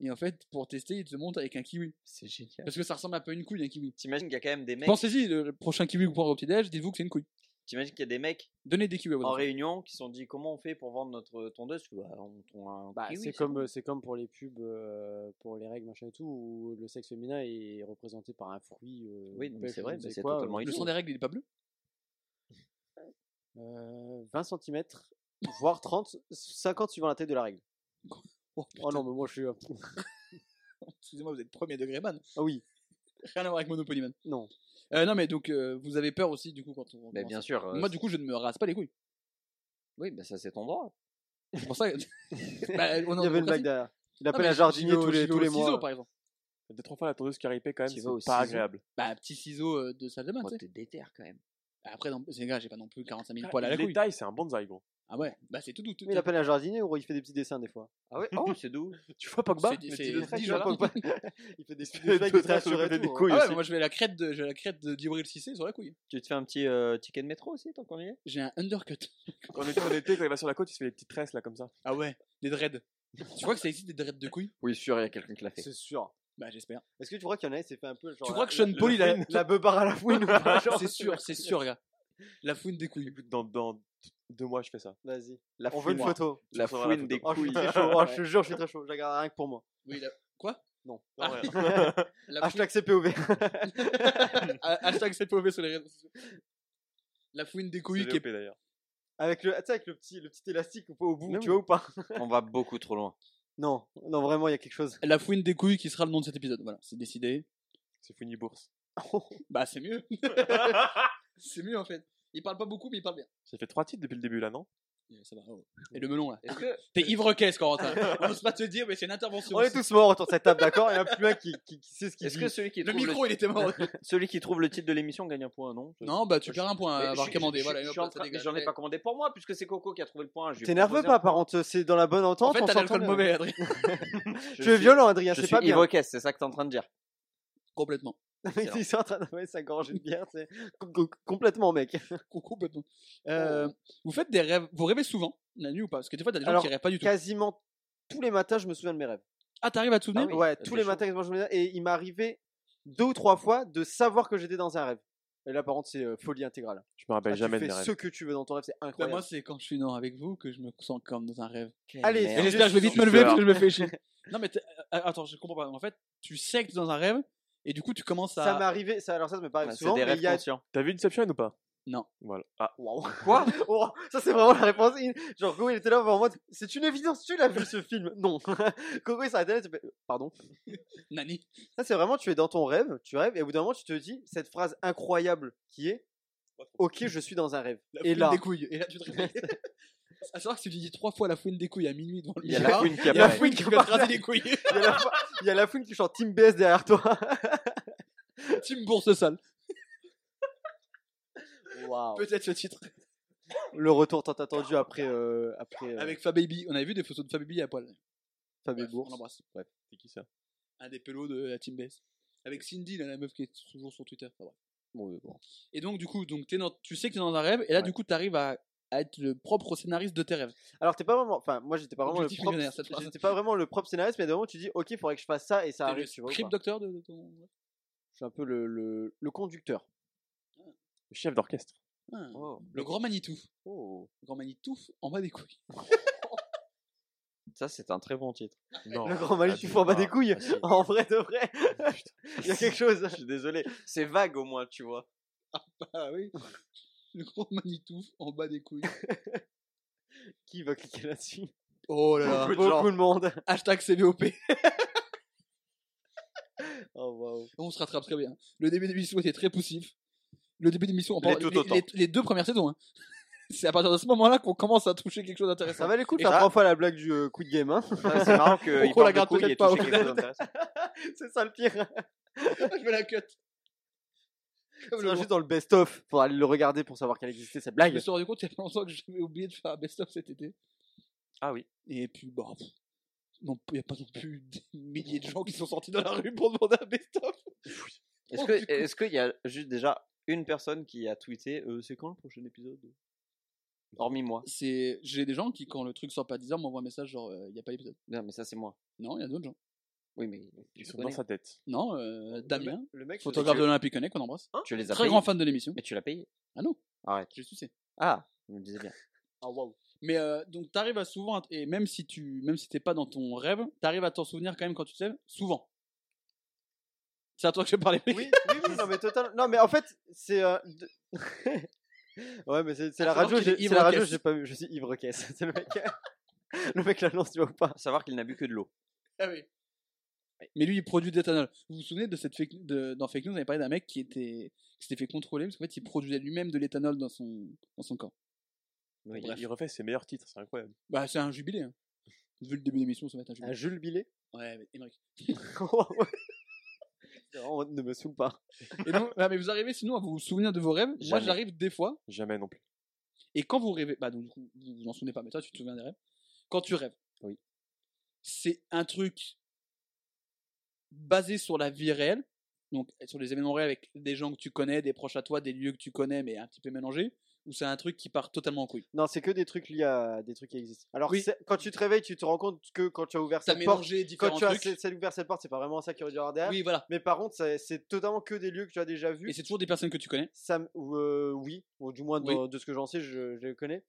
Et en fait, pour tester, il te montre avec un kiwi.
C'est génial.
Parce que ça ressemble un peu à une couille, un kiwi.
T'imagines qu'il y a quand même des mecs.
Pensez-y, le le prochain kiwi que vous prendrez au petit-déj, dites-vous que c'est une couille.
T'imagines qu'il y a des mecs
Donnez des kiwis à vos
en
enfants.
réunion qui se sont dit comment on fait pour vendre notre tondeuse Tu vois, on tond un
Bah,
kiwi,
c'est comme, euh, c'est comme pour les pubs, euh, pour les règles, machin et tout, où le sexe féminin est représenté par un fruit. euh,
Oui, non, mais
pêche,
c'est
je
vrai,
ne
mais
sais
c'est
quoi,
totalement
euh,
Le
idiot.
son des règles, il est pas bleu
euh, 20 cm, voire 30, 50 suivant la taille de la règle.
Oh,
*laughs* Oh non, mais moi je suis. un-
*laughs* Excusez-moi, vous êtes premier degré man.
*laughs* Ah oui,
Rien à voir avec Monopoly Man.
non. Bah,
Euh, non, mais donc, euh, vous avez peur aussi, du coup, quand on.
Mais
commence
bien
à-
sûr. euh,
Moi, du coup, je ne me rase pas les couilles.
Oui, bah ça c'est ton droit.
C'est pour
*laughs*
ça que. *laughs* Bah, on est en
Il y avait une
démocratie.
blague derrière. Il
Non,
appelle
mais
un jardinier
Gilo-
tous les,
Gilo
tous les
au ciseau,
mois.
par exemple.
Deux, trois fois la tondeuse qui ripait quand même,
Tu vas au
c'est pas
ciseau.
agréable.
Bah, un petit ciseau euh, de salle de bain,
Moi,
tu sais.
Ah, t'es déterre quand même.
Bah, Après, dans... c'est gars, j'ai pas non plus 45 000 poils à la
Les
couille.
tailles, c'est un bonsaï, gros.
Ah ouais, bah, c'est tout doux. tout-
Mais il appelle un jardinier, gros, il fait des petits dessins des fois.
Ah *laughs* ouais Oh, c'est doux.
Tu vois Pogba
C'est-
Mais
c'est-
tu le
c'est
traites,
du
tu vois,
jardin. *laughs*
Pogba.
Il fait des *laughs* petits
Deux
dessins qui
traces
tracent
sur
sur
le
et
côté des
tout,
couilles.
hein.
Ah ouais,
aussi.
mais moi, je vais la crête de- j'ai la crête de- d'Ibril Cissé sur la couille.
Tu te fais un petit euh, ticket de métro aussi tant qu'on y est
J'ai un undercut.
Quand on était en été, quand il va sur la côte, il se fait des petites tresses là comme ça.
Ah ouais, des dreads. tu crois que ça existe des dreads de couilles
Oui, sûr, il y a quelqu'un qui l'a
C'est sûr.
Bah, j'espère.
Est-ce que tu crois qu'il y en a, c'est fait un peu genre.
Tu crois
la-
que Sean
la-
Paul, il a-
la- La beubare à la fouine ou pas, genre
c'est sûr, c'est sûr, gars. La fouine des couilles.
Dans, dans deux mois, je fais ça.
Vas-y.
La
On veut une
fouine-
photo.
La
Sur la
fouine des
Oh, je suis
couilles.
très chaud. Oh, je te jure, je suis très chaud. Je la garde rien que pour moi. Ah,
Oui, la... Quoi
Non.
Ah,
Non, ouais.
La
Hashtag CPOV.
Ah, Hashtag CPOV sur les réseaux sociaux. La fouine des couilles
C'est
qui est.
VOP, d'ailleurs.
Avec le, tu sais, avec le petit, le petit élastique au, au bout,
Mais
tu vois
oui.
ou pas
On va beaucoup trop loin.
Non, non, vraiment, il y a quelque chose.
La fouine des couilles qui sera le nom de cet épisode. Voilà, c'est décidé.
C'est Fouini Bourse.
Bah, c'est
*laughs*
mieux. c'est mieux en fait. Il parle pas beaucoup, mais il parle bien.
J'ai fait trois titres depuis le début là, non
Ouais, ça va, oh. Et le melon là.
Est-ce que
T'es ivre caisse,
*laughs*
Corentin. On n'ose pas te dire, mais c'est une intervention.
On est tous morts autour de cette table, d'accord Il y en a plus un qui, qui, qui sait ce qu'il
est-ce
dit.
que celui qui
Le
trouve
micro, il était mort.
*laughs* celui qui trouve le titre de l'émission gagne un point, non
non, bah, tu
Je-
perds un point à
Mais
avoir
je-
commandé.
je-
Voilà,
je
et hop,
suis en
ça
train- mais
dégage.
J'en ai pas commandé pour moi puisque c'est Coco qui a trouvé le point. Je lui ai
T'es
proposé
nerveux,
un
pas,
point.
par contre C'est dans la bonne
En
entente
fait,
on
t'as
s'entend
l'alcool
bien.
mauvais, Adrien.
Je
Tu es
suis-
violent, Adrien,
Je
c'est
suis
pas bien.
ivre caisse, c'est ça que t'es en train de dire.
*laughs* Complètement.
*laughs* Ils sont en train de mettre sa gorge de bière, c'est com- com- complètement, mec.
Complètement. Euh, Vous faites des rêves. Vous rêvez souvent la nuit ou pas Parce que des fois, t'as des gens
Alors,
qui rêvent pas du tout.
Quasiment tous les matins, je me souviens de mes rêves.
Ah, t'arrives à te souvenir
ouais, tous
c'est
les
chaud.
matins, quasiment, je me souviens. Et il m'est arrivé deux ou trois fois de savoir que j'étais dans un rêve. Et là, par contre, c'est euh, folie intégrale.
Je me rappelle
Ah,
jamais
tu
de
fais
mes
ce
rêves.
que tu veux dans ton rêve, c'est
Bah,
incroyable.
moi, c'est quand je suis non avec vous que je me sens comme dans un rêve.
Allez,
Et
Merde.
j'espère que je vais vite me lever
Sueur.
parce que je me fais chier. *laughs* Non, mais t'es- euh, attends, je comprends pas. En fait, tu sais que t'es dans un rêve et du coup, tu commences
ça
à.
m'est arrivé, ça, alors ça, ça m'est pas arrivé
Ah, C'est
souvent,
des
mais il
rêves
y a...
conscients.
T'as vu Inception ou pas
Non.
Voilà. Ah,
Quoi *laughs* Oh, Ça, c'est vraiment la réponse. Il- Genre, Gogo, il était là en mode, c'est une évidence, tu l'as vu ce film Non. *laughs* Gogo, il s'arrêtait là, tu fais, pardon.
Nani.
Ça, c'est vraiment, tu es dans ton rêve, tu rêves, et au bout d'un moment, tu te dis, cette phrase incroyable qui est, Ok, je suis dans un rêve.
La
Et
fouine
là,
des couilles. Et là, tu te réveilles. *laughs* à savoir que si tu dis trois fois la fouine des couilles à minuit devant le
Il y a *laughs* la
miroir,
fouine qui
il y a la
apparaît.
fouine qui va te *laughs* raser les couilles.
il y, a la fo- il y a la fouine qui chante Team BS derrière toi. *laughs*
tu me bourses sale.
Waouh.
Peut-être ce titre.
Le retour tant attendu après, euh, après euh,
Avec Fababy. On avait vu des photos de Fababy à poil.
Fabien
Bref,
Bourse.
On l'embrasse.
C'est qui ça
Un des pelots de la Team Base. Avec Cindy, là, la meuf qui est toujours sur Twitter. Enfin, bref.
Bon, euh, bon.
Et donc, du coup, donc, t'es dans- tu sais que t'es dans un rêve, et là, du coup, t'arrives à, à être le propre scénariste de tes rêves.
Alors, t'es pas vraiment. Enfin, moi, j'étais pas vraiment
Objectif
le propre.
millionnaire, cette phrase.
J'étais pas vraiment le propre scénariste, mais à un moment, tu dis, ok, il faudrait que je fasse ça et ça
T'es
arrive.
le
Ah Tu vois, ou
script
pas.
docteur de, de ton.
Je suis un peu le, le, le conducteur.
Le chef d'orchestre.
Ah. Le grand Manitou. Le grand Manitou en bas des couilles.
Ça, c'est un très bon titre.
Non.
le grand Mali, tu
ah,
fous en bas
ah,
des *laughs* couilles.
ah, si.
en vrai, de vrai. *laughs* Il y a quelque chose. Je suis désolé.
C'est vague au moins, tu vois.
Ah oui. *laughs* le grand Manitou en bas des couilles.
Qui va cliquer là-dessus
Oh là
Beaucoup de, *laughs* monde.
*laughs* Hashtag CVOP.
Oh, waouh.
On se rattrape très bien. Le début de l'émission était très poussif. Le début de l'émission, on parle-
tout
les,
autant.
les- les deux premières saisons. hein. *laughs* C'est à partir de ce moment-là qu'on commence à toucher quelque chose d'intéressant.
Ça va les couilles
Et
la
ça-
première fois la blague du euh, quick game. Hein.
C'est marrant qu'il
Pourquoi on la
parle de
garde
couilles
peut-être
et
pas
toucher
au
quelque chose d'intéressant.
*laughs* C'est ça le pire. hein,
*laughs* Je vais la cut. Comme le
C'est juste dans le best-of. Faudra aller le regarder pour savoir qu'elle existait cette
Je me
blague.
suis rendu compte il y a pas longtemps que j'avais oublié de faire un best-of cet été.
Ah oui.
Et puis, bah, pff, non, il n'y a pas non plus des milliers de gens qui sont sortis dans la rue pour demander un best-of.
Est-ce que- est-ce qu'il y a juste déjà une personne qui a tweeté euh, C'est quand le prochain épisode Hormis moi.
C'est, j'ai des gens qui, quand le truc sort pas à 10h, m'envoient un message genre, euh, il n'y a pas d'épisode.
Non, mais ça, c'est moi.
Non, il y a d'autres gens.
Oui, mais tu
Ils sont
connais.
dans sa tête.
Non, euh, Damien,
Le mec,
photographe de l'Olympique Lyonnais, qu'on embrasse.
Tu les as
Très
payés.
grand fan de l'émission.
Mais tu l'as payé.
Ah non,
Arrête.
je suis
Ah, je me disais bien.
Mais euh, donc t'arrives à souvent et même si tu même si t'es pas dans ton rêve, t'arrives à t'en souvenir quand même quand tu te lèves, souvent. C'est à toi que je parlais.
Oui, oui, oui, non mais totalement. Non mais en fait, c'est. euh, de- *laughs* ouais, mais c'est c'est la
Ah, faut
radio.
voir qu'il est
j'ai- C'est
ivre
la
en
radio.
caisse.
J'ai pas vu. Je suis ivre caisse. C'est *laughs* le mec. le mec l'annonce, tu vois ou pas
À savoir qu'il n'a bu que de l'eau.
Ah oui. Mais lui, il produit de l'éthanol. Vous vous souvenez de cette fake, de, dans Fake News, on avait parlé d'un mec qui était qui s'était fait contrôler parce qu'en fait, il produisait lui-même de l'éthanol dans son dans son corps.
Oui.
Il- Il refait ses meilleurs titres, c'est incroyable.
Bah, c'est un jubilé. hein. Vu le début de l'émission, ça va être un
Un
jubilé.
Jules Billet.
Ouais, mais Émeric.
*laughs* On ne me saoule pas.
Et donc, ah, mais vous arrivez sinon à vous souvenir de vos rêves. Moi,
Jamais.
j'arrive des fois
Jamais non plus.
Et quand vous rêvez, bah donc du coup, vous vous en souvenez pas, mais toi tu te souviens des rêves. Quand tu rêves,
Oui.
c'est un truc basé sur la vie réelle, donc sur les événements réels avec des gens que tu connais, des proches à toi, des lieux que tu connais, mais un petit peu mélangés, ou c'est un truc qui part totalement en couille.
Non, c'est que des trucs liés à des trucs qui existent. Alors
Oui.
c'est- quand tu te réveilles, tu te rends compte que quand tu as ouvert
T'as
cette porte,
mélangé
quand
différents
tu as
trucs.
cette- cette- ouvert cette porte, c'est pas vraiment ça qui aurait dû y avoir derrière.
Oui, voilà.
Mais par contre, ça- c'est totalement que des lieux que tu as déjà vus.
Et c'est toujours des personnes que tu connais.
Ça, me- ou, euh, oui, ou du moins de,
Oui.
de ce que j'en sais, je, je les connais.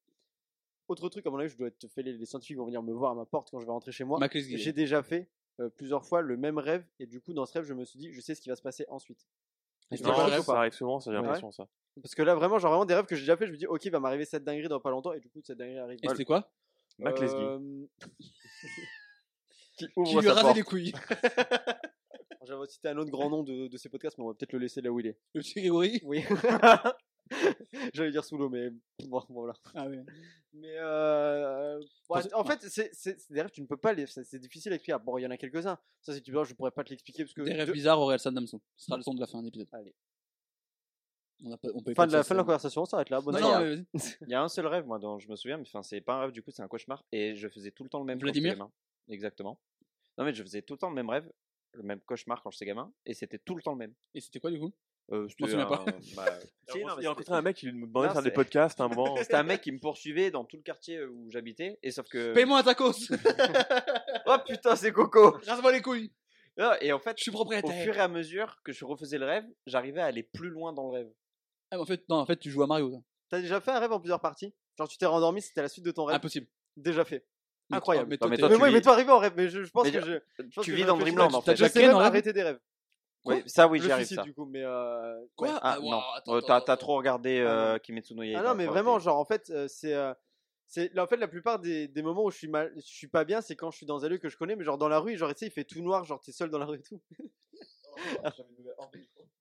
Autre truc, à mon avis, je dois être fait, les, les scientifiques vont venir me voir à ma porte quand je vais rentrer chez moi.
Ma clé
J'ai déjà fait euh, plusieurs fois le même rêve, et du coup, dans ce rêve, je me suis dit, je sais ce qui va se passer ensuite. Et
Non,
c'est pas le
rêve,
truc ou
ça
pas
arrive souvent, ça j'ai
Ouais.
l'impression ça.
Parce que là, vraiment, genre vraiment des rêves que j'ai déjà fait, je me dis, ok, va m'arriver cette dinguerie dans pas longtemps, et du coup, cette dinguerie arrive.
Et c'était quoi
Mac Lesguy.
Euh,
Qui
Qui lui rasait les couilles. *laughs*
J'avais cité un autre grand nom de, de ces podcasts, mais on va peut-être le laisser là où il est.
Le petit
*laughs*
Grégory.
Oui. J'allais dire sous l'eau, mais bon, voilà.
Ah ouais.
Mais euh, ouais,
Parce-
en fait, c'est c'est- c'est des rêves, tu ne peux pas les. c'est- C'est difficile à expliquer. Bon, il y en a quelques-uns. Ça, si tu veux, je pourrais pas te l'expliquer parce que.
Des rêves
de-
bizarres Aurel San Damso. hein. Ce sera le son de la fin de l'épisode.
Allez.
On, a pas- on peut
Fin
pas
de la
dire
fin de la
ça.
conversation, on s'arrête là. Bonne
Non,
soirée.
non, mais vas-y.
Il y a un seul rêve, moi, dont je me souviens, mais enfin, c'est pas un rêve du coup, c'est un cauchemar. Et je faisais tout le temps le même quand j'étais
Vladimir
gamin. Exactement. Non, mais je faisais tout le temps le même rêve, le même cauchemar quand j'étais gamin, et c'était tout le temps le même.
Et c'était quoi du coup
Euh,
m'en
c'était
souviens
un-
*laughs*
pas.
bah, si,
Il
non, mais
a rencontré un mec qui lui demandait
Non,
de faire des
c'est-
podcasts à *laughs* un moment.
C'était un mec qui me poursuivait dans tout le quartier euh, où j'habitais, et sauf que.
Paye-moi
*laughs*
un tacos *laughs*
Oh putain, c'est Coco
Rase-moi les couilles
Non, Ah, Et en fait,
Je suis
au
propriétaire
fur et à mesure que je refaisais le rêve, j'arrivais à aller plus loin dans le rêve.
Ah, mais en, fait, non, en fait, tu joues à Mario. toi.
T'as déjà fait un rêve en plusieurs parties Genre, tu t'es rendormi, c'était la suite de ton rêve.
Impossible.
Déjà fait.
Mais-
Incroyable.
Mais
Non,
toi,
mais toi,
mais
t'es-
Ah, tu
moi,
vis-
mais toi, arrivé en rêve. Mais je, je pense
Mais
que
tu-
je. je pense
tu
que
vis
je
dans
réfléchis
Dreamland,
là-dessus.
en fait.
Je
T'as
sais
déjà créé
même
un rêve
arrêter des rêves.
Oui, ça, oui, j'y
Le
arrive.
suicide,
Ça.
du coup, mais. euh,
Quoi
ouais.
Ah,
Ah,
non,
waouh, attends,
Euh,
attends,
t'as,
attends.
t'as trop regardé euh, Kimetsu no Yaiba.
Ah non, mais
faut
vraiment,
arrêter.
genre en fait, euh, c'est. euh, c'est- là, en fait, la plupart des, des moments où je suis mal, je suis pas bien, c'est quand je suis dans un lieu que je connais, mais genre dans la rue, genre tu sais, il fait tout noir, genre t'es seul dans la rue et tout.
*laughs*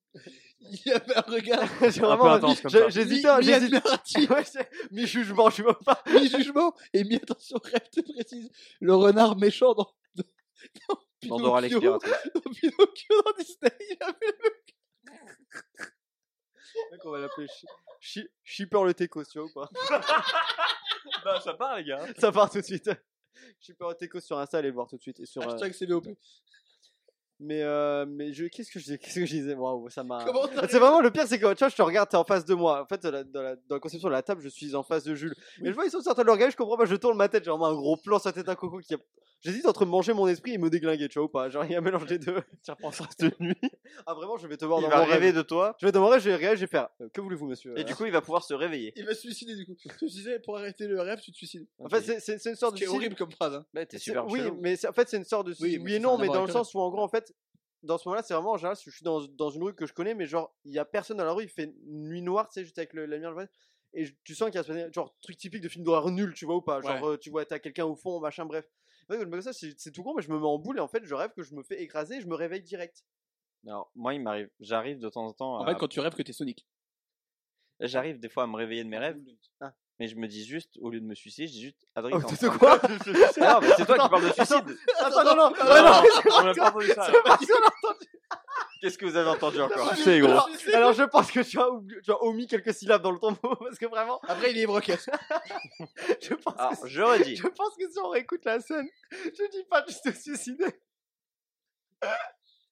Il y avait
*laughs*
un regard
C'est
Un peu
vraiment-
intense comme
j'ai-
ça.
J'hésite,
mi-
j'hésite. *laughs*
mi-admiratif,
Ouais, c'est- Mi-jugement, tu vois pas.
mi-jugement et mi-attention, rêve te précise. Le renard méchant dans, dans, dans
Pandora
Pinocchio,
l'exploratrice.
hein.
*laughs* dans Pinocchio, dans Disney, il avait
On va l'appeler Chi- Chi- Shipper le Tecos, tu vois ou pas
Bah, ça part, les gars.
Ça part tout de suite. Shipper le Tecos sur Insta, allez le voir tout de suite. Et sur, euh,
Hashtag CVOP.
Mais, euh, mais je... qu'est-ce que je dis- qu'est-ce que je disais Waouh, ça m'a. *laughs*
Comment t'as
C'est vraiment le pire, c'est que tu vois, je te regarde, t'es en face de moi. En fait, dans la, dans la- dans la conception de la table, je suis en face de Jules. Et je vois, ils sont sortis de leur gars, je comprends pas, je tourne ma tête, j'ai vraiment un gros plan sur la tête d'un coco qui a- J'hésite entre manger mon esprit et me déglinguer, tu vois ou pas Genre, il y a un mélange des deux.
Tu reprends ça cette nuit.
Ah, vraiment, je vais te voir
Il
dans
va
mon rêve.
rêver de toi.
Je vais te voir, je vais regarder, je vais faire. euh, que voulez-vous, monsieur
Et du coup, il va pouvoir se réveiller.
Il va se suicider du coup. Je te disais, pour arrêter le rêve, tu te suicides.
En fait, c'est- c'est c'est une sorte
Ce
de.
qui est
suicide-
horrible comme phrase. Hein.
Bah, t'es
C'est-
super
Oui,
chelou.
mais c'est- en fait, c'est une sorte de.
Oui,
Oui,
mais
et
ça
non,
n'a rien
mais
à
dans
voir
le
avec
sens où, en gros, en fait, dans ce moment-là, c'est vraiment, en général, je suis dans, dans une rue que je connais, mais genre, il y a personne dans la rue, il fait nuit noire, tu sais, juste avec le- la lumière, le voile, et je- tu sens qu'il y a ce genre truc typique de film d'horreur nul, tu vois ou pas. Genre,
Ouais.
euh, tu vois, t'as quelqu'un au fond, machin, bref. En fait, je me fais ça, c'est c'est tout con, mais je me mets en boule et en fait, je rêve que je me fais écraser et je me réveille direct.
Alors, moi, il m'arrive. J'arrive de temps en temps.
Ah.
En
à-
fait, quand tu rêves que t'es Sonic.
J'arrive des fois à me réveiller de mes rêves,
Ah.
mais je me dis juste, au lieu de me suicider, je dis juste, Adrien,
Oh,
t'es en
c'est
train de-
quoi
*laughs*
Ah, mais c'est toi qui parles de suicide.
*laughs* Attends, non, non, *laughs*
Ah,
non, non,
on n'a pas entendu ça.
c'est
alors.
*laughs* pas ça, non.
Qu'est-ce que vous avez entendu encore
Tu sais,
*laughs*
gros.
Alors, alors, je pense que tu as, oublié- tu as omis quelques syllabes dans le tombeau *laughs* parce que vraiment,
Après, il est broquette.
je pense que
Alors, je
*laughs*
redis.
Je pense que si on réécoute la scène, *laughs* je dis pas que je te suicidais.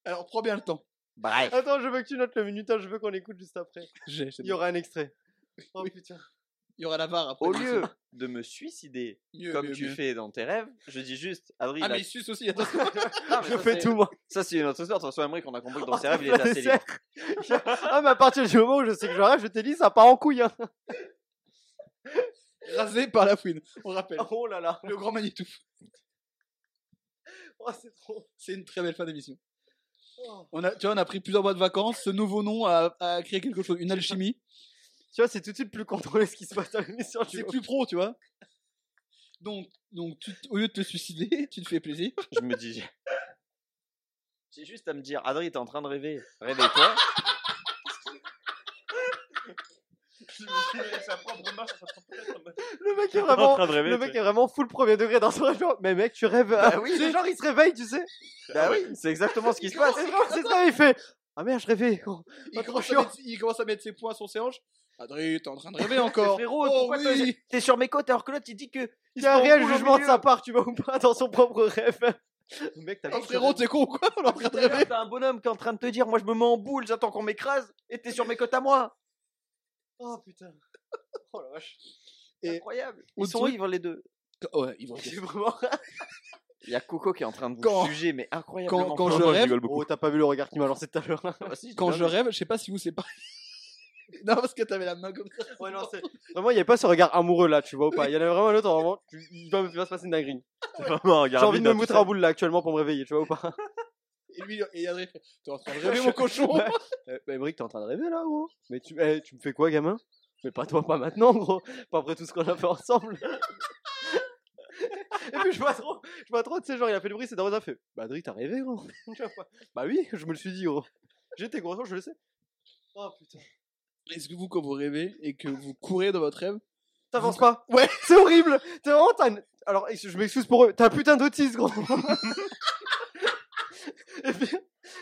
Alors, prends bien le temps. *laughs*
Bref.
Attends, je veux que tu notes le minutage, je veux qu'on écoute juste après.
J'ai,
Il
c'est bon.
y aura un extrait. Oh
Oui.
putain.
Il y aura la barre après.
Au lieu de me suicider,
*laughs* Mieux,
comme
mieux,
tu
mieux.
fais dans tes rêves, je dis juste, Adrien,
Ah,
il a-
mais il suce aussi,
*laughs*
attention.
Ah, mais
Je
ça,
fais
c'est-
tout moi.
Ça, c'est une autre histoire. De toute façon, Aymeric, on a compris que dans ses
Oh,
*laughs*
rêves, il
putain,
est assez
c'est *laughs*
libre.
Je- Ah, mais à partir du moment où je sais que je rêve, je t'ai dit, ça part en couille. Hein.
Rasé par la fouine, on rappelle.
Oh là là.
Le grand Manitou.
Oh, c'est trop.
C'est une très belle fin d'émission.
Oh.
On a, tu vois, on a pris plusieurs mois de vacances. Ce nouveau nom a, a créé quelque chose, une alchimie.
Tu vois, c'est tout de suite plus contrôlé ce qui se passe dans l'émission. tu
C'est *laughs*
vois.
plus pro, tu vois. Donc, donc tu t- au lieu de te suicider, *laughs* tu te fais plaisir.
Je me dis. J'ai juste à me dire, Adrien, t'es en train de rêver. Réveille-toi.
Le mec est
T'es en
vraiment.
train de rêver.
Le mec est vraiment full premier degré dans son genre. Mais mec, tu rêves. hein.
oui.
C'est genre, il se réveille, tu sais. Ah
bah oui, c'est exactement ce qui se passe.
*laughs* C'est genre, c'est ça, il fait. Ah merde, je rêvais.
Il,
Oh,
commence à
chiant.
mettre, il commence à mettre ses poings sur ses hanches. Adrien, t'es en train de rêver
*laughs*
encore.
Frérot,
oh
pourquoi t'as-
oui
t'es sur mes côtes alors que l'autre, il dit que.
Il y a un réel jugement de sa part, tu vois ou pas, dans son propre rêve. Mec, t'as
Oh, frérot, t'es con ou quoi On est en train de rêver.
T'as un bonhomme qui est en train de te dire, moi, je me mets en boule, j'attends qu'on m'écrase, et t'es sur mes côtes à moi.
Oh putain. Oh la vache.
Et-
Incroyable.
Au
Ils sont
truc-
ivres,
*laughs*
les deux.
Ouais, ils vont
C'est vraiment.
Il y a Coco qui est en train de vous
Quand-
juger, mais
quand,
incroyablement.
quand
Moi,
je
je
rêve,
rigole beaucoup.
Oh, t'as pas vu le regard qu'il m'a lancé tout à l'heure.
*laughs* Ah, si,
quand
bien
je rêve, je sais pas *laughs* si vous c'est pareil. non, parce que t'avais la main comme ça.
Ouais, non, c'est. Vraiment, il y avait pas ce regard amoureux là, tu vois ou pas. Il y en avait vraiment un autre, vraiment. tu- Il va, il va se passer une dinguerie.
*laughs* Vraiment,
J'ai
regarde.
envie de me moutre en boule là actuellement pour me réveiller, tu vois ou pas.
Et lui, et Adrien, fait, t'es
*laughs*
en train de rêver, mon cochon.
Bah,
Eh,
euh, bah, Emeric, t'es en train de rêver là, gros. Mais tu, eh, tu me fais quoi, gamin Mais pas toi, pas maintenant, gros. Pas après tout ce qu'on a fait ensemble. *laughs* Et puis je vois trop, je vois trop, tu sais, genre il a fait le bruit, c'est dans les fait. Bah, Adrien, t'as rêvé, gros. *laughs* Tu vois pas bah oui, je me le suis dit, gros. J'étais gros, je le sais. Oh putain.
Est-ce que vous, quand vous rêvez et que vous courez dans votre rêve,
T'avances pas Ouais, *laughs* c'est horrible. T'es vraiment, t'as une- Alors, ex- je m'excuse pour eux. T'as un putain d'autisme, *laughs* gros. Et puis,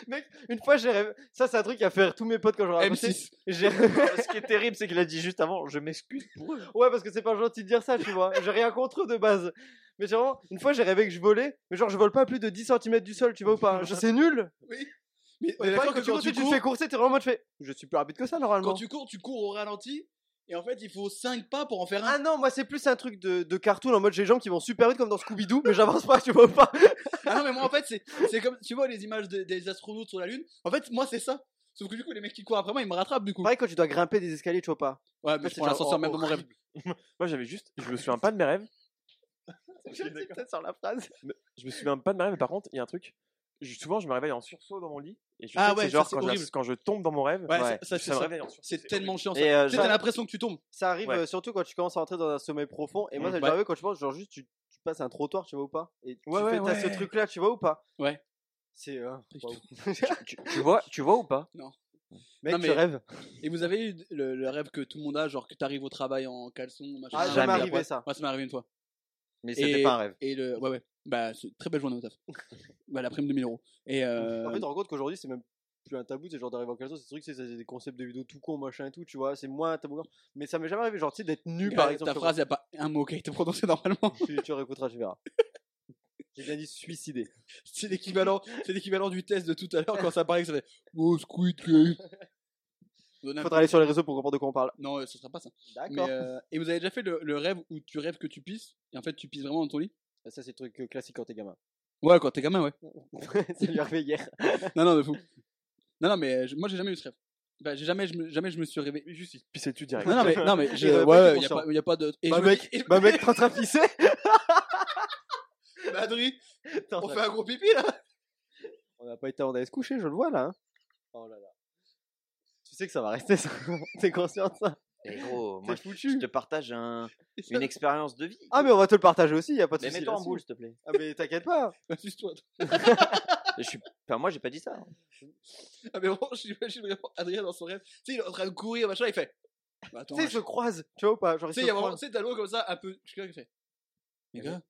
mec, une fois j'ai rêvé. Ça, c'est un truc à faire tous mes potes quand je raconté.
M6
J'ai
Ce qui est terrible, c'est qu'il a dit juste avant, je m'excuse pour eux.
*laughs* Ouais, parce que c'est pas gentil de dire ça, tu vois. J'ai rien contre eux de base. Mais j'ai vraiment, une fois j'ai rêvé que je volais, mais genre je vole pas à plus de 10 cm du sol, tu vois ou pas Je sais nul
Mais on est
Pareil,
d'accord
Quand
que
tu cours,
quand
tu
tu
te
cours,
fais courser, t'es vraiment en mode fait. Je suis plus rapide que ça
quand
normalement.
tu cours, tu cours au ralenti. Et en fait, il faut 5 pas pour en faire
Ah
un.
non, moi c'est plus un truc de, de cartoon en mode j'ai les jambes qui vont super vite comme dans Scooby-Doo, mais j'avance pas, tu vois ou pas
Ah non, mais moi, en fait, c'est c'est comme, tu vois, les images de- des astronautes sur la Lune. En fait, moi, c'est ça. Sauf que du coup, les mecs qui courent après moi, ils me rattrapent du coup.
Pareil quand tu dois grimper des escaliers, tu vois pas
Ouais, mais
Ouais,
je
c'est
prends l'ascenseur
genre
même dans mon rêve.
Moi, j'avais juste. Je me souviens pas de mes rêves.
Je suis peut-être sur la phrase.
Je me souviens pas de mes rêves, mais par contre, il y a un truc. Je- souvent, je me réveille en sursaut dans mon lit. Et je
Ah
sais que
ouais,
c'est
ça,
genre
c'est
quand,
horrible.
je, quand je tombe dans mon rêve.
Ouais, ça- ça,
je-
c'est
me
ça.
réveille en sursaut.
C'est tellement chiant ça.
Et euh,
Tu sais,
j'a-
T'as l'impression que tu tombes.
Ça arrive
Ouais.
euh, surtout quand tu commences à entrer dans un sommeil profond. Et moi, ça
Mm.
m'est
Mmh, Ouais.
arrivé quand tu penses, genre juste, tu, tu passes un trottoir, tu vois ou pas Et tu
Ouais, ouais,
fais t'as ce
ouais.
truc-là, tu vois ou pas
Ouais.
C'est. euh, waouh.
tu, tu vois, tu vois ou pas
Mec, Ah,
Non,
tu
mais-
rêves.
Et vous avez eu le, le rêve que tout le monde a, genre que t'arrives au travail en caleçon, machin.
Ah,
machin,
jamais
la
arrivé,
poisse.
ça.
Moi, ça m'est arrivé une fois.
Mais
Et-
c'était pas un rêve.
Et le, ouais, ouais. Bah, c'est une très belle journée
*laughs*
au taf. bah, la prime de 1000 euros. Et euh,
En fait, tu te rends compte qu'aujourd'hui, c'est même plus un tabou, c'est genre d'arriver en caleçon, c'est des trucs, c'est c'est des concepts de vidéos tout con, machin et tout, tu vois, c'est moins un tabou. Mais ça m'est jamais arrivé, genre, tu sais, d'être nu,
ta-
par exemple.
ta phrase, y a pas un mot qui a été prononcé *laughs* normalement.
Tu, tu réécouteras, tu verras. J'ai bien dit suicider.
C'est l'équivalent, c'est l'équivalent du test de tout à l'heure quand ça parlait que ça fait Oh, squid game. Donne un
Faudra aller sur les réseaux pour comprendre de quoi on parle.
coup. Non, euh, ce sera pas ça. Mais,
D'accord.
euh, et vous avez déjà fait le, le rêve où tu rêves que tu pisses et en fait tu pisses vraiment dans ton lit
Ça, c'est le truc euh, classique quand t'es gamin. *laughs*
Ouais, quand t'es gamin, ouais.
ça lui est arrivé hier.
non, non, de fou. Non, non, mais euh, je- moi j'ai jamais eu ce rêve. Bah, j'ai jamais, je me- jamais je me suis rêvé.
Juste, il pissait dessus direct.
Non, non, mais, non, *laughs* mais je,
Il avait
ouais,
pas été
ouais, y a
conscient.
pas, y a pas de. et
Bah,
je me
mec,
dis- et-
Bah, mec, train train
*laughs*
pissé
Madrid,
Attends,
on
ça-
fait un gros pipi là
On n'a pas été on allait se coucher, je le vois là. hein. Oh là là. Tu sais que ça va rester ça. *laughs* T'es conscient de ça
Eh gros, moi
T'es
je, je
foutu.
te partage
*laughs*
un- une expérience de vie.
Ah mais on va te le partager aussi, y a pas de
mais
souci.
mets-toi en
là-dessus.
boule, s'il te plaît.
Ah mais t'inquiète pas.
*laughs*
Assiste-toi.
Je suis... Enfin, moi j'ai pas dit ça. hein,
Ah, mais bon, j'imagine vraiment Adrien dans son rêve. Tu sais, il est en train de courir, machin, il fait. *laughs* Bah, attends,
Tu sais, ils
machin.
se croisent, tu vois ou pas Genre ils
tu sais,
se
il y a vraiment,
croisent.
tu sais, t'as l'eau comme ça, un peu. Je sais qui fait. Les
Mais-
gars,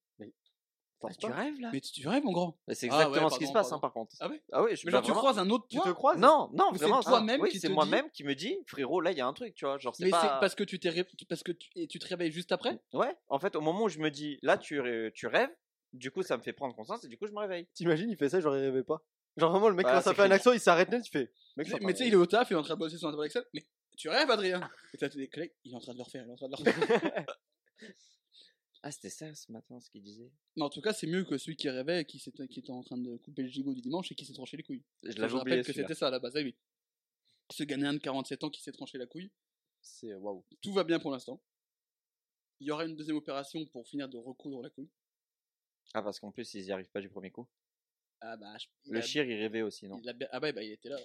Pense
Ah, tu
pas.
rêves là
mais tu, tu rêves, mon grand
Bah, C'est
Ah ouais,
exactement ce qui
pardon,
se passe,
pardon.
hein, par contre.
Ah ouais
Ah oui, je suis
Mais genre, tu croises un autre
Tu
toi
te croises
Non, non,
Ou c'est
vraiment.
toi-même
oui,
qui
c'est
te
moi-même qui me dis, frérot, là, il y a un truc, tu vois. Genre, c'est
Mais c'est
pas.
parce que tu t'es ré- tu- parce que tu... Et tu te réveilles juste après
Ouais, en fait, au moment où je me dis, là, tu, rê- tu rêves, du coup, ça me fait prendre conscience et du coup, je me réveille.
T'imagines, il fait ça, j'aurais rêvé pas. Genre vraiment, le mec,
Ouais,
quand ça
Bah, c'est
fait un
cringe.
accent, il s'arrête net, il fait. Mec, ça
Mais tu sais, il est au taf, il est en train de bosser sur un tableau Excel. Mais tu rêves, Adrien Et t'as des collègues, il est en train de le refaire, il est en train de le refaire.
Ah, c'était ça ce matin, ce qu'il disait.
Mais en tout cas, c'est mieux que celui qui rêvait, qui, s'était- qui était en train de couper le gigot du dimanche et qui s'est tranché les couilles.
Je
Je
l'avais
rappelle
oublié.
que
celui-là.
c'était ça à la base, ah oui. Ce Ghanéen de 47 ans qui s'est tranché la couille.
C'est waouh.
Tout va bien pour l'instant. Il y aura une deuxième opération pour finir de recoudre la couille.
Ah, parce qu'en plus, ils y arrivent pas du premier coup.
Ah bah, je- il
Le
a-
chir, il rêvait aussi, non
il a bien- Ah bah, bah, il était là.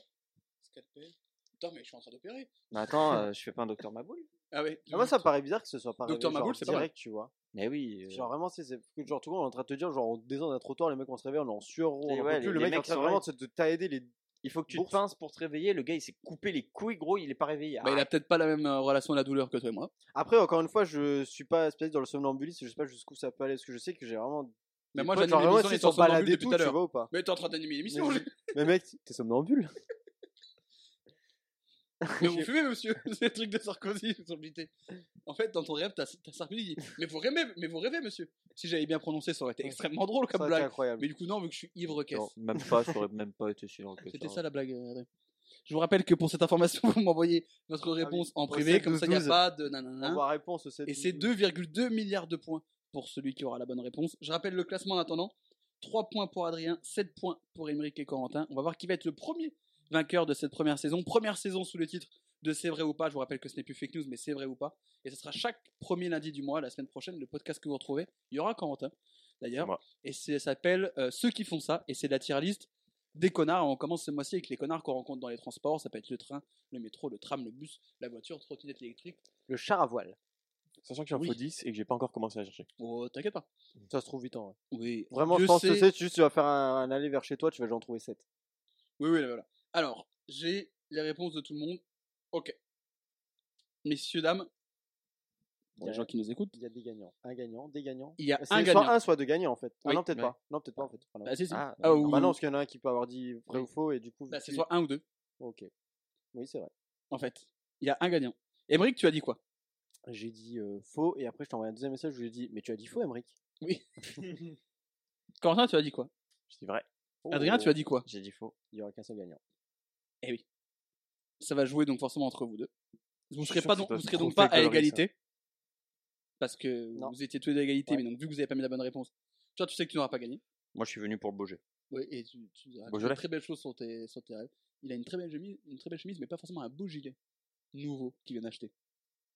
Scalpel. Putain, mais je suis en train d'opérer. *laughs*
Mais attends, euh, je fais pas un docteur Maboul
Ah ouais.
moi, ça me paraît bizarre que ce soit pas rêvé,
Docteur
genre,
Maboul, c'est pas mal.
direct, tu vois.
Mais oui. euh,
Genre vraiment, c'est c'est- parce que genre tout le monde est en train de te dire, genre on descend d'un trottoir, les mecs on se réveille, on est en sueur, on
Et
en
ouais,
peut plus,
les-
le
les
mec est en
mecs
train
sont
vraiment
là.
de te t'aider les.
Il faut que tu
Bourse.
te pinces pour te réveiller. Le gars, il s'est coupé les couilles, gros, il est pas réveillé.
Bah, il a peut-être pas la même euh, relation à la douleur que toi et moi.
Après, encore une fois, je suis pas spécialiste dans le somnambulisme, je sais pas jusqu'où ça peut aller, parce que je sais que j'ai vraiment.
Mais
des
moi,
potes,
j'anime
genre, vraiment,
l'émission,
ils
ils sont
sont baladés tout,
somnambules depuis tout à
tu
l'heure.
vois ou pas
Mais t'es en train d'animer l'émission.
Mais
je-
je- Mais mec, t'es somnambule
Mais vous fumez, monsieur *laughs* C'est le truc de Sarkozy, ils sont invités. En fait, dans ton rêve, t'as t'as Sarkozy qui dit Mais vous rêvez, mais vous rêvez, monsieur Si j'avais bien prononcé, ça aurait été extrêmement drôle
Ça,
comme
c'est
blague.
incroyable.
Mais du coup, non, vu que je suis ivre caisse.
Non, même pas, ça aurait même pas été si long que
C'était ça la blague, euh, Adrien. Je vous rappelle que pour cette information, *laughs* vous m'envoyez votre réponse en
Au
privé, comme ça, il n'y a
7-12-12.
pas de
On
nanana.
voit réponse au 7.
Hein Et c'est 2,2 milliards de points pour celui qui aura la bonne réponse. Je rappelle le classement en attendant. 3 points pour Adrien, 7 points pour Émeric et Corentin. On va voir qui va être le premier vainqueur de cette première saison. Première saison sous le titre de C'est vrai ou pas. Je vous rappelle que ce n'est plus fake news, mais c'est vrai ou pas. Et ce sera chaque premier lundi du mois, la semaine prochaine, le podcast que vous retrouvez. Il y aura Corentin,
C'est
d'ailleurs.
moi.
Et c'est- ça s'appelle euh, Ceux qui font ça. Et c'est la tier list des connards. On commence ce mois-ci avec les connards qu'on rencontre dans les transports. Ça peut être le train, le métro, le tram, le bus, la voiture, trottinette électrique.
Le char à voile.
Sachant que je suis en
Oui.
faux 10 et que j'ai pas encore commencé à chercher.
Oh, t'inquiète pas.
Ça se trouve vite en vrai.
Oui.
Vraiment,
Dieu
je pense que
sait-
c'est juste tu vas faire un, un aller vers chez toi, tu vas genre en trouver 7.
Oui, oui, voilà. Alors, j'ai les réponses de tout le monde. Ok. Messieurs, dames, pour les
Ouais.
gens qui nous écoutent,
Il y a des gagnants. Un gagnant, des gagnants.
il y a
Bah, C'est
un
soit
gagnant.
un, soit deux gagnants en fait. Ah
Oui,
non, peut-être
ouais.
pas. Non, peut-être pas en fait. Ah, non.
Bah, si, si.
Ah,
Ah, ou-
Bah non, parce qu'il y en a un qui peut avoir dit vrai ou faux et du coup.
Bah, c'est
tu-
soit un ou deux,
Ok. Oui, c'est vrai.
en fait. Il y a un gagnant. Émeric, tu as dit quoi
J'ai dit euh, faux et après je t'ai envoyé un deuxième message où j'ai dit mais tu as dit faux, Emric.
Corentin, tu as dit quoi
Je dis vrai.
Adrien,
Oh.
tu as dit quoi
Ah, J'ai dit faux.
Il y aura qu'un seul gagnant.
Eh oui. Ça va jouer donc forcément entre vous deux. Vous ne
suis
serez,
sûr
pas
que ça
donc,
doit
vous
se
serez donc pas
tromper
à
de coloris, ça.
égalité. Parce que
Non.
vous étiez tous les deux à égalité,
Ouais.
mais donc vu que vous n'avez pas mis la bonne réponse, toi tu sais que tu n'auras pas gagné.
Moi, je suis venu pour le beau jeu.
Oui, et tu, tu as
Beaujolais.
une très belle chose sur tes, sur tes rêves. Il a une très belle chemise, une très belle chemise, mais pas forcément un beau gilet nouveau qu'il vient d'acheter.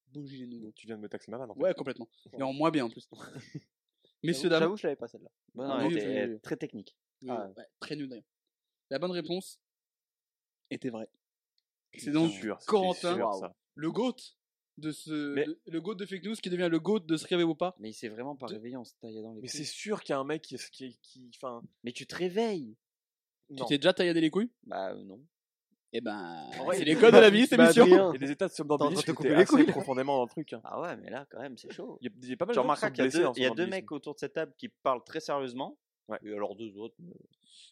Beau gilet nouveau.
Tu viens de me taxer ma vanne en fait.
Ouais, complètement. Et en moins bien en
*laughs*
plus. Messieurs, dames,
J'avoue, je l'avais pas celle-là.
Bon,
Ah,
Bah, non,
oui,
elle était-
oui,
elle est très technique.
Oui,
Ah.
ouais, très nul d'ailleurs. La bonne réponse était vraie. C'est
Putain,
donc
sûr, c'était
Corentin.
sûr,
Waouh.
ça.
le goat de ce
Mais-
de- le goat de fake news qui devient le goat de se rêver ou pas.
Mais il s'est vraiment pas
De-
réveillé en se taillant dans les
Mais
couilles.
c'est sûr qu'il y a un mec qui. qui, qui- enfin,
Mais tu te réveilles
Tu
Non.
t'es déjà tailladé les couilles
Bah euh, non.
Eh ben,
En vrai,
c'est les codes de la vie, cette
Bah,
émission.
Adrien.
Il y a des états de
T'es en train
somnambulisme
de
qui
couper
étaient
les
assez
couilles.
profondément dans le truc. hein.
Ah ouais, mais là, quand même, c'est chaud.
Il y a- il y a pas mal
Tu
de gens qui sont
remarqueras qu'il y a
blessés
deux,
dans le
il y a deux
somnambulisme.
mecs autour de cette table qui parlent très sérieusement.
Ouais.
Et alors deux autres. euh,
hein.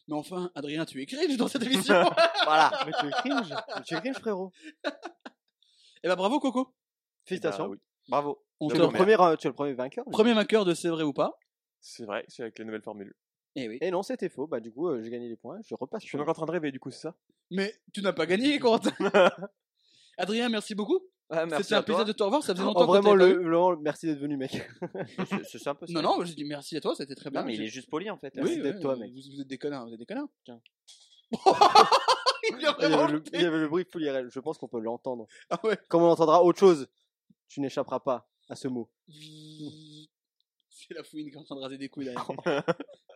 Mais enfin, Adrien, tu es cringe dans cette
*laughs*
émission.
Voilà. Mais tu es cringe. Mais tu es cringe, frérot.
eh ben, bravo, Coco.
Félicitations.
Eh ben, oui.
Bravo.
On
tu,
te
es le
Dommage.
premier, euh, tu es le premier vainqueur. du coup.
Premier vainqueur de C'est vrai ou pas.
C'est vrai, c'est avec les nouvelles formules.
Eh oui.
Et non, c'était faux. Bah, du coup, euh, j'ai gagné les points. Je repasse.
Je suis encore en train de rêver, du coup, c'est ça
Mais tu n'as pas gagné, Corentin. Adrien, merci beaucoup.
Ouais, merci
C'était un
à toi.
plaisir de te revoir. Ça faisait
Oh,
longtemps qu'on
vraiment,
t'avait pas
le, *laughs*
vu.
vraiment, merci d'être venu,
*laughs*
mec.
C'est- C'est sympa.
Non, non, je dis merci à toi, c'était très bien.
Non, mais il
J'ai-
est juste poli en fait.
Merci
Oui,
d'être
ouais,
toi,
vous-
mec.
Vous, vous êtes des connards, vous êtes des connards.
Tiens.
il a
Il y
vraiment
avait le,
le-
il y avait le bruit de Poulirel. Je pense qu'on peut l'entendre.
Ah ouais.
Comme on entendra autre chose, tu n'échapperas pas à ce mot.
C'est la fouine qui est en train de raser des couilles derrière. Ah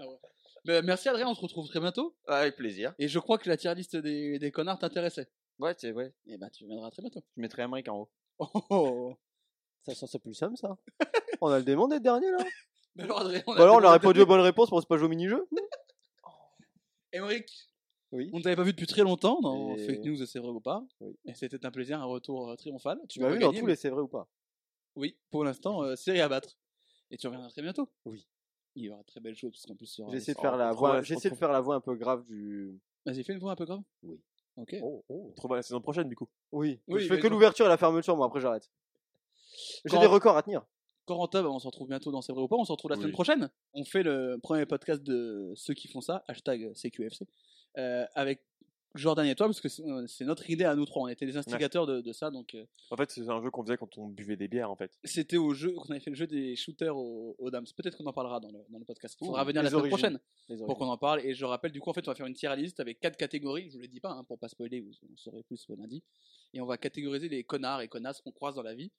ouais. Mais, euh, merci Adrien, on se retrouve très bientôt.
Ah, Avec plaisir.
Et je crois que la tier list des, des connards t'intéressait.
Ouais, c'est ouais.
Et ben tu viendras très bientôt.
Je mettrai Amérique en haut.
Oh, *laughs* oh.
Ça sent ça plus somme,
*laughs*
ça. on a le demandé le dernier, là.
Mais alors Adrien, on
Bah alors, on a
tellement
répondu aux bonnes réponses pour se pas jouer au mini-jeu.
Émeric,
Oui.
on ne t'avait pas vu depuis très longtemps dans
Et-
Fake News et c'est vrai ou pas.
Oui.
Et c'était un plaisir, un retour euh, triomphal.
Tu m'as
pas
vu Bah dans
gagné,
tous
mais-
les c'est vrai ou pas
Oui, pour l'instant, euh, série à battre. Et tu reviendras très bientôt.
Oui.
Il y aura de très belles choses parce qu'en plus il y aura.
J'ai
des-
essayé de
on
faire la
retrouvera-
voix,
on
j'essaie de
retrouvera-
faire la voix un peu grave du.
Vas-y, fais une voix un peu grave.
Oui. Oh.
Ok.
On trouve à la saison prochaine, du coup.
Oui.
Oui,
je fais
mais
que
bon.
l'ouverture et la fermeture, moi après j'arrête. J'ai
Quand-
des records à tenir.
Corentin, bah, on se retrouve bientôt dans C'est vrai ou pas. On se retrouve la semaine
Oui.
prochaine. On fait le premier podcast de ceux qui font ça, hashtag CQFC, euh, avec Jordan et toi, parce que c'est euh, c'est notre idée à nous trois. On était les instigateurs de, de ça, donc euh,
En fait, c'est un jeu qu'on faisait quand on buvait des bières, en fait.
c'était au jeu qu'on avait fait le jeu des shooters aux, aux dames. Peut-être qu'on en parlera dans le, dans le podcast. Il
Ouh,
faudra revenir la
les
semaine
origines.
prochaine
Les
pour
origines.
qu'on en parle. Et je rappelle, du coup, en fait, on va faire une tier list avec quatre catégories. Je vous le dis pas, hein, pour pas spoiler, vous en saurez plus euh, lundi. Et on va catégoriser les connards et connasses qu'on croise dans la vie.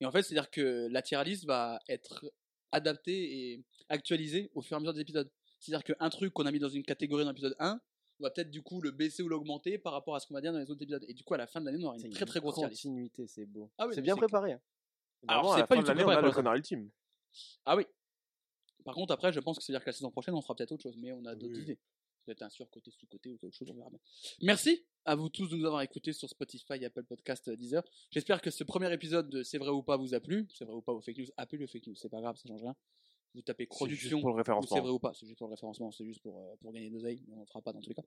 Et en fait, c'est-à-dire que la tier list va être adaptée et actualisée au fur et à mesure des épisodes. C'est-à-dire qu'un truc qu'on a mis dans une catégorie dans l'épisode 1, on va peut-être du coup le baisser ou l'augmenter par rapport à ce qu'on va dire dans les autres épisodes. Et du coup, à la fin de l'année, on aura
C'est
une très très grosse tier list.
continuité, c'est beau.
Ah oui,
c'est bien
c'est-
préparé.
Alors,
Vraiment, à
c'est
la
pas
fin
du
de
tout
l'année, on
préparé
a
pour
le
la
connard ultime.
Ah oui. Par contre, après, je pense que c'est-à-dire que la saison prochaine, on fera peut-être autre chose, mais on a d'autres
Oui.
idées. Peut-être un surcoté, sous-côté ou quelque chose, on verra bien. Merci à vous tous de nous avoir écoutés sur Spotify, Apple Podcast, euh, Deezer. J'espère que ce premier épisode de C'est vrai ou pas vous a plu. C'est vrai ou pas aux fake news. Appelez le fake news, c'est pas grave, ça change rien. Vous tapez
C'est
production
juste pour le
ou c'est
référencement.
vrai ou pas. C'est juste pour le référencement, c'est juste pour, euh, pour gagner de l'oseille, mais on ne fera pas dans tous les cas.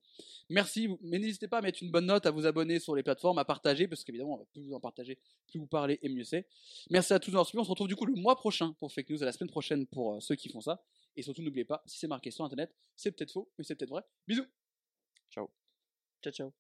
Merci, vous- mais n'hésitez pas à mettre une bonne note, à vous abonner sur les plateformes, à partager, parce qu'évidemment, on va plus vous en partager, plus vous parlez et mieux c'est. Merci à tous d'avoir suivi. On se retrouve du coup le mois prochain pour Fake News, à la semaine prochaine pour euh, ceux qui font ça. Et surtout, n'oubliez pas, si c'est marqué sur Internet, c'est peut-être faux, mais c'est peut-être vrai. Bisous
Ciao, ciao.